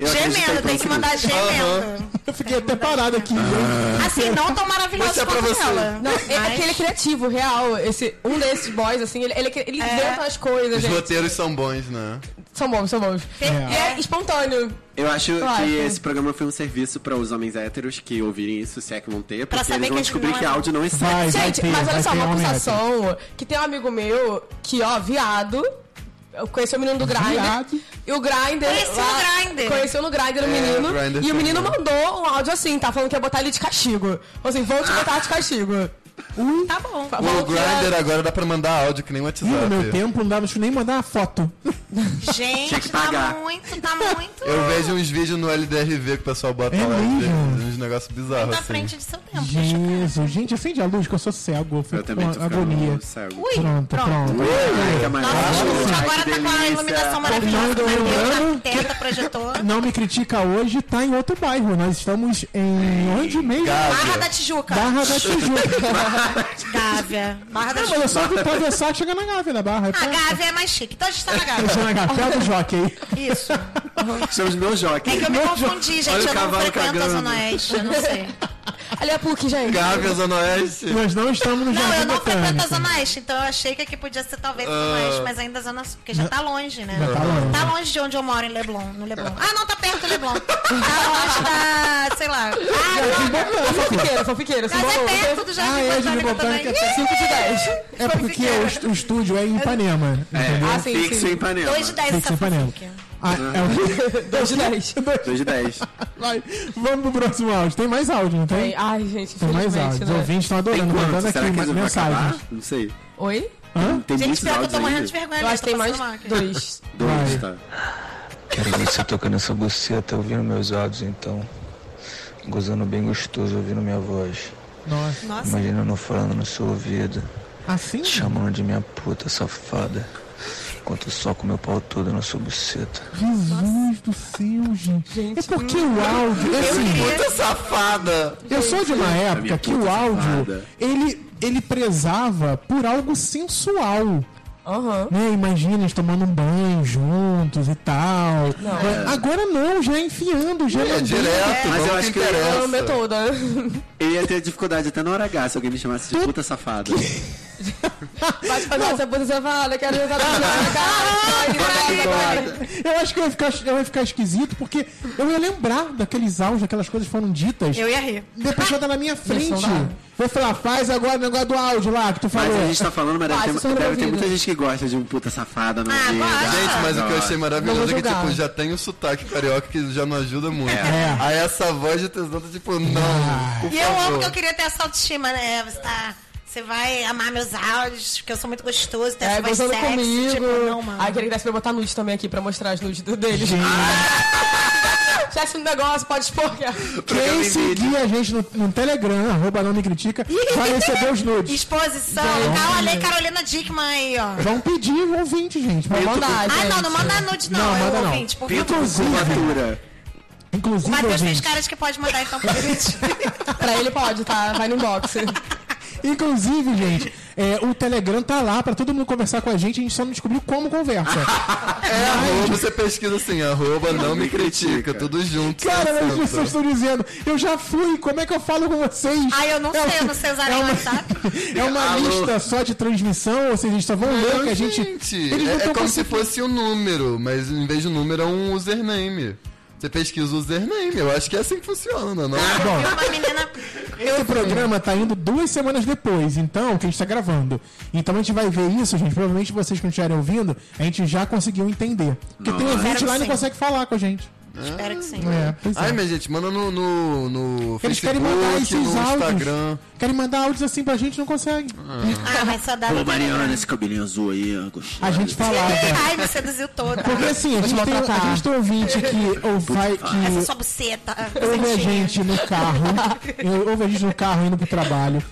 S5: Eu acredito
S4: gemendo, tem que
S5: pelo
S4: mandar gemendo.
S3: Eu fiquei até parado aqui. né?
S4: Assim, não tão maravilhoso
S6: Mas é pra
S4: quanto
S6: você.
S4: ela.
S7: Não, é, é que ele é criativo, real. Esse, um desses boys, assim, ele, ele, é cri- ele assim, inventa as coisas,
S6: Os
S7: gente.
S6: roteiros são bons, né?
S7: São bons, são bons. E é espontâneo.
S5: Eu acho
S7: acho.
S5: que esse programa foi um serviço para os homens héteros que ouvirem isso, se é que vão ter,
S4: Pra
S5: porque eles
S4: saber que
S5: vão
S4: a gente
S5: descobrir
S4: não é
S5: que
S4: nada.
S5: áudio não existe.
S3: Vai, vai
S7: Gente,
S3: ter,
S7: mas
S3: vai
S7: olha só,
S3: ter
S7: uma
S3: homem
S7: acusação que tem um amigo meu que, ó, viado. eu Conheceu o menino do Grindr.
S3: Viado.
S7: E o Grindr.
S4: Conheceu
S7: lá-
S4: no Grindr.
S7: Conheceu no Grindr o menino.
S3: É,
S6: o Grindr
S7: e o
S6: tem,
S7: menino
S6: né?
S7: mandou um áudio assim, tá? Falando que ia botar ele de castigo. Falou assim, vou te botar de castigo.
S4: Tá bom.
S7: Falou
S6: O
S7: que ia-
S6: Grindr agora dá pra mandar áudio que nem o
S3: Ih, no
S6: WhatsApp.
S3: meu tempo não dava pra nem mandar uma foto.
S5: Tinha que
S4: Gente, tá
S5: pagar.
S4: muito, tá muito.
S6: Eu vejo uns vídeos no LDRV que o pessoal bota
S3: É
S6: lá, uns-
S3: mesmo?
S6: uns negócios bizarros,
S4: na
S6: assim.
S4: frente de seu tempo.
S3: Jesus, gente, acende a luz que eu sou cego. Eu fico
S5: Eu também
S3: com
S5: tô
S3: agonia.
S5: ficando cego.
S4: Ui,
S3: Pronto, pronto.
S5: Ai, que amarelo.
S4: Nossa, gente,
S5: Ai,
S4: agora
S5: que
S4: tá com a
S5: delícia.
S4: iluminação maravilhosa.
S3: Fernando
S4: Deus,
S3: Urano.
S4: a teta projetor.
S3: Não me critica hoje, tá em outro bairro. Nós estamos em onde mesmo?
S4: Barra da Tijuca.
S3: Barra da Tijuca.
S4: Gávea. Barra da
S3: Não, mas é
S4: Tijuca.
S3: só que atravessar e chega na Gávea da Barra. É
S4: A
S3: pra...
S4: Gávea é mais chique. Então a gente tá na
S3: Chega
S4: Gávea.
S3: na Gávea, pega o jockey aí.
S4: Isso. É
S5: São os meus jockey.
S4: que eu me confundi, gente.
S5: Olha o
S4: Eu não
S5: cavalo
S4: frequento a
S5: cagando.
S4: Zona Oeste. Eu não sei.
S7: Ali é a PUC, gente.
S6: Gávea, Zona Oeste.
S3: Nós não estamos no
S4: Não,
S3: Jardim
S4: eu não frequento a
S3: Botânico.
S4: Zona Oeste, então eu achei que aqui podia ser talvez
S6: Ah.
S4: Zona Oeste, mas ainda Zona Sul, porque já tá longe, né?
S3: Já tá longe.
S4: Tá longe de onde eu moro, em Leblon, no Leblon. Ah, não, tá perto do Leblon. Tá longe da, sei lá. Ah,
S3: Jardim
S7: Eu sou
S3: Botânico.
S7: piqueira, sou piqueira. Sou
S4: mas é
S7: bolona.
S4: perto do
S3: Ah,
S4: Jardim
S3: é, Jardim
S4: Botânico
S3: Botânico.
S4: também.
S3: É
S7: 5 de 10.
S3: É porque o est- o estúdio é em Ipanema. entendeu?
S7: Ah, sim,
S5: Fixo em
S7: sim.
S5: Ipanema.
S4: 2 de 10
S3: Tem que
S4: essa
S7: é
S3: ser Ipanema.
S4: fanfic.
S3: Ah, é
S7: 2 de 10.
S3: o...
S5: 2 de 10.
S3: Vai, vamos pro próximo áudio. Tem mais áudio, não tem?
S7: Ai, gente,
S3: Tem mais
S7: infelizmente,
S3: áudio. Os
S7: né?
S3: ouvintes estão
S5: Tem
S3: adorando,
S5: quanto?
S3: mandando
S5: Será
S3: aqui
S5: que ainda vai acabar?
S3: mensagens.
S5: Não sei.
S7: Oi?
S3: Hã?
S5: Tem
S4: Gente,
S5: muitos
S4: pior que eu
S5: áudios
S4: tô morrendo de
S5: ainda?
S4: vergonha.
S7: Eu acho que tem
S4: tô
S7: mais
S4: passando mal aqui.
S7: dois.
S5: Dois, tá.
S10: Quero ver você tocando essa buceta, ouvindo meus áudios então. Gozando bem gostoso, ouvindo minha voz.
S3: Nossa.
S4: Nossa,
S10: Imaginando eu falando no seu ouvido.
S3: Assim?
S10: Te chamando de minha puta safada. Enquanto eu soco meu pau todo na sua buceta.
S3: Jesus do céu, gente. É porque o áudio. é assim,
S6: Puta safada.
S3: eu sou de uma época
S5: minha
S3: que o
S5: puta
S3: áudio
S5: safada.
S3: ele, ele prezava por algo sensual.
S7: Aham.
S3: Né? Imagina eles tomando um banho juntos e tal. Mas Agora não, já é enfiando, já
S6: É
S3: é
S6: direto,
S5: Mas
S6: vamos
S5: eu
S6: que
S5: acho que-
S7: É uma
S6: interessa.
S7: toda.
S5: Eu ia ter dificuldade até na hora H se alguém me chamasse de puta safada.
S7: Vai fazer essa puta safada, quero jogar na sua cara.
S3: Eu acho que eu ia, ficar, eu ia ficar esquisito, porque eu ia lembrar daqueles áudios, daquelas coisas que foram ditas.
S4: eu ia rir.
S3: E a pessoa tá na minha frente.
S7: soldado.
S3: Vai falar, faz agora o negócio do áudio lá que tu
S5: Mas
S3: falou.
S5: a gente tá falando, mas
S7: Ah,
S5: deve,
S7: isso
S5: ter, deve ter
S7: resolvido.
S5: muita gente que gosta de um puta safada no
S4: Ah,
S5: ouvido.
S4: gosta.
S6: Gente, mas o que eu achei maravilhoso é que,
S7: Vamos julgar.
S6: tipo, já tem o sotaque carioca que já não ajuda muito.
S5: É.
S6: Aí essa voz de tesão tá tipo, não, por
S4: E eu amo
S6: favor.
S4: que eu queria ter essa autoestima, né? Você tá. Você vai amar meus áudios, porque eu sou muito gostoso, então
S7: É,
S4: você vai
S7: gozando
S4: sexy.
S7: comigo.
S4: Tipo, não, mano.
S7: Ai, queria que desse pra eu botar nude também aqui, pra mostrar as nudes do- deles.
S5: Ah,
S7: Já esse negócio, pode expor. cara.
S3: Quem seguir a gente no, no Telegram, arroba não me critica, vai receber os nudes.
S4: Exposição. Tá, olha aí, Carolina Dickman aí, ó.
S3: Vão pedir ouvinte, gente. Vai
S7: Vou
S3: mandar.
S7: mandar,
S4: Ah, não,
S7: gente.
S4: não manda nude, não.
S3: Não,
S4: eu
S3: manda não.
S4: ouvinte, por
S5: Pinto
S4: favor.
S5: com curvatura.
S4: O
S3: Inclusive,
S4: Matheus fez
S3: ouvinte,
S4: caras que pode mandar então pra gente.
S7: Pra ele pode, tá? Vai no inbox.
S3: inclusive, gente, é, o Telegram tá lá pra todo mundo conversar com a gente, a gente só não descobriu como conversa.
S6: É, arroba, você pesquisa assim, arroba, não me critica, tudo junto. tá
S3: Cara, as
S6: sessenta.
S3: pessoas estão dizendo, eu já fui, como é que eu falo com vocês?
S4: Ah, eu não
S3: É
S4: sei, eu
S3: uma-
S4: não sei usar
S3: é
S4: nem
S3: uma-
S4: WhatsApp.
S3: É uma
S6: Alô?
S3: lista só de transmissão, ou seja, eles só vão ler
S6: Não,
S3: que a gente.
S6: gente,
S3: eles não
S6: é, é
S3: tão
S6: como se
S3: conseguindo.
S6: fosse um número, mas em vez de um número é um username. Você pesquisa o username, eu acho que é assim que funciona, não? é?
S3: Bom,
S4: Uma menina.
S3: esse programa tá indo duas semanas depois, então, que a gente tá gravando. Então a gente vai ver isso, gente. Provavelmente vocês que não estiverem ouvindo, a gente já conseguiu entender. Porque tem ouvinte
S4: Espero
S3: lá e
S4: que
S3: não
S4: sim.
S3: consegue falar com a gente.
S4: Espero que sim.
S3: É, pois é.
S6: Ai, minha gente, manda no, no, no
S3: Eles
S6: Facebook,
S3: querem mandar esses
S6: no
S3: áudios.
S6: Instagram.
S3: Querem mandar áudios assim pra gente, não consegue.
S4: Ah, mas só dá
S5: Pô,
S4: no
S5: Mariana,
S4: Telegram.
S5: esse cabelinho azul aí, ó, gostoso.
S3: A gente falava.
S4: Ai, me seduziu toda.
S3: Porque assim, a gente, tem, a
S7: maltratar.
S3: gente tem ouvinte que ou vai.
S4: Essa é
S3: Que
S4: sua buceta.
S3: ouve a
S4: bucetinha.
S3: gente no carro. eu- ouve a gente no carro indo pro trabalho.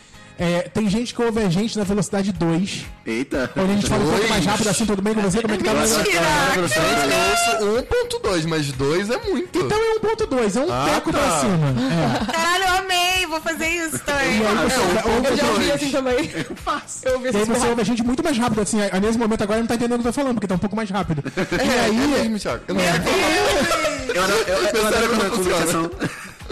S3: É, tem gente que ouve a gente na velocidade 2.
S5: Eita.
S3: Onde a gente fala um pouco
S6: Dois?
S3: mais rápido assim, tudo bem com você? Como é que tá?
S6: Gente, eu ouço 1.2, mas 2 é muito.
S3: Então é 1.2, é um
S6: Ah,
S3: teco
S6: tá.
S3: pra cima.
S4: Caralho, eu amei. Vou fazer isso também.
S3: É. Aí você- ou-
S7: Eu já ouvi
S6: um dois.
S7: assim também. Eu faço. Eu ouvi
S3: E aí
S7: assim.
S3: você ouve a gente muito mais rápido, assim, aí nesse momento agora não tá entendendo o que eu tô falando, porque tá um pouco mais rápido. E
S6: É
S3: aí, né,
S6: mesmo, Thiago. Eu não sei.
S5: Eu, não- eu, eu, eu
S6: Meu cérebro
S5: adoro
S6: não
S5: quando a comunicação.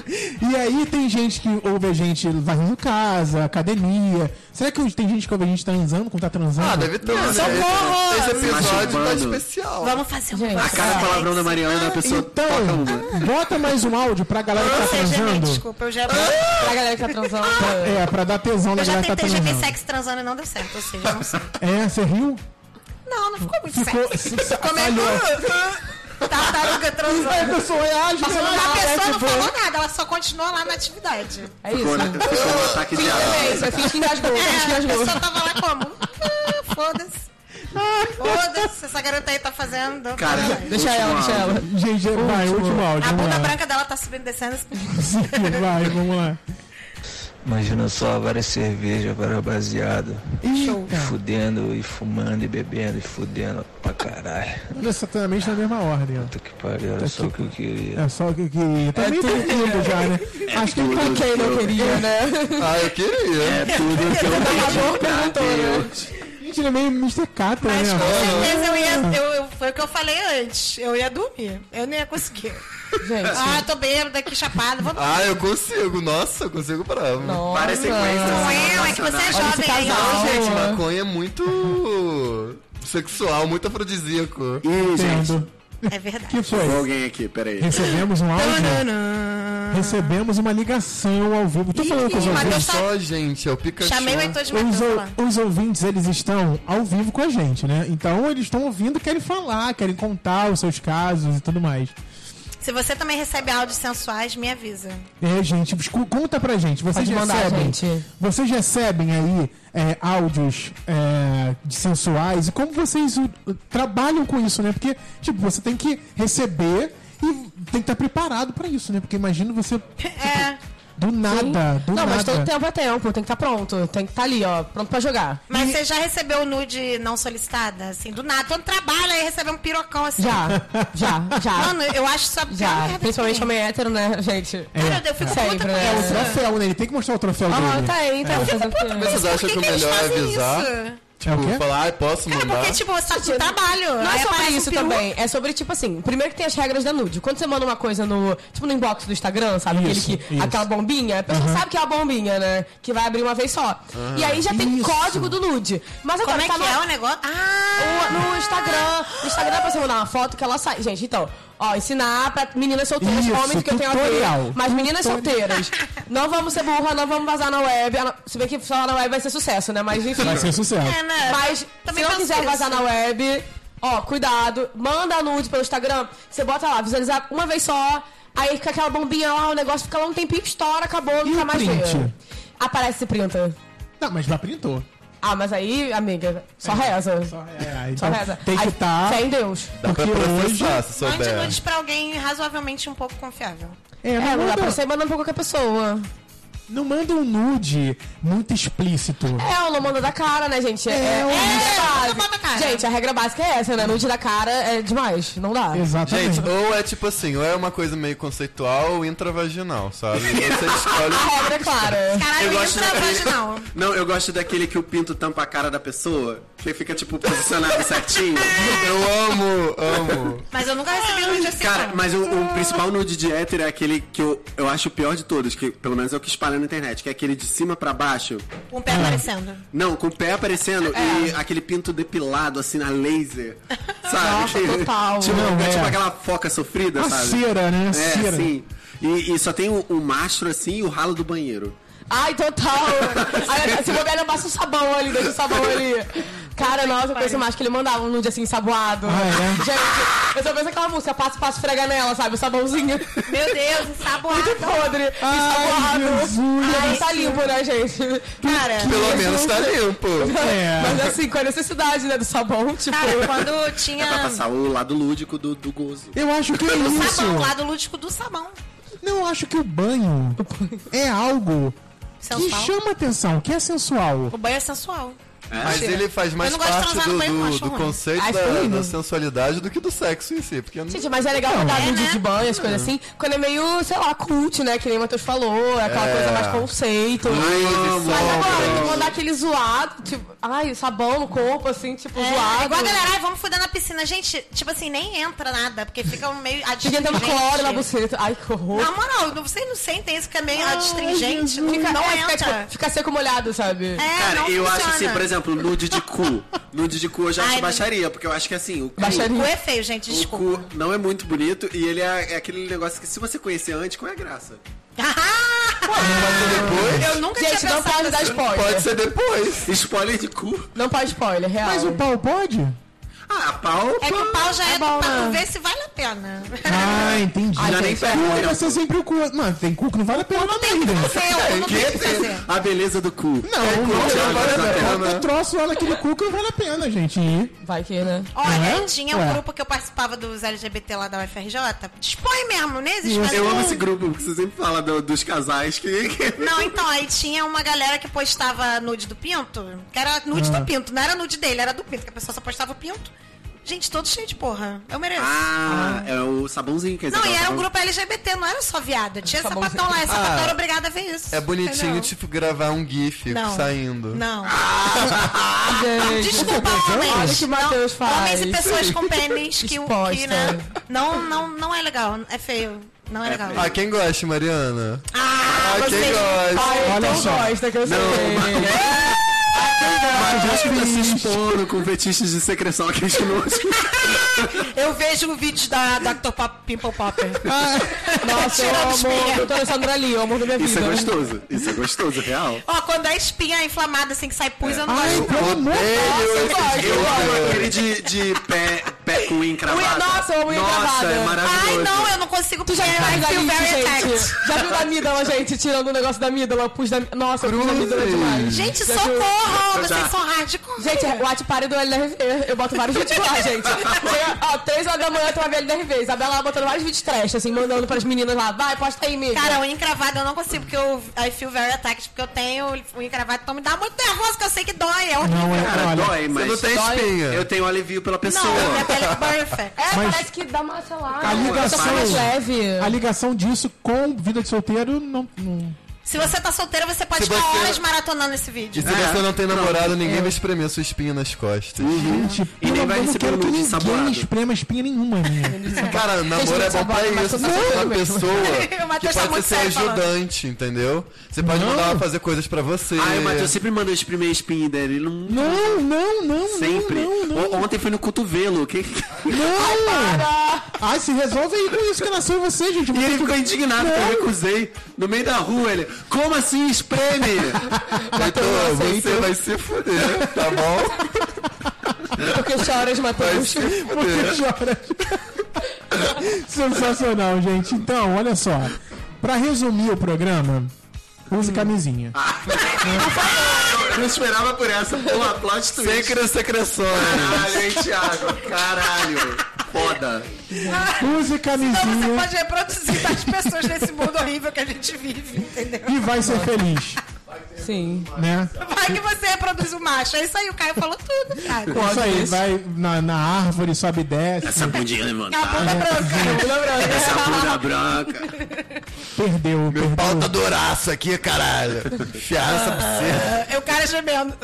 S3: E aí tem gente que ouve a gente varrendo casa, academia. Será que tem gente que ouve a gente transando quando tá transando?
S6: Ah, deve ter. né?
S4: Socorro!
S6: Esse episódio tá
S5: Machucando.
S6: especial.
S4: Vamos fazer um
S7: Gente,
S5: A cada palavrão da Mariana, a pessoa toca
S3: Então,
S5: uma.
S3: bota mais um áudio pra galera que tá
S4: Você, GV,
S3: transando.
S4: desculpa, eu já.
S7: Pra galera que tá
S4: Ah,
S7: transando.
S3: É, pra dar tesão na
S4: Eu já
S3: galera que tá
S4: tentei GB
S3: transando.
S4: sexo transando e não deu certo, ou seja, não sei.
S3: É, você riu?
S4: Não, não ficou muito
S3: Ficou.
S4: sexy.
S3: se- se-
S4: Como é
S3: falhou.
S4: que. Tartaruga
S3: Aí a
S4: transando.
S3: pessoa reage,
S4: A
S3: né?
S4: pessoa não
S3: tipo,
S4: falou nada, ela só continuou lá na atividade.
S7: É isso.
S5: Ficou, né? Ficou um ataque de
S7: É
S5: asma.
S7: isso, é finge que engasgou, finge que
S4: É, a
S7: engasgou.
S4: pessoa tava lá como? Ah, "Hum, Foda-se. Foda-se, essa garota aí tá fazendo.
S5: Cara,
S7: Deixa ela, deixa ela.
S3: Gente, vai, último áudio.
S4: A
S3: vamos
S4: bunda
S3: lá.
S4: branca dela tá subindo e descendo.
S3: Sim, vai, vamos lá.
S10: Imagina só é várias cervejas, várias baseadas. E fudendo e fumando e bebendo e fudendo pra caralho.
S3: Exatamente na mesma ordem, ó.
S10: Puta que pariu, era só o que eu queria.
S3: É só o que eu queria. Também tem tudo já, né? Acho que
S5: tudo.
S7: Quem não queria, né? Tá
S6: Ah, eu queria.
S5: É tudo que eu pedi pra
S7: perguntou, né?
S5: Deus.
S3: gente ele é meio Mr. Catra,
S4: Mas com
S3: né?
S4: certeza eu ia. Eu, eu- foi o que eu falei antes. Eu ia dormir. Eu não ia conseguir.
S7: Gente.
S4: Ah, tô bêbada aqui, chapada. Vamos.
S6: Ah, eu consigo. Nossa, eu consigo bravo.
S7: Nossa.
S5: Várias sequências.
S4: Não é, é que você é
S5: emocionais.
S4: jovem
S7: casal.
S4: aí.
S6: Não, gente,
S7: Aula.
S6: maconha é muito sexual, muito afrodisíaco.
S5: Ih, gente,
S3: Entendo.
S4: É verdade.
S3: que foi?
S5: tem alguém aqui, peraí.
S3: Recebemos um áudio? Recebemos uma ligação ao vivo. Tô falando com os
S4: Ih,
S3: ouvintes.
S6: Olha
S4: Matheus tá-
S6: só, gente, é o Pikachu.
S4: Chamei o Heitor de
S3: Os,
S4: Matheus lá.
S3: ou- os ouvintes, eles estão ao vivo com a gente, né? Então, eles estão ouvindo, querem falar, querem contar os seus casos e tudo mais.
S4: Se você também recebe áudios sensuais, me avisa.
S3: É, gente, escu- conta pra gente. Vocês
S7: Pode mandar,
S3: recebem,
S7: gente.
S3: Vocês recebem aí é, áudios é, de sensuais e como vocês o- o- trabalham com isso, né? Porque, tipo, você tem que receber e tem que estar preparado pra isso, né? Porque imagina você
S4: É.
S3: do nada, do
S7: Não,
S3: nada.
S7: mas todo tempo é tempo, tem que estar pronto, tem que estar ali, ó, pronto pra jogar.
S4: Mas você já recebeu nude não solicitada? Assim, do nada. Todo trabalho aí recebeu um pirocão assim.
S7: Já, já, já.
S4: Mano, eu acho só
S7: já. Principalmente homem hétero, né, gente?
S4: Cara, eu fico
S7: Sempre,
S4: puta com
S7: né?
S3: É
S4: isso.
S3: o troféu, né? Ele tem que mostrar o troféu
S7: Ah,
S3: dele.
S7: tá aí, então. fazer o quê?
S6: Mas vocês acham
S4: Por
S6: que,
S4: que,
S6: o
S4: que eles
S6: melhor é
S4: fazem
S6: avisar?
S4: isso?
S3: É
S6: Tipo,
S3: o quê?
S6: falar, ai, posso
S4: Cara,
S6: mandar?
S4: porque, tipo, você tá no trabalho.
S7: Não é
S4: aí
S7: sobre
S4: aparece um
S7: isso
S4: peru.
S7: também. É sobre, tipo assim, primeiro que tem as regras da nude. Quando você manda uma coisa no. Tipo no inbox do Instagram, sabe? Aquele
S3: Isso,
S7: que,
S3: isso.
S7: Aquela bombinha, a pessoa sabe que é a bombinha, né? Que vai abrir uma vez só. e aí já tem
S3: isso.
S7: código do nude. Mas agora
S4: Como é
S7: tá
S4: que
S7: no-
S4: é o negócio? Ah!
S7: o- no Instagram. No Instagram pra você mandar uma foto que ela sai. Gente, então, ó, ensinar pra meninas solteiras,
S3: Isso,
S7: homens que eu tenho a
S3: tutorial.
S7: ver. Mas meninas
S3: Tutorial.
S7: solteiras, não vamos ser burra, não vamos vazar na web. Ela- Se bem que só na web vai ser sucesso, né? Mas enfim.
S3: Vai ser sucesso.
S4: É, né?
S7: Mas
S4: Também
S7: se eu
S4: faço
S7: quiser
S4: isso.
S7: vazar na web, ó, cuidado. Manda nude pelo Instagram. Você bota lá, visualizar uma vez só. Aí fica aquela bombinha lá, o negócio fica lá um tempinho, estoura, acabou, nunca
S3: o
S7: mais
S3: print?
S7: vê. Aparece printa.
S3: Não, mas já printou.
S7: Ah, mas aí, amiga, só reza. Só,
S3: É, então
S7: reza.
S3: tem que
S7: Aí,
S3: estar.
S7: Fé em Deus.
S6: Dá pra
S3: porque
S6: processar, se
S4: Mande
S6: souber.
S4: nudes pra alguém razoavelmente um pouco confiável.
S3: É,
S7: É,
S3: não,
S7: não dá pra
S3: manda,
S7: você mandando pra qualquer pessoa.
S3: não manda um nude muito explícito.
S7: É, o não manda da cara, né, gente? É, é, a regra
S4: não
S7: básica.
S4: manda da cara.
S7: Gente, a regra básica é essa, né? Nude da cara é demais. Não dá.
S3: Exatamente.
S6: Gente, ou é tipo assim, ou é uma coisa meio conceitual ou intravaginal, sabe? Você escolhe.
S7: A regra é clara.
S4: Caralho,
S5: Eu gosto
S4: isso é
S5: daquele-
S4: vaginal.
S5: Não, eu gosto daquele que o pinto tampa a cara da pessoa, que fica, tipo, posicionado certinho.
S6: Eu amo, amo.
S4: Mas eu nunca recebi nude assim.
S5: Cara,
S4: não.
S5: mas o, o principal nude de hétero é aquele que eu, eu acho o pior de todos, que pelo menos é o que espalha na internet, que é aquele de cima pra baixo.
S4: Um pé aparecendo.
S5: Não, com o pé aparecendo
S4: É.
S5: e aquele pinto depilado, assim, na laser. Sabe?
S7: Nossa, total.
S5: tipo,
S3: Não,
S5: é tipo
S3: é.
S5: aquela foca sofrida,
S3: Uma
S5: sabe?
S3: cera, né?
S5: É,
S3: Cera.
S5: sim. E, e só tem o, o mastro, assim, e o ralo do banheiro.
S7: Ai, total. Aí, se bobear, não passa o sabão ali, deixa o sabão ali. Cara, nossa, eu penso mais que ele mandava um nude assim, saboado.
S3: Ah, é?
S7: Gente, eu só penso aquela música, passo, passo, frega nela, sabe? O sabãozinho.
S4: Meu Deus, um ensaboado.
S7: Muito podre,
S3: Ai, Jesus.
S7: ensaboado. Ai, tá limpo, né, gente? Cara,
S6: Pelo menos tá limpo.
S3: É.
S7: mas assim, com a necessidade, né, do sabão, tipo...
S4: Cara, quando tinha.
S5: É Pra passar o lado lúdico do, do gozo.
S3: Eu acho que é
S4: Do
S3: isso.
S4: sabão, o lado lúdico do sabão.
S3: Não, eu acho que o banho é algo que
S4: Sensual.
S3: chama atenção, que é sensual.
S4: O banho é sensual.
S6: Mas
S4: Mentira.
S6: ele faz mais
S4: Eu não gosto de
S6: parte
S4: transar
S6: do,
S4: no banho,
S6: do,
S4: acho
S6: do
S4: ruim.
S6: conceito
S7: Acho
S6: da,
S7: lindo.
S6: da sensualidade do que do sexo em si. Porque não-
S7: Gente, mas é legal mandar
S4: É,
S7: vídeo
S4: né?
S7: de banho, as coisas assim, quando é meio, sei lá, cult, né? Que nem o Matheus falou, é aquela
S6: É.
S7: coisa mais conceito.
S6: Amo.
S7: Mas agora, tu mandar aquele zoado, tipo, ai, sabão no corpo, assim, tipo,
S4: É,
S7: zoado.
S4: igual a galera, ai, vamos foder na piscina. Gente, tipo assim, nem entra nada, porque fica um meio
S7: Fica
S4: adstringente.
S7: entrando cloro na buceta. Ai, que horror.
S4: Na moral, não- vocês não sentem isso, que é meio adstringente.
S7: Fica,
S4: não
S7: é,
S4: entra.
S7: fica, tipo, fica seco molhado, sabe?
S4: É, não
S5: Cara, eu
S4: funciona.
S5: acho assim, por exemplo, nude de cu. Nude de cu eu já
S4: Ai,
S5: acho
S4: não.
S5: baixaria, porque eu acho que assim, o cu,
S7: Baixaria.
S4: O cu é feio, gente,
S5: o
S4: desculpa.
S5: cu não é muito bonito e ele é, é aquele negócio que se você conhecer antes, qual é a graça?
S4: eu nunca
S7: Gente, um
S4: tinha
S7: não
S4: pensado
S7: pode dar
S4: nisso.
S7: spoiler.
S6: Pode ser depois.
S5: Spoiler de cu.
S7: Não pode spoiler, real.
S3: Mas o pau pode?
S5: Ah, pau.
S4: É que o pau já é,
S7: bom,
S4: do pau.
S7: né?
S4: Vê se vai lá pena.
S3: Ah, entendi.
S5: Já
S3: Ai,
S5: nem
S3: gente,
S5: pega,
S3: cu
S6: é
S5: né?
S3: vai ser sempre o cu. Não, tem cu que não vale a pena não tem
S4: Seu, não tem o que fazer.
S5: É, A beleza do cu.
S3: Não, não,
S5: já
S3: não vale
S5: vale a
S3: a
S5: pena.
S3: pena. Tem troço lá naquele cu que não vale a pena, gente. E-
S7: Vai que, né?
S4: Olha,
S3: Não é?
S4: tinha um
S3: Ué.
S4: grupo que eu participava dos LGBT lá da UFRJ. Dispõe mesmo, nem existe mais
S5: Eu
S4: um.
S5: amo esse grupo, porque você sempre fala do- dos casais que. que-
S4: Não, então, aí tinha uma galera que postava nude do pinto, que era nude
S7: Ah.
S4: do pinto, não era nude dele, era do pinto, que a pessoa só postava o pinto. Gente, todo cheio de porra. Eu mereço.
S5: Ah, é o sabãozinho que
S4: não, e
S6: tá
S4: era um grupo LGBT, não era só viado. Tinha sapatão lá, e sapatão era obrigado a ver isso.
S6: Ah. É bonitinho,
S4: entendeu?
S6: tipo, gravar um GIF
S4: Não.
S6: saindo.
S4: Não.
S7: Ah. Gente,
S4: Desculpa,
S7: Olha
S4: homens.
S7: que Matheus
S4: Não,
S7: faz.
S4: Homens e pessoas com pênis que, o- que
S7: Exposta.
S4: né? Não, não, não é legal. É feio. Não é legal.
S6: Ah, quem gosta, Mariana?
S4: Ah,
S6: Ah, quem
S4: vocês.
S6: gosta?
S3: Olha
S7: Então
S3: só.
S7: gosta que eu sei.
S5: Mas que tá se expondo com fetiches de secreção aqui de noite.
S4: Eu vejo vídeos da Dr. Pop, Pimple Popper.
S7: Ah, Nossa, eu
S4: Tirando
S7: amo.
S4: espinha.
S7: Doutora Sandra Lee, eu amo da minha
S5: Isso é
S7: vida.
S5: gostoso. Isso é gostoso, real.
S4: Ó, quando é espinha inflamada, assim, que sai pus, eu não
S3: Ai,
S4: gosto.
S3: pelo amor de Deus.
S5: Eu,
S7: gosto, eu
S5: amo aquele de, de pé, pé com unha cravada.
S7: nossa, eu amo unha
S5: Nossa,
S7: cravada.
S5: é maravilhoso.
S4: Ai, não, eu não consigo
S7: Tu já viu
S4: I
S7: da
S4: feel very
S7: gente?
S4: attacked.
S7: Já viu da amígdala, gente? Tirando o negócio da amígdala, pus da... Nossa, eu pus da amígdala demais.
S4: Gente,
S7: Já viu?
S4: socorro!
S5: Já.
S4: Vocês são hardcore.
S7: Gente, é o Atipare do LDRV. Eu boto vários vídeos lá, gente. Chega, ó, 3 horas da manhã eu tô vendo LDRV. Isabela lá botando vários vídeos trash, assim, mandando pras meninas lá. Vai, posta aí, amiga.
S4: Cara, unha encravada eu não consigo, porque eu I feel very attacked, porque eu tenho unha encravada, então me dá muito nervoso, que eu sei que dói. É horrível.
S3: Não é,
S5: Cara,
S3: olha.
S5: dói, mas.
S6: não tem espinha.
S5: Eu tenho alivio pela pessoa.
S4: Não, minha pele é perfect.
S7: É, parece que dá uma, sei lá.
S3: A
S7: Só mais
S3: ligação.
S5: né?
S7: leve.
S3: A ligação disso com vida de solteiro não. não-
S4: Se você tá solteira, você pode
S6: Se
S4: ficar
S6: você-
S4: horas maratonando esse vídeo.
S6: E se você não tem namorado, ninguém vai espremer sua espinha nas costas.
S3: Gente,
S5: E nem
S3: pelo
S5: vai
S3: amor,
S5: receber
S3: não
S5: nude
S3: quero que
S5: saboado.
S3: ninguém esprema espinha nenhuma, né? minha.
S6: Cara, namoro é bom pra
S7: Mas
S6: isso.
S7: tudo
S6: Você
S4: O
S6: tem uma
S7: bem, tudo bem.
S6: pessoa
S4: Matheus
S6: que
S4: tá
S6: pode ser
S4: muito
S6: seu
S4: sério falando.
S6: ajudante, entendeu? Você pode
S3: Não.
S6: mandar ela fazer coisas pra você.
S5: Ai, o Matheus sempre manda exprimir a espinha dele. Ele não.
S3: Não, não, não,
S5: Sempre.
S3: não, não, não.
S5: O- Ontem foi no cotovelo. Que...
S3: Não! Ai, Ah, se resolve aí com isso que nasceu em você, gente.
S5: E
S3: Você
S5: ele ficou indignado, que eu
S3: Não.
S5: recusei. No meio da rua, ele. Como assim espreme?
S6: Então, você vai se fuder, tá bom?
S7: Porque chora de
S6: Vai
S7: Matheus.
S6: se fuder.
S3: Você
S5: né?
S3: chora. Sensacional, gente. Então, olha só. Pra resumir o programa, use camisinha.
S5: Eu não esperava por essa. Pô, plot twist.
S6: Secre secreções.
S5: Caralho, hein, Thiago? Caralho. Foda.
S3: Use
S4: Então você
S3: camisinha
S4: pode reproduzir as pessoas nesse mundo horrível que a gente vive, entendeu?
S3: e vai ser feliz,
S7: Sim.
S3: né?
S4: Vai que você reproduz o macho. É isso aí, o Caio falou tudo, cara.
S3: É Isso aí, vai na, na árvore, sobe e desce.
S5: Essa bundinha
S4: A
S5: levantada.
S4: bunda branca.
S5: Essa bunda branca.
S3: Perdeu, perdeu.
S6: Pauta douraça aqui, caralho. Fiaça pra você.
S4: É o cara gemendo.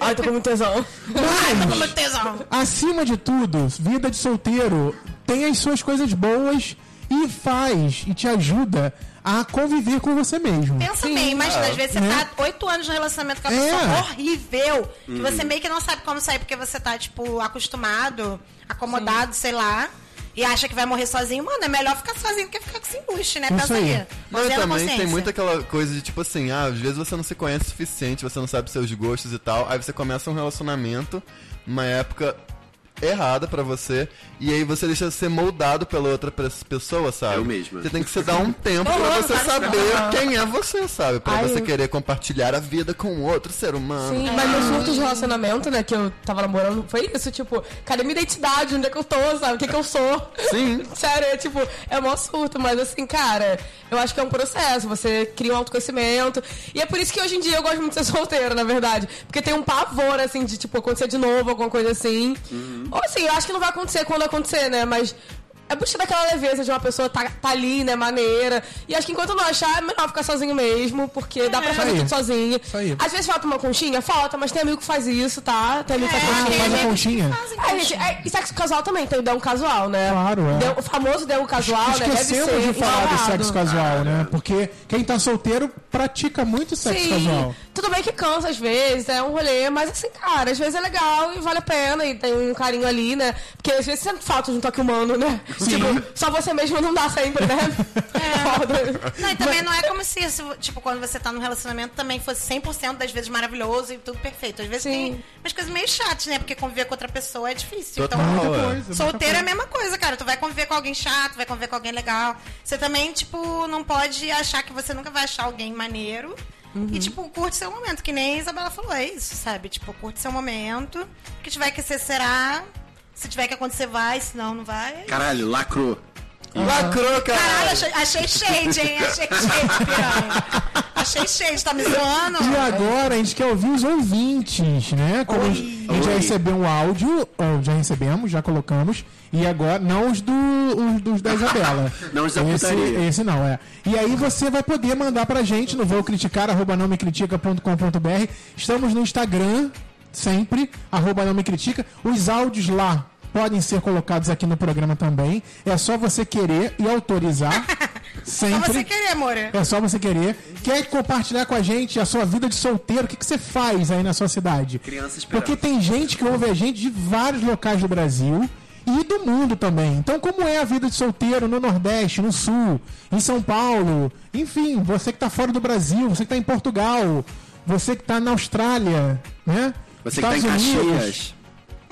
S7: Ai, tô com muito tesão.
S4: Tô com tesão.
S3: Acima de tudo, vida de solteiro tem as suas coisas boas e faz e te ajuda a conviver com você mesmo.
S7: um
S4: Pensa bem, imagina, às vezes você tá oito anos no relacionamento com a
S3: Ah. Né? É. Uhum.
S4: pessoa horrível, que você meio que não sabe como sair, porque você tá, tipo, acostumado, acomodado, sei lá, e acha que vai morrer sozinho. Mano, é melhor ficar sozinho do que ficar sem embuste, né?
S3: Isso
S4: Pensa
S3: aí.
S4: aí.
S6: Não, e
S4: Mãozinha na
S6: também tem
S4: consciência.
S6: muito aquela coisa de tipo assim, ah, às vezes você não se conhece o suficiente, você não sabe seus gostos e tal, aí você começa um relacionamento numa época errada pra você, e aí você deixa ser moldado pela outra pe- pessoa, sabe?
S5: Eu mesmo.
S6: Você tem que se dar um tempo pra você saber quem é você, sabe? Pra
S7: Ai,
S6: você
S7: eu-
S6: querer compartilhar a vida com outro ser humano.
S7: Sim, mas meu surto de relacionamento, né, que eu tava namorando, foi isso, tipo, cadê minha identidade? Onde é que eu tô, sabe? O que que eu sou?
S6: Sim.
S7: Sério, é tipo, é mó surto, mas assim, cara, eu acho que é um processo, você cria um autoconhecimento. E é por isso que hoje em dia eu gosto muito de ser solteira, na verdade. Porque tem um pavor, assim, de, tipo, acontecer de novo, alguma coisa assim. Ou assim, eu acho que não vai acontecer quando acontecer, né, mas... É busca daquela leveza de uma pessoa tá, tá ali, né, maneira. E acho que enquanto não achar, é melhor ficar sozinho mesmo, porque dá pra fazer
S3: aí.
S7: tudo sozinho.
S3: Isso aí.
S7: Às vezes falta uma conchinha? Falta, mas tem amigo que faz isso, tá? Tem amigo que faz
S3: Ah,
S4: tem
S3: Faz
S7: conchinha.
S3: a conchinha.
S4: então.
S7: É, gente, é, e sexo casual também, tem o Dão Casual, né?
S3: Claro, é.
S7: Deu- o famoso Dão Casual, né? Deve
S3: Esquecemos de
S7: ser
S3: falar do
S7: enrolado.
S3: sexo casual, né? Porque quem tá solteiro pratica muito sexo
S7: Sim,
S3: casual.
S7: tudo bem que cansa às vezes, é um rolê, mas assim, cara, às vezes é legal e vale a pena e tem um carinho ali, né? Porque às vezes sempre falta de um toque humano, né? Tipo, só você mesmo não dá sempre, né?
S4: É.
S7: Foda.
S4: Não, e também não é como se isso, tipo, quando você tá num relacionamento também fosse 100% das vezes maravilhoso e tudo perfeito. Às vezes
S7: Sim.
S4: tem umas coisas meio chatas, né? Porque conviver com outra pessoa é difícil.
S6: Total,
S4: então,
S6: é.
S4: solteiro é a mesma coisa, cara. Tu vai conviver com alguém chato, vai conviver com alguém legal. Você também, tipo, não pode achar que você nunca vai achar alguém maneiro. E, tipo, curte seu momento, que nem a Isabela falou, é isso, sabe? Tipo, curte seu momento. O que tiver que ser, será. Se tiver que acontecer, vai. Se não, não vai.
S5: Caralho, lacrou.
S6: Lacrou,
S4: Caralho,
S6: cara!
S4: achei, achei shade, hein? Achei shade, piranha. Achei shade, tá me zoando?
S3: E agora a gente quer ouvir os ouvintes, né? Como a gente a gente já
S5: Oi.
S3: recebeu um áudio, ou já recebemos, já colocamos, e agora não os, do, os dos da Isabela.
S5: Não os da
S3: esse,
S5: putaria.
S3: esse não, é. E aí você vai poder mandar pra gente no vou criticar, arroba não me critica.com.br. Estamos no Instagram, sempre, arroba não me critica. Os áudios lá podem ser colocados aqui no programa também. É só você querer e autorizar.
S4: Só
S3: Sempre.
S4: você querer, amor.
S3: É só você querer. Quer compartilhar com a gente a sua vida de solteiro? O que, que você faz aí na sua cidade?
S5: Criança esperando.
S3: Porque tem gente que ouve a gente de vários locais do Brasil e do mundo também. Então, como é a vida de solteiro no Nordeste, no Sul, em São Paulo? Enfim, você que tá fora do Brasil, você que tá em Portugal, você que tá na Austrália, né?
S5: Você que tá em
S3: Estados Unidos.
S5: Caxias.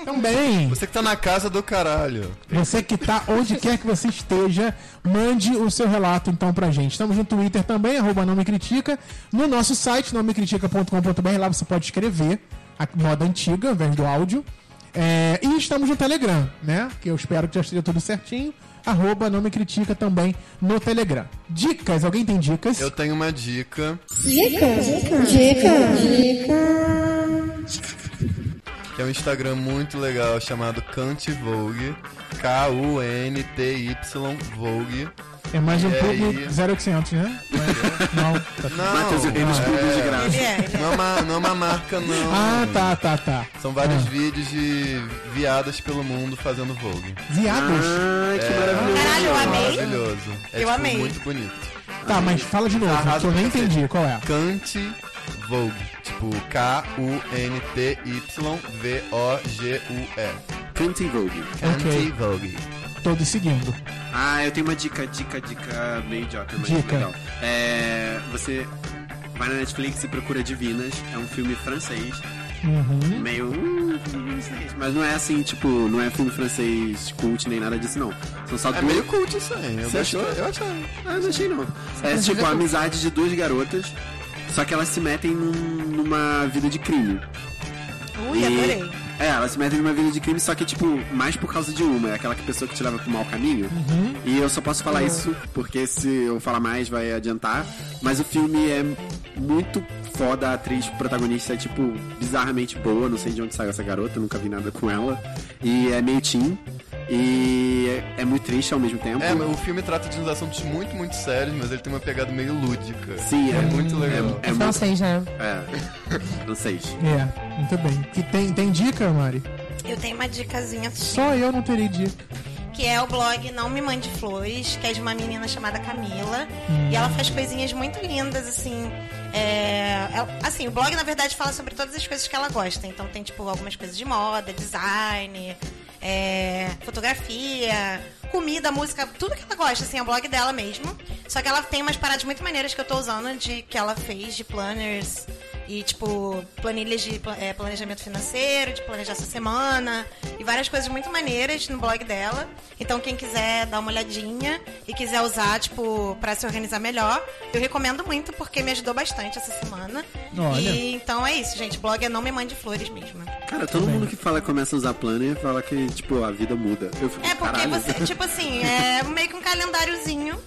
S3: Também.
S6: Você que tá na casa do caralho.
S3: Você que tá onde quer que você esteja, mande o seu relato então pra gente. Estamos no Twitter também, arroba não me critica. No nosso site, não me critica.com.br, lá você pode escrever a moda antiga, ao invés do áudio. É, e estamos no Telegram, né? Que eu espero que já esteja tudo certinho. Arroba não me critica também no Telegram. Dicas, alguém tem dicas?
S6: Eu tenho uma dica. Que é um Instagram muito legal chamado Cante Vogue. K-U-N-T-Y Vogue.
S3: É mais um
S6: E
S3: público
S6: aí?
S3: 0800, né? Não.
S6: Não,
S5: Matheus, eles publicam de graça.
S4: Ele é.
S6: não, é uma, não é uma marca, não.
S3: Ah, tá, tá, tá.
S6: São vários vídeos de viadas pelo mundo fazendo Vogue.
S3: Viados.
S5: Ai, que maravilhoso.
S4: Caralho, eu amei.
S6: Maravilhoso. É,
S4: Eu
S6: tipo,
S4: amei.
S6: muito bonito.
S3: Tá, mas fala de novo,
S6: Arrasa
S3: que eu nem
S6: pra cacete.
S3: entendi qual é.
S6: Cante Vogue. Tipo, K-U-N-T-Y-V-O-G-U-E.
S5: Cante Vogue.
S6: Cante
S3: Ok.
S6: Vogue.
S3: Todos seguindo.
S5: Ah, eu tenho uma dica, dica, dica meio idiota, mas
S3: Dica.
S5: legal. É, você vai na Netflix e procura Divinas. É um filme francês. Meio. uh, francês. Mas não é assim, tipo, não é filme francês cult nem nada disso, não. São só
S6: É
S5: duas.
S6: meio cult isso aí. Eu
S5: Você
S6: achei.
S5: achou?
S6: Eu achei.
S5: Ah, eu não achei não. É tipo a amizade de duas garotas, só que elas se metem num- numa vida de crime.
S4: Ui, adorei.
S5: É, elas se metem numa vida de crime, só que, tipo, mais por causa de uma. É aquela que- pessoa que te leva pro mau caminho. E eu só posso falar isso, porque se eu falar mais vai adiantar. Mas o filme é muito foda, a atriz protagonista é, tipo, bizarramente boa. Não sei de onde saiu essa garota, nunca vi nada com ela. E é meio teen. E é, é muito triste ao mesmo tempo.
S6: É, mas o filme trata de uns assuntos muito, muito sérios, mas ele tem uma pegada meio lúdica.
S5: Sim, é,
S6: É muito legal.
S5: É, é muito
S7: Francês, né?
S5: É, francês.
S3: É, muito bem. Que tem, tem dica, Mari?
S4: Eu tenho uma dicasinha
S3: Só eu não terei dica.
S4: que é o blog Não Me Mande Flores, que é de uma menina chamada Camila. E ela faz coisinhas muito lindas, assim. é, ela- assim, o blog, na verdade, fala sobre todas as coisas que ela gosta. Então tem, tipo, algumas coisas de moda, design, é, fotografia, comida, música, tudo que ela gosta, assim, é o blog dela mesmo. Só que ela tem umas paradas muito maneiras que eu tô usando de que ela fez de planners e, tipo, planilhas de pla- eh, planejamento financeiro, de planejar essa semana, e várias coisas muito maneiras no blog dela. Então, quem quiser dar uma olhadinha e quiser usar, tipo, pra se organizar melhor, eu recomendo muito, porque me ajudou bastante essa semana.
S3: Olha.
S4: E então é isso, gente. Blog é não me mande flores mesmo.
S5: Cara, todo mundo que fala que começa a usar planner fala que, tipo, a vida muda. Eu fico,
S4: É porque
S5: caralho.
S4: você, tipo assim, é meio que um calendáriozinho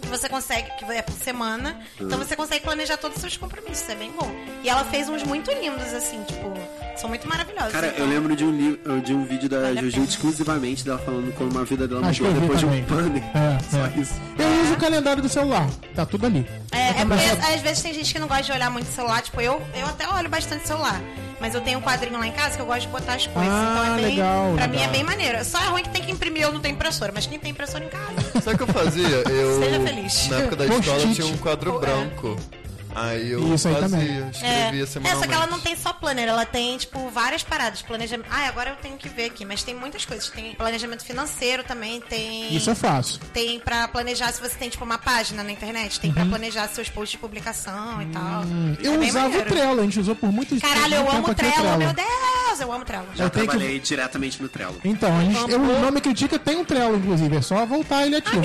S4: que você consegue, que é por semana, então você consegue planejar todos os seus compromissos, isso é bem bom. E ela fez uns muito lindos, assim, tipo, são muito maravilhosos.
S5: Cara,
S4: então.
S5: eu lembro de um, livro, de um vídeo da
S4: Vale a
S5: Juju
S4: pena.
S5: exclusivamente dela falando como a vida dela
S3: Acho que eu
S5: mudou
S3: vi
S5: depois de
S3: também.
S5: um planner.
S3: Ah, É,
S5: Só
S3: é.
S5: isso.
S3: Eu uso o calendário do celular. Tá tudo ali.
S4: É, é porque às vezes tem gente que não gosta de olhar muito o celular, tipo, eu, eu até olho bastante o celular. Mas eu tenho um quadrinho lá em casa que eu gosto de botar as coisas.
S3: Ah,
S4: então é bem.
S3: legal,
S4: pra mim é
S3: legal.
S4: bem maneiro. Só é ruim que tem que imprimir, eu não tenho impressora, mas quem tem
S3: É.
S4: impressora em casa.
S6: Sabe o que eu fazia? Eu,
S4: Seja feliz.
S6: Na época da
S3: Post-it.
S6: escola tinha um quadro
S4: Ou- é.
S6: branco.
S11: Aí eu
S3: Isso aí
S11: fazia,
S3: também.
S11: escrevia
S4: É, só
S11: semanalmente.
S4: que ela não tem só planner, ela tem, tipo, várias paradas. Planejamento. Ah, agora eu tenho que ver aqui, mas tem muitas coisas. Tem planejamento financeiro também, tem.
S3: Isso é eu faço.
S4: Tem pra planejar se você tem, tipo, uma página na internet, tem pra planejar seus posts de publicação e tal.
S3: Uhum. Hum, Eu
S4: É bem
S3: usava o
S4: maneiro.
S3: Trello, a gente usou por muito
S4: Caralho,
S3: muito
S4: eu
S3: tempo
S4: amo
S3: aqui o
S4: Trello, meu Deus, eu amo Trello.
S5: Já
S3: Eu tenho que-
S5: trabalhei diretamente no Trello.
S3: Então, a gente, eu, não me critica, tem um Trello, inclusive. É só voltar ele ativo.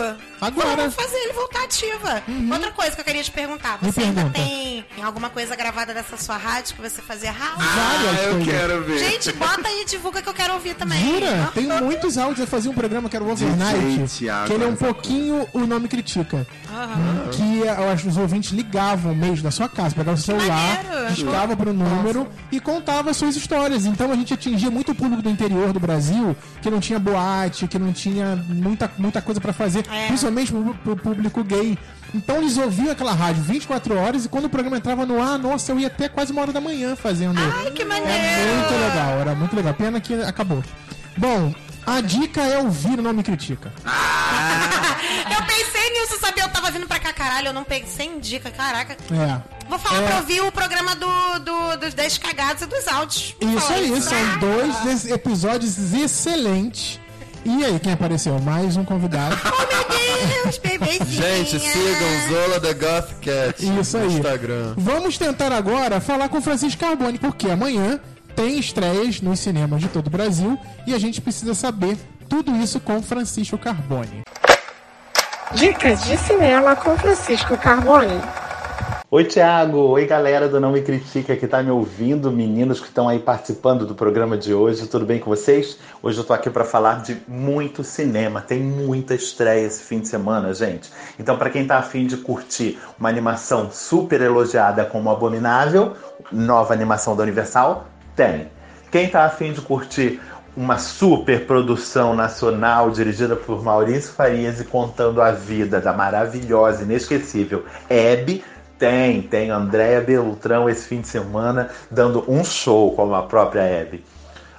S4: Amigo,
S3: Agora.
S4: vamos fazer ele voltar ativa. Outra coisa que eu queria te perguntar,
S3: Uhum. Me
S4: você ainda
S3: pergunta.
S4: tem alguma coisa gravada dessa sua rádio que você fazia rádio?
S3: Várias
S5: Ah, eu
S3: coisas.
S5: quero ver.
S4: Gente, bota aí e divulga que eu quero ouvir também.
S3: Jura?
S4: Ah,
S3: Tem muitos áudios. Eu fazia um programa que era o Overnight.
S5: DJ Thiago,
S3: que ele é um
S5: essa
S3: pouquinho o nome critica. Que eu acho que os ouvintes ligavam mesmo da sua casa, pegavam o celular,
S4: maneiro.
S3: discavam pro número e contava suas histórias. Então a gente atingia muito o público do interior do Brasil, que não tinha boate, que não tinha muita, muita coisa pra fazer,
S4: É.
S3: principalmente pro, pro público gay. Então eles ouviam aquela rádio 24 horas e quando o programa entrava no ar, nossa, eu ia até quase uma hora da manhã fazendo.
S4: Ai, que
S3: Era muito
S4: maneiro.
S3: legal, era muito legal. Pena que acabou. Bom, a dica é ouvir o Não Me Critica.
S4: Eu pensei nisso, sabia? Eu tava vindo pra cá, caralho, eu não pensei em dica, caraca.
S3: É.
S4: Vou falar
S3: É.
S4: pra ouvir o programa do, do, dos 10 cagados e dos áudios. Vou
S3: Isso
S4: falar
S3: aí, são dois des- episódios excelentes. E aí, quem apareceu? Mais um convidado.
S4: Oh, meu Deus, bebezinha.
S11: Gente, sigam Zola the Goth Cat
S3: Isso aí.
S11: no Instagram.
S3: Vamos tentar agora falar com o Francisco Carbone, porque amanhã tem estreias nos cinemas de todo o Brasil e a gente precisa saber tudo isso com o Francisco Carbone.
S12: Dicas de cinema com Francisco Carboni.
S6: Oi, Thiago. Oi, galera do Não Me Critica que tá me ouvindo, meninos que estão aí participando do programa de hoje. Tudo bem com vocês? Hoje eu tô aqui para falar de muito cinema. Tem muita estreia esse fim de semana, gente. Então, para quem tá afim de curtir uma animação super elogiada como Abominável, nova animação da Universal, tem. Quem tá afim de curtir uma super produção nacional dirigida por Maurício Farias e contando a vida da maravilhosa, inesquecível Hebe, tem, tem Andréia Beltrão esse fim de semana dando um show como a própria Hebe.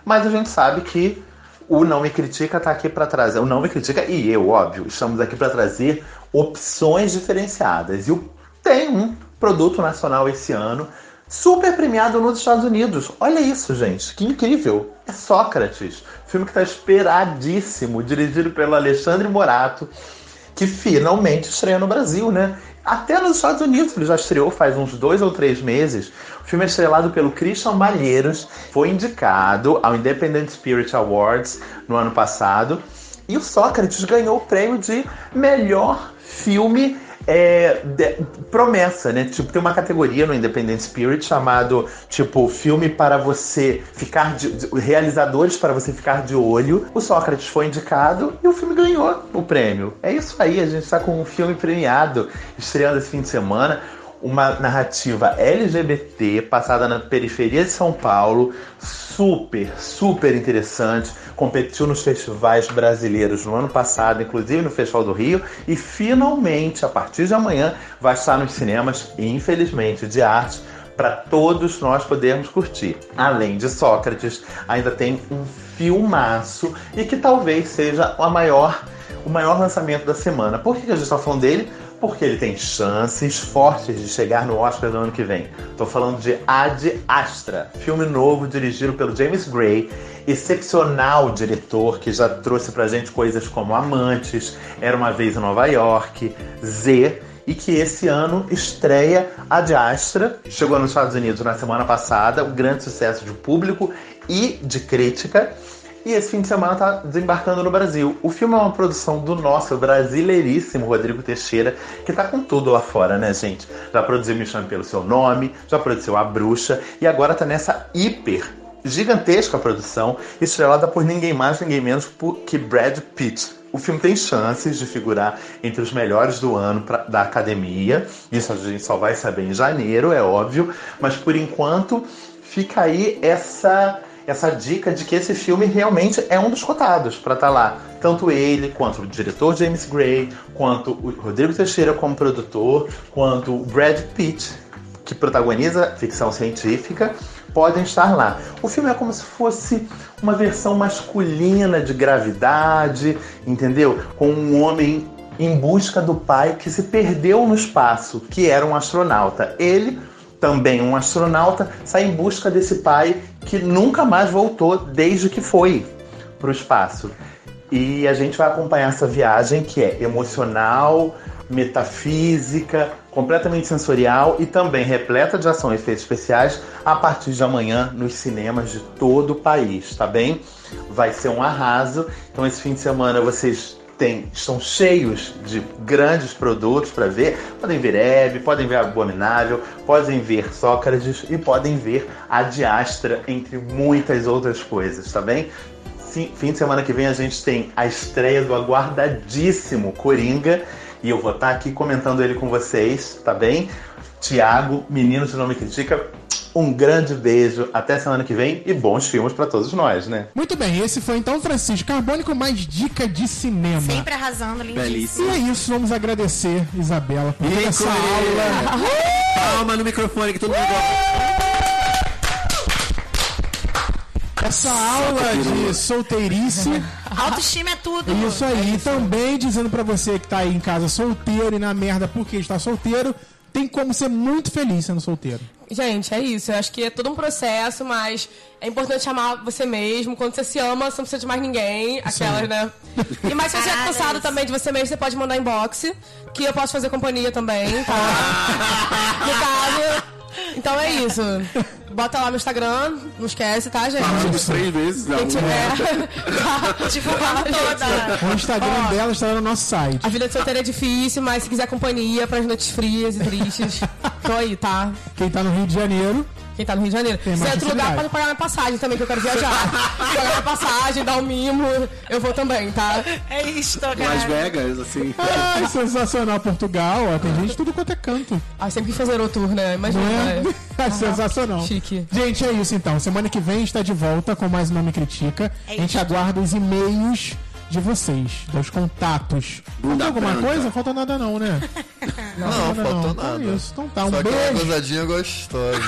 S6: Mas a gente sabe que o Não Me Critica tá aqui para trazer. O Não Me Critica e eu, óbvio, estamos aqui para trazer opções diferenciadas. E o- tem um produto nacional esse ano super premiado nos Estados Unidos. Olha isso, gente, que incrível! É Sócrates, filme que está esperadíssimo, dirigido pelo Alexandre Morato, que finalmente estreia no Brasil, né? Até nos Estados Unidos ele já estreou faz uns dois ou três meses. O filme é estrelado pelo Christian Malheiros, foi indicado ao Independent Spirit Awards no ano passado e o Sócrates ganhou o prêmio de melhor filme é, de- promessa, né? Tipo, tem uma categoria no Independent Spirit chamado tipo filme para você ficar de, de- realizadores para você ficar de olho. O Sócrates foi indicado e o filme ganhou o prêmio. É isso aí, a gente tá com um filme premiado estreando esse fim de semana. Uma narrativa LGBT passada na periferia de São Paulo, super, super interessante. Competiu nos festivais brasileiros no ano passado, inclusive no Festival do Rio, e finalmente, a partir de amanhã, vai estar nos cinemas, infelizmente, de arte, para todos nós podermos curtir. Além de Sócrates, ainda tem um filmaço e que talvez seja a maior, o maior lançamento da semana. Por que que a gente está falando dele? Porque ele tem chances fortes de chegar no Oscar do ano que vem. Tô falando de Ad Astra, filme novo dirigido pelo James Gray, excepcional diretor que já trouxe pra gente coisas como Amantes, Era uma Vez em Nova York, Z, e que esse ano estreia Ad Astra. Chegou nos Estados Unidos na semana passada, um grande sucesso de público e de crítica. E esse fim de semana tá desembarcando no Brasil. O filme é uma produção do nosso brasileiríssimo Rodrigo Teixeira, que tá com tudo lá fora, né, gente? Já produziu Me Chame Pelo Seu Nome, já produziu A Bruxa, e agora tá nessa hiper gigantesca produção, estrelada por ninguém mais, ninguém menos por- que Brad Pitt. O filme tem chances de figurar entre os melhores do ano pra- da academia. Isso a gente só vai saber em janeiro, é óbvio. Mas por enquanto, fica aí essa essa dica de que esse filme realmente é um dos cotados para estar lá. Tanto ele, quanto o diretor James Gray, quanto o Rodrigo Teixeira como produtor, quanto o Brad Pitt, que protagoniza ficção científica, podem estar lá. O filme é como se fosse uma versão masculina de gravidade, entendeu? Com um homem
S13: em busca do pai que se perdeu no espaço, que era um astronauta. Ele, também um astronauta, sai em busca desse pai que nunca mais voltou desde que foi para o espaço. E a gente vai acompanhar essa viagem que é emocional, metafísica, completamente sensorial e também repleta de ação e efeitos especiais a partir de amanhã nos cinemas de todo o país, tá bem? Vai ser um arraso. Então esse fim de semana vocês têm, estão cheios de grandes produtos para ver. Podem ver Hebe, podem ver Abominável, podem ver Sócrates e podem ver A Diastra, entre muitas outras coisas, tá bem? Sim, fim de semana que vem a gente tem a estreia do aguardadíssimo Coringa e eu vou estar aqui comentando ele com vocês, tá bem? Tiago, menino de nome critica, um grande beijo, até semana que vem e bons filmes para todos nós, né?
S3: Muito bem, esse foi então Francisco Carbone com mais dica de cinema.
S4: Sempre arrasando, lindíssimo.
S3: E é isso, vamos agradecer Isabela por toda essa aula.
S5: Palma no microfone que todo mundo
S3: Essa aula de solteirice.
S4: Autoestima é tudo.
S3: Isso aí. E também dizendo pra você que tá aí em casa solteiro e na merda porque está solteiro, tem como ser muito feliz sendo solteiro.
S7: Gente, é isso. Eu acho que é todo um processo, mas é importante amar você mesmo. Quando você se ama, você não precisa de mais ninguém. Aquelas,
S3: aí.
S7: né? E mais se você é
S4: Caralho,
S7: cansado também de você mesmo, você pode mandar inbox, que eu posso fazer companhia também, tá? no caso. Então é isso. Bota lá no Instagram, não esquece, tá, gente? Tá.
S5: Falamos três vezes, não.
S7: Quem
S4: É,
S7: tiver.
S4: Divulgamos toda.
S3: O Instagram
S7: Ó.
S3: dela está lá no nosso site.
S7: A vida de solteira é difícil, mas se quiser companhia pras noites frias e tristes, tô aí, tá?
S3: Quem tá no Rio de Janeiro,
S7: Quem tá no Rio de Janeiro.
S3: Tem
S7: Se
S3: mais
S7: é outro lugar,
S3: facilidade.
S7: pode pagar minha passagem também, que eu quero viajar. pagar minha passagem, dar um mimo, eu vou também, tá?
S4: É isto,
S5: Las
S4: cara.
S5: Vegas, assim.
S3: Ai, sensacional Portugal, ó, tem gente de tudo quanto é canto.
S7: Ah, sempre quis fazer o tour, né? Imagina.
S3: Né?
S7: né?
S3: sensacional.
S7: Chique.
S3: Gente, é isso então. Semana que vem a gente está de volta com mais um Nome Critica. a gente
S4: isso.
S3: aguarda os e-mails de vocês, dos contatos. Faltou
S5: Bunda
S3: alguma
S5: branca.
S3: coisa? Falta nada não, né?
S6: Não,
S3: Então
S6: faltou
S3: é
S6: nada.
S3: isso. Então tá, um
S6: Só que é uma
S3: beijo.
S6: gozadinha gostosa.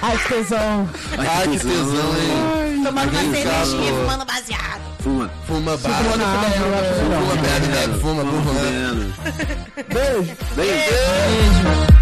S7: Ai, que tesão.
S6: Ai, que tesão, hein?
S4: Tomando uma
S6: Ai,
S4: cervejinha,
S6: cara.
S4: fumando baseado.
S5: Fuma.
S6: Fuma barra. né?
S3: Fala na árvore, eu acho que Ah, não.
S6: Fuma, bebe, bebe, fuma, fuma.
S5: Veneno.
S3: Beijo.
S5: Beijo.
S7: Beijo.